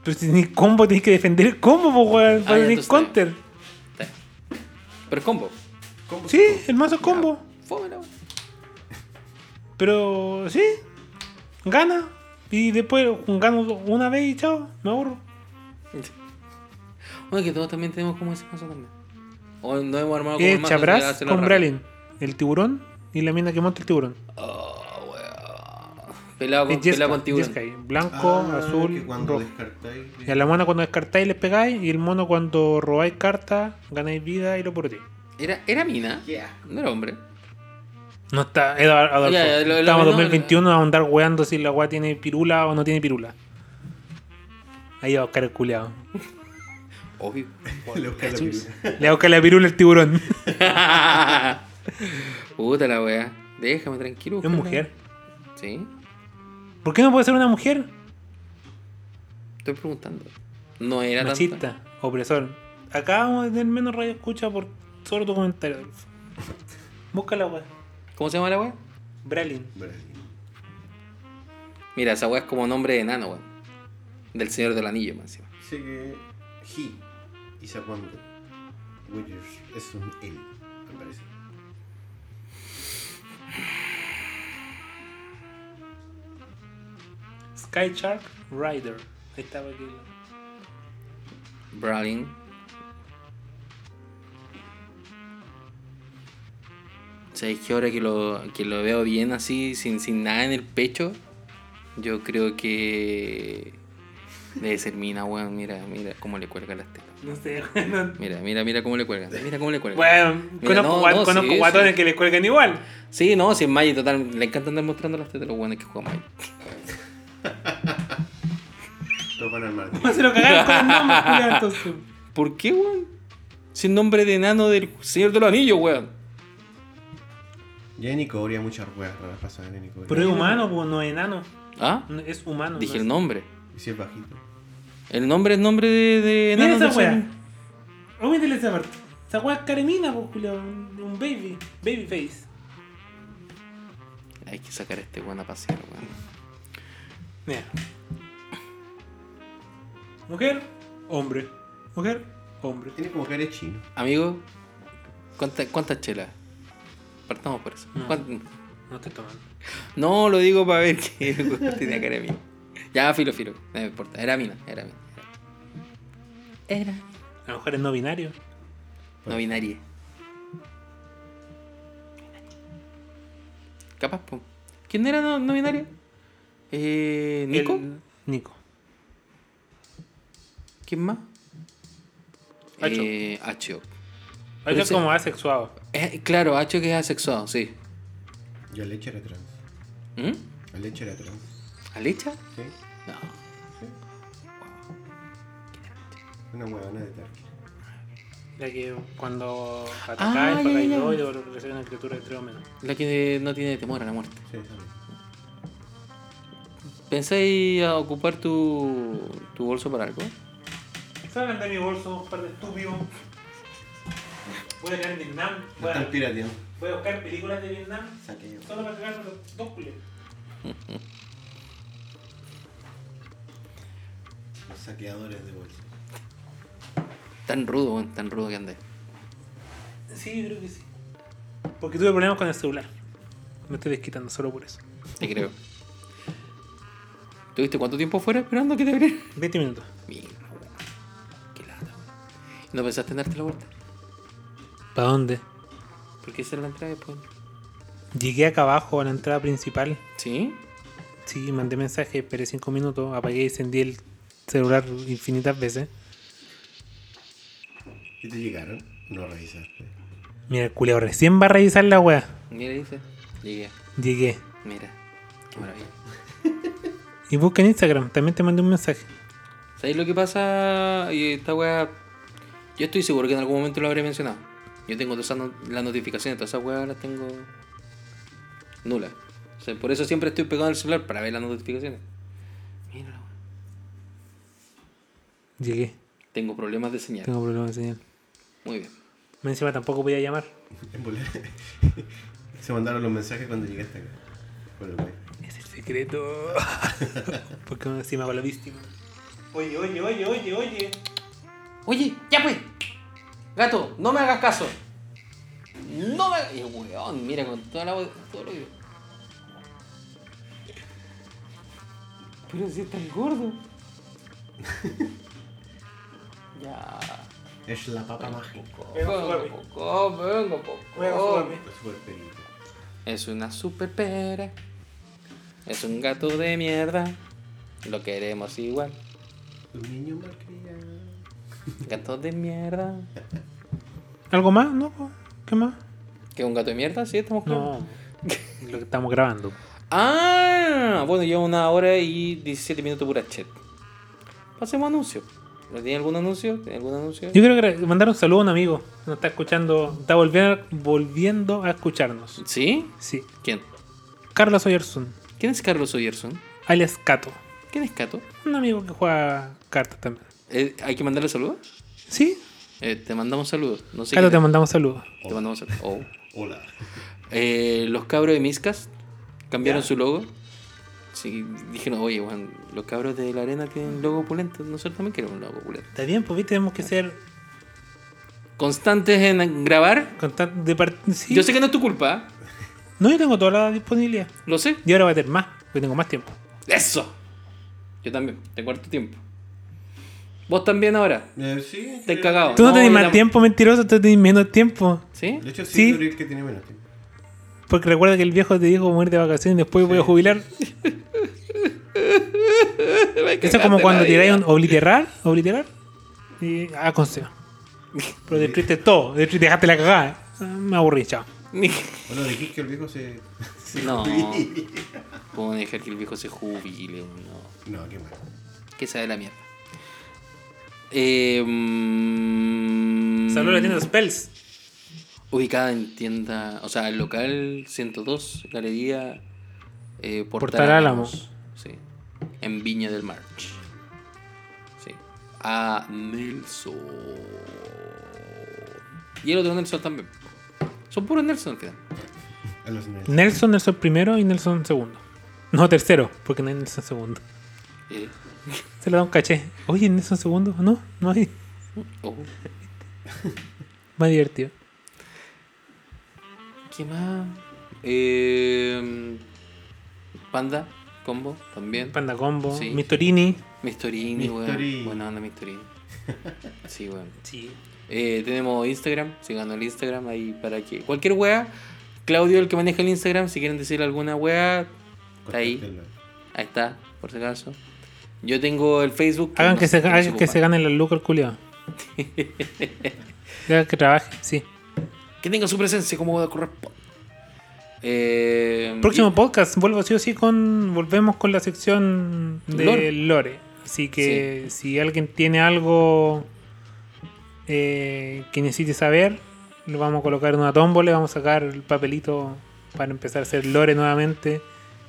Speaker 3: Pero si tenés combo, tenés que defender el combo, pues, weón.
Speaker 1: Ah,
Speaker 3: Para
Speaker 1: ya, entonces
Speaker 3: tenés
Speaker 1: está
Speaker 3: counter.
Speaker 1: Está bien. Pero es combo.
Speaker 2: ¿Cómo
Speaker 3: Sí, el mazo es combo.
Speaker 1: Fome la wea.
Speaker 3: Pero sí, gana. Y después gano una vez y chao, me aburro.
Speaker 1: Bueno, que todos también tenemos como ese mazo también. O no hemos armado como
Speaker 3: Es
Speaker 1: el mazo de
Speaker 3: Chabras
Speaker 1: hacer la
Speaker 3: Eh, con
Speaker 1: rara.
Speaker 3: Bralin. El tiburón y la mina que monta el tiburón.
Speaker 1: Oh, weón. Pelado
Speaker 3: Es
Speaker 1: con, pelado
Speaker 3: Jeskai,
Speaker 1: con tiburón.
Speaker 3: Jeskai. Blanco,
Speaker 2: Ah,
Speaker 3: azul,
Speaker 2: que cuando
Speaker 3: rojo.
Speaker 2: descartáis- <laughs>
Speaker 3: Y a la mona cuando descartáis les pegáis. Y el mono cuando robáis cartas, ganáis vida y lo poroteáis.
Speaker 1: Era, era mina.
Speaker 2: Yeah.
Speaker 1: No era hombre.
Speaker 3: No está, Eda- Adolfo.
Speaker 1: Ya, ya, lo- lo-
Speaker 3: Estamos en
Speaker 1: no,
Speaker 3: 2021, vamos a andar weando si la weá tiene pirula o no tiene pirula. Ahí va a buscar el culeado.
Speaker 1: Obvio.
Speaker 2: <laughs> Le busca la
Speaker 1: Jesús.
Speaker 2: <laughs> pirula.
Speaker 3: Le va a buscar la pirula
Speaker 1: <laughs>
Speaker 3: el tiburón.
Speaker 1: Puta la wea. Déjame tranquilo.
Speaker 3: Es
Speaker 1: ojalá.
Speaker 3: mujer.
Speaker 1: Sí.
Speaker 3: ¿Por qué no puede ser una mujer?
Speaker 1: Estoy preguntando. No era tanta.
Speaker 3: Machista, opresor. Acá vamos a tener menos radio escucha por solo tu comentario, Adolfo. Busca la weá.
Speaker 1: ¿Cómo se llama la wea?
Speaker 3: Bralin.
Speaker 2: Brasil.
Speaker 1: Mira, esa wea es como nombre de enano, weón. Del señor del anillo, más encima.
Speaker 2: Dice que he is a wonder. Withers es un él, me parece.
Speaker 3: Sky Shark Rider. Ahí estaba aquí.
Speaker 1: Brawling. ¿Sabéis que ahora que lo, que lo veo bien así, sin, sin nada en el pecho? Yo creo que. Debe ser mina, weón. Mira, mira cómo le cuelgan las tetas.
Speaker 3: No sé, weón.
Speaker 1: Mira, mira, mira cómo le cuelgan. Mira cómo le cuelgan.
Speaker 3: Bueno,
Speaker 1: Mira,
Speaker 3: conozco,
Speaker 1: no,
Speaker 3: guat-
Speaker 1: no,
Speaker 3: conozco
Speaker 1: sí,
Speaker 3: guatones
Speaker 1: sí.
Speaker 3: que les cuelgan igual. <laughs>
Speaker 1: Sí, no, si es Magic, total. Le encanta andar mostrando las tetas a los weones que juegan Magic.
Speaker 2: Todos van al
Speaker 3: <laughs>
Speaker 2: mar.
Speaker 3: Se lo cagaron con el nombre, culiao, entonces.
Speaker 1: ¿Por qué, weón? Si el nombre de enano del Señor de los Anillos, weón.
Speaker 2: Ya en Nicoria muchas ruedas raras pasaban en Nicoria.
Speaker 3: Pero es humano, pues no es enano.
Speaker 1: ¿Ah?
Speaker 3: No, Es humano.
Speaker 1: Dije
Speaker 3: no
Speaker 1: el
Speaker 3: es-
Speaker 1: nombre.
Speaker 2: Y si es bajito.
Speaker 1: El nombre es nombre de, de
Speaker 3: Mira
Speaker 1: enano.
Speaker 3: esa
Speaker 1: del
Speaker 3: weá.
Speaker 1: Señor-
Speaker 3: Omítele esa parte. Esa weá es Caremina, pues, culiao. Un un baby. Baby face.
Speaker 1: Hay que sacar a este weón a pasear, weón.
Speaker 3: Mira. Mujer, hombre. Mujer, hombre.
Speaker 2: Tiene como cara de chino.
Speaker 1: Amigo, ¿cuánta- ¿cuántas chelas? Partamos por eso.
Speaker 3: No.
Speaker 1: ¿Cuán-
Speaker 3: No estoy tomando.
Speaker 1: No, lo digo para ver que el weón <laughs> tenía cara de mina. Ya, filo, filo. No me importa. Era mina, era mina. Era.
Speaker 3: A lo mejor es no binario.
Speaker 1: No binaria. Capaz, po. ¿Quién era no, no binario? Eh, ¿Nico?
Speaker 3: El- Nico.
Speaker 1: ¿Quién más?
Speaker 3: Acho.
Speaker 1: Eh, Acho. Pero
Speaker 3: Eso es
Speaker 1: ese-
Speaker 3: como asexuado.
Speaker 1: Eh, claro, Acho que es asexuado, sí.
Speaker 2: Yo leche era trans.
Speaker 1: ¿Mm?
Speaker 2: La leche era trans.
Speaker 1: ¿Alecha?
Speaker 2: Sí.
Speaker 1: No.
Speaker 2: Una huevona de tarde.
Speaker 3: Ya que cuando
Speaker 1: Ah,
Speaker 3: atacáis,
Speaker 1: ya,
Speaker 3: ah,
Speaker 1: ya,
Speaker 3: pagáis
Speaker 1: ya.
Speaker 3: hoyo, lo que sea una criatura de tres o menos.
Speaker 1: La que no tiene temor a la muerte.
Speaker 2: Sí, también.
Speaker 1: ¿Pensáis a ocupar tu, tu bolso para algo?
Speaker 3: Salgan de mi bolso, un par de estúpidos. Voy a en Vietnam,
Speaker 2: No están pirateando.
Speaker 3: voy a buscar películas de Vietnam
Speaker 2: Saqueo.
Speaker 3: solo para cagar los dos culeros.
Speaker 2: Los saqueadores de bolsa.
Speaker 1: Tan rudo, weón, tan rudo que andé.
Speaker 3: Sí, yo creo que sí. Porque tuve problemas con el celular. Me estoy desquitando solo por eso.
Speaker 1: <laughs> Te creo. ¿Tuviste cuánto tiempo fuera esperando que te abrieran?
Speaker 3: 20 minutos.
Speaker 1: Mira, weón. Qué lata, weón. ¿No pensaste en darte la vuelta?
Speaker 3: ¿Para dónde?
Speaker 1: Porque esa es la entrada después.
Speaker 3: Llegué acá abajo a la entrada principal.
Speaker 1: ¿Sí?
Speaker 3: Sí, mandé mensaje, esperé 5 minutos, apagué y encendí el celular infinitas veces.
Speaker 2: ¿Y te llegaron? No revisaste.
Speaker 3: Mira, el culeado recién va a revisar la wea.
Speaker 1: Mira, dice. Llegué.
Speaker 3: Llegué.
Speaker 1: Mira. Qué maravilla.
Speaker 3: Y busca en Instagram, también te mandé un mensaje.
Speaker 1: ¿Sabéis lo que pasa? Y esta weá. Yo estoy seguro que en algún momento lo habré mencionado. Yo tengo todas esas no- las notificaciones, todas esas weas las tengo nulas. O sea, por eso siempre estoy pegado al celular para ver las notificaciones. Mira, la wea.
Speaker 3: Llegué.
Speaker 1: tengo problemas de señal.
Speaker 3: Tengo problemas de señal.
Speaker 1: Muy bien.
Speaker 3: Más Encima tampoco podía llamar.
Speaker 2: En bola. <laughs> Se mandaron los mensajes cuando llegaste acá. Por el wifi.
Speaker 3: Es el secreto. <laughs> Porque uno encima con la víctima. Oye, oye, oye, oye, oye.
Speaker 1: Oye, ya pues. Gato, no me hagas caso. No me hagas. Y el weón, mira con toda la voz. Todo lo que... Pero si estás gordo. <laughs> ya.
Speaker 2: Es la papa mágica.
Speaker 3: Vengo a jugarme.
Speaker 1: Vengo poco, vengo
Speaker 3: Voy a
Speaker 1: poco.
Speaker 3: jugarme.
Speaker 2: Es súper pelito.
Speaker 1: Es una super pera. Es un gato de mierda. Lo queremos igual.
Speaker 2: Un niño malcriado.
Speaker 1: Gato de mierda.
Speaker 3: ¿Algo más? ¿No? po. ¿Qué más?
Speaker 1: ¿Qué es un gato de mierda? Sí, estamos claros.
Speaker 3: No. <laughs> Lo que estamos grabando.
Speaker 1: Ah, bueno, llevo una hora y 17 minutos pura chat. Pasemos a anuncios. ¿Tiene algún anuncio? ¿Tiene algún anuncio?
Speaker 3: Yo creo que era- mandar un saludo a un amigo. que Nos está escuchando. Está volviendo, volviendo a escucharnos.
Speaker 1: ¿Sí?
Speaker 3: Sí.
Speaker 1: ¿Quién?
Speaker 3: Carlos Oyerson,
Speaker 1: ¿Quién es Carlos Oyerson?
Speaker 3: alias Cato.
Speaker 1: ¿Quién es Cato?
Speaker 3: Un amigo que juega cartas también.
Speaker 1: Eh, ¿Hay que mandarle saludos?
Speaker 3: ¿Sí?
Speaker 1: Eh, te mandamos saludos. No sé
Speaker 3: Cato, te
Speaker 1: quién
Speaker 3: mandamos saludos.
Speaker 1: es. te mandamos saludos. Oh.
Speaker 2: Hola.
Speaker 1: Eh, los cabros de Miscas cambiaron su logo. Sí, dijeron, oye, weón, los cabros de la arena tienen logo opulento. Nosotros también queremos un logo opulento.
Speaker 3: Está bien, pues viste, tenemos que ser
Speaker 1: Constantes en grabar.
Speaker 3: constantes de part- sí.
Speaker 1: Yo sé que no es tu culpa, ¿eh?
Speaker 3: No, yo tengo toda la disponibilidad.
Speaker 1: lo sé.
Speaker 3: Y ahora va a tener más, porque tengo más tiempo.
Speaker 1: Eso. Yo también, tengo harto tiempo. Vos también ahora.
Speaker 2: Eh, sí.
Speaker 1: Te
Speaker 2: yo-
Speaker 1: cagao.
Speaker 3: Tú no,
Speaker 1: No,
Speaker 3: tenés
Speaker 1: yo
Speaker 3: más
Speaker 1: tam-
Speaker 3: tiempo, mentiroso, tú tenés menos tiempo.
Speaker 1: ¿Sí?
Speaker 2: De hecho, sí,
Speaker 3: Sí.
Speaker 2: yo creo que tiene menos tiempo.
Speaker 3: Porque recuerda que el viejo te dijo morir de vacaciones y después voy a jubilar. Eso es como cuando tiráis un obliterar, obliterar y ah, consejo. Pero destruiste todo, destruiste, dejaste la cagada. Ah, Me aburrí, chao.
Speaker 2: Bueno, dijiste que el viejo se. se
Speaker 1: No.
Speaker 2: jubila.
Speaker 1: ¿Cómo dejar que el viejo se jubile? No.
Speaker 2: <laughs> No, qué mal.
Speaker 1: Que sabe la mierda. Eh, mm,
Speaker 3: Saludos a la tienda Spells.
Speaker 1: Ubicada en tienda, o sea, el local 102, galería eh, Portal,
Speaker 3: Portal Álamo.
Speaker 1: Álamos, Sí. En Viña del Mar. Sí. A Nelson. Y el otro Nelson también. Son puros Nelson al final.
Speaker 2: A los nerds.
Speaker 3: Nelson, Nelson primero y Nelson segundo. No, tercero, porque no hay Nelson segundo.
Speaker 1: Eh,
Speaker 3: Se le da un caché. Oye, Nelson segundo, no, no hay.
Speaker 1: oh,
Speaker 3: Más divertido.
Speaker 1: ¿Qué más? Eh, Panda, combo, también.
Speaker 3: Panda Combo,
Speaker 1: Sí.
Speaker 3: Mistorini.
Speaker 1: Mistorini, weón.
Speaker 2: Mistorini.
Speaker 1: Buena onda, Mistorini. Sí, weón.
Speaker 3: Sí.
Speaker 1: Eh, tenemos Instagram, sigan el Instagram ahí para que cualquier wea Claudio, el que maneja el Instagram, si quieren decir alguna weá, está ahí.
Speaker 2: Contáctenlo.
Speaker 1: Ahí está, por si acaso. Yo tengo el Facebook.
Speaker 3: Hagan
Speaker 1: no
Speaker 3: que
Speaker 1: sé
Speaker 3: se,
Speaker 1: quién
Speaker 3: hagan que
Speaker 1: ocupa.
Speaker 3: se ganen los lucros, <laughs> culiado. Hagan que trabaje, sí.
Speaker 1: Que tenga su presencia como corresponde. Eh,
Speaker 3: Próximo
Speaker 1: y-
Speaker 3: podcast, vuelvo sí o sí con. Volvemos con la sección de
Speaker 1: Lore.
Speaker 3: Lore. Así que si alguien tiene algo eh, que necesite saber, lo vamos a colocar en una tómbola, vamos a sacar el papelito para empezar a hacer Lore nuevamente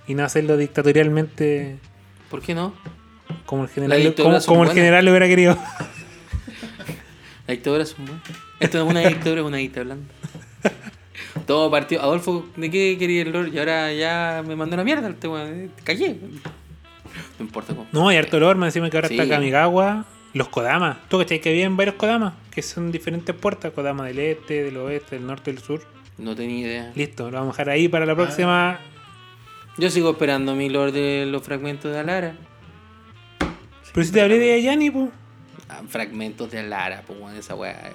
Speaker 3: y no hacerlo dictatorialmente
Speaker 1: ¿Por qué no?
Speaker 3: como el
Speaker 1: La
Speaker 3: general,
Speaker 1: dictadura
Speaker 3: como, como el
Speaker 1: son buenas.
Speaker 3: general lo hubiera querido. <laughs>
Speaker 1: La dictadura es un buen. Esto no es una dictadura, es una dictadura
Speaker 3: <laughs>
Speaker 1: blanda. Todo partió. Adolfo, ¿de qué quería el Lord? Y ahora ya me mandó una mierda el tema. eh, Callé. No importa cómo.
Speaker 3: No, hay harto olor, me encima que ahora
Speaker 1: Sí.
Speaker 3: está Kamigawa, los Kodama. ¿Tú cachai que había varios Kodama? Que son diferentes puertas, Kodama del este, del oeste, del norte, del sur.
Speaker 1: No tenía idea.
Speaker 3: Listo, lo vamos a dejar ahí para
Speaker 1: Ah,
Speaker 3: la próxima.
Speaker 1: Yo sigo esperando mi Lord de los fragmentos de Alara.
Speaker 3: Pero si te hablé de Ayani, po.
Speaker 1: Ah, fragmentos de Alara, pues bueno, esa weá. eh,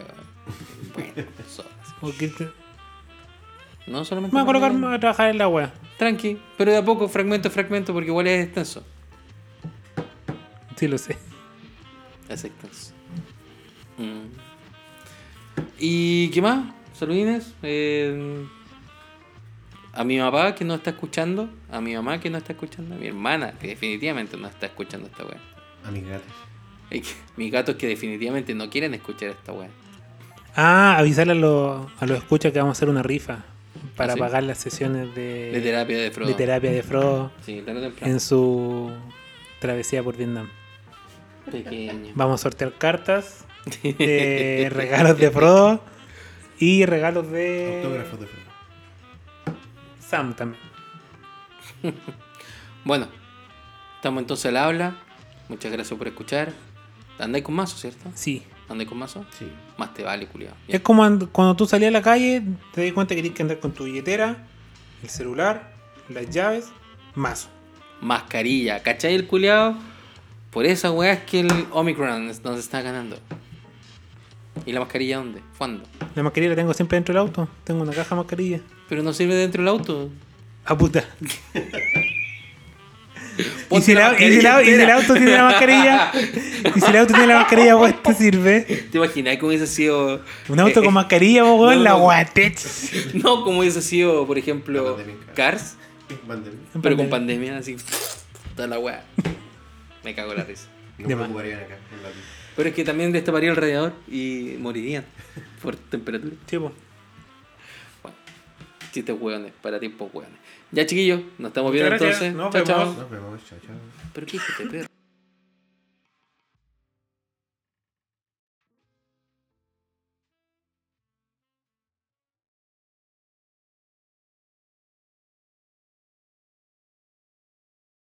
Speaker 1: Bueno, solas.
Speaker 3: Porque te-
Speaker 1: No solamente.
Speaker 3: Me voy a colocar
Speaker 1: Mandalorian.
Speaker 3: a trabajar en la wea.
Speaker 1: Tranqui, pero de a poco, fragmento a fragmento, porque igual es extenso.
Speaker 3: Sí, lo sé.
Speaker 1: Es extenso. Mm. ¿Y qué más? Saludines. Eh, a mi papá que no está escuchando, a mi mamá que no está escuchando, a mi hermana que definitivamente no está escuchando esta weá.
Speaker 2: A mis gatos.
Speaker 1: Y que- Mis gatos que definitivamente no quieren escuchar esta weá.
Speaker 3: Ah, avisarle a los a los escuchas que vamos a hacer una rifa para
Speaker 1: ¿Ah, sí?
Speaker 3: pagar las sesiones de,
Speaker 1: De terapia de Frodo.
Speaker 3: Eh, de terapia de Frodo
Speaker 1: Sí, tarde o temprano.
Speaker 3: en su travesía por Vietnam. <laughs>
Speaker 1: Pequeño.
Speaker 3: Vamos a sortear cartas, eh,
Speaker 1: <laughs>
Speaker 3: regalos de Frodo y regalos de
Speaker 2: Autógrafos de Frodo.
Speaker 3: Sam también.
Speaker 1: Bueno, estamos entonces al habla. Muchas gracias por escuchar. Andáis con mazo, ¿cierto?
Speaker 3: Sí.
Speaker 1: ¿Andáis con mazo?
Speaker 2: Sí.
Speaker 1: Más te vale, culiado.
Speaker 3: Es como and- cuando tú salías a la calle, te das cuenta que tienes que andar con tu billetera, el celular, las llaves, mazo.
Speaker 1: Mascarilla, ¿cachai el culiado? Por esa weá es que el Omicron es- nos está ganando. ¿Y la mascarilla dónde? ¿Cuándo?
Speaker 3: La mascarilla la tengo siempre dentro del auto. Tengo una caja de mascarilla.
Speaker 1: Pero no sirve dentro del auto.
Speaker 3: Ah, puta. ¿Y
Speaker 1: Ponte
Speaker 3: si, la-
Speaker 1: la
Speaker 3: y si la- y si el
Speaker 1: mascarilla
Speaker 3: auto tiene la mascarilla? ¿Y si el auto tiene la mascarilla, vos te sirve?
Speaker 1: <laughs> ¿Te imaginas cómo hubiese sido.
Speaker 3: Un auto con mascarilla, vos, weón,
Speaker 1: no,
Speaker 3: la
Speaker 1: no.
Speaker 3: guatech.
Speaker 1: <laughs> No, como hubiese sido, por
Speaker 2: La
Speaker 1: ejemplo,
Speaker 2: pandemia.
Speaker 1: Cars,
Speaker 2: Mándenme.
Speaker 1: pero con pandemia, así. <laughs> Toda la <laughs> weá. Me cago en la risa.
Speaker 2: No
Speaker 3: De
Speaker 2: me
Speaker 3: más.
Speaker 2: ocuparían acá. En la... vida.
Speaker 1: Pero es que también destaparía el radiador y <laughs> morirían por temperatura.
Speaker 3: Sí, po.
Speaker 1: Bueno, chistes hueones, para tiempos hueones. Ya, chiquillos, nos estamos viendo
Speaker 3: Muchas gracias,
Speaker 1: entonces.
Speaker 3: nos
Speaker 1: chao,
Speaker 3: vemos.
Speaker 1: chao.
Speaker 2: Nos vemos. Chao, chao.
Speaker 1: Pero qué hijo de perro.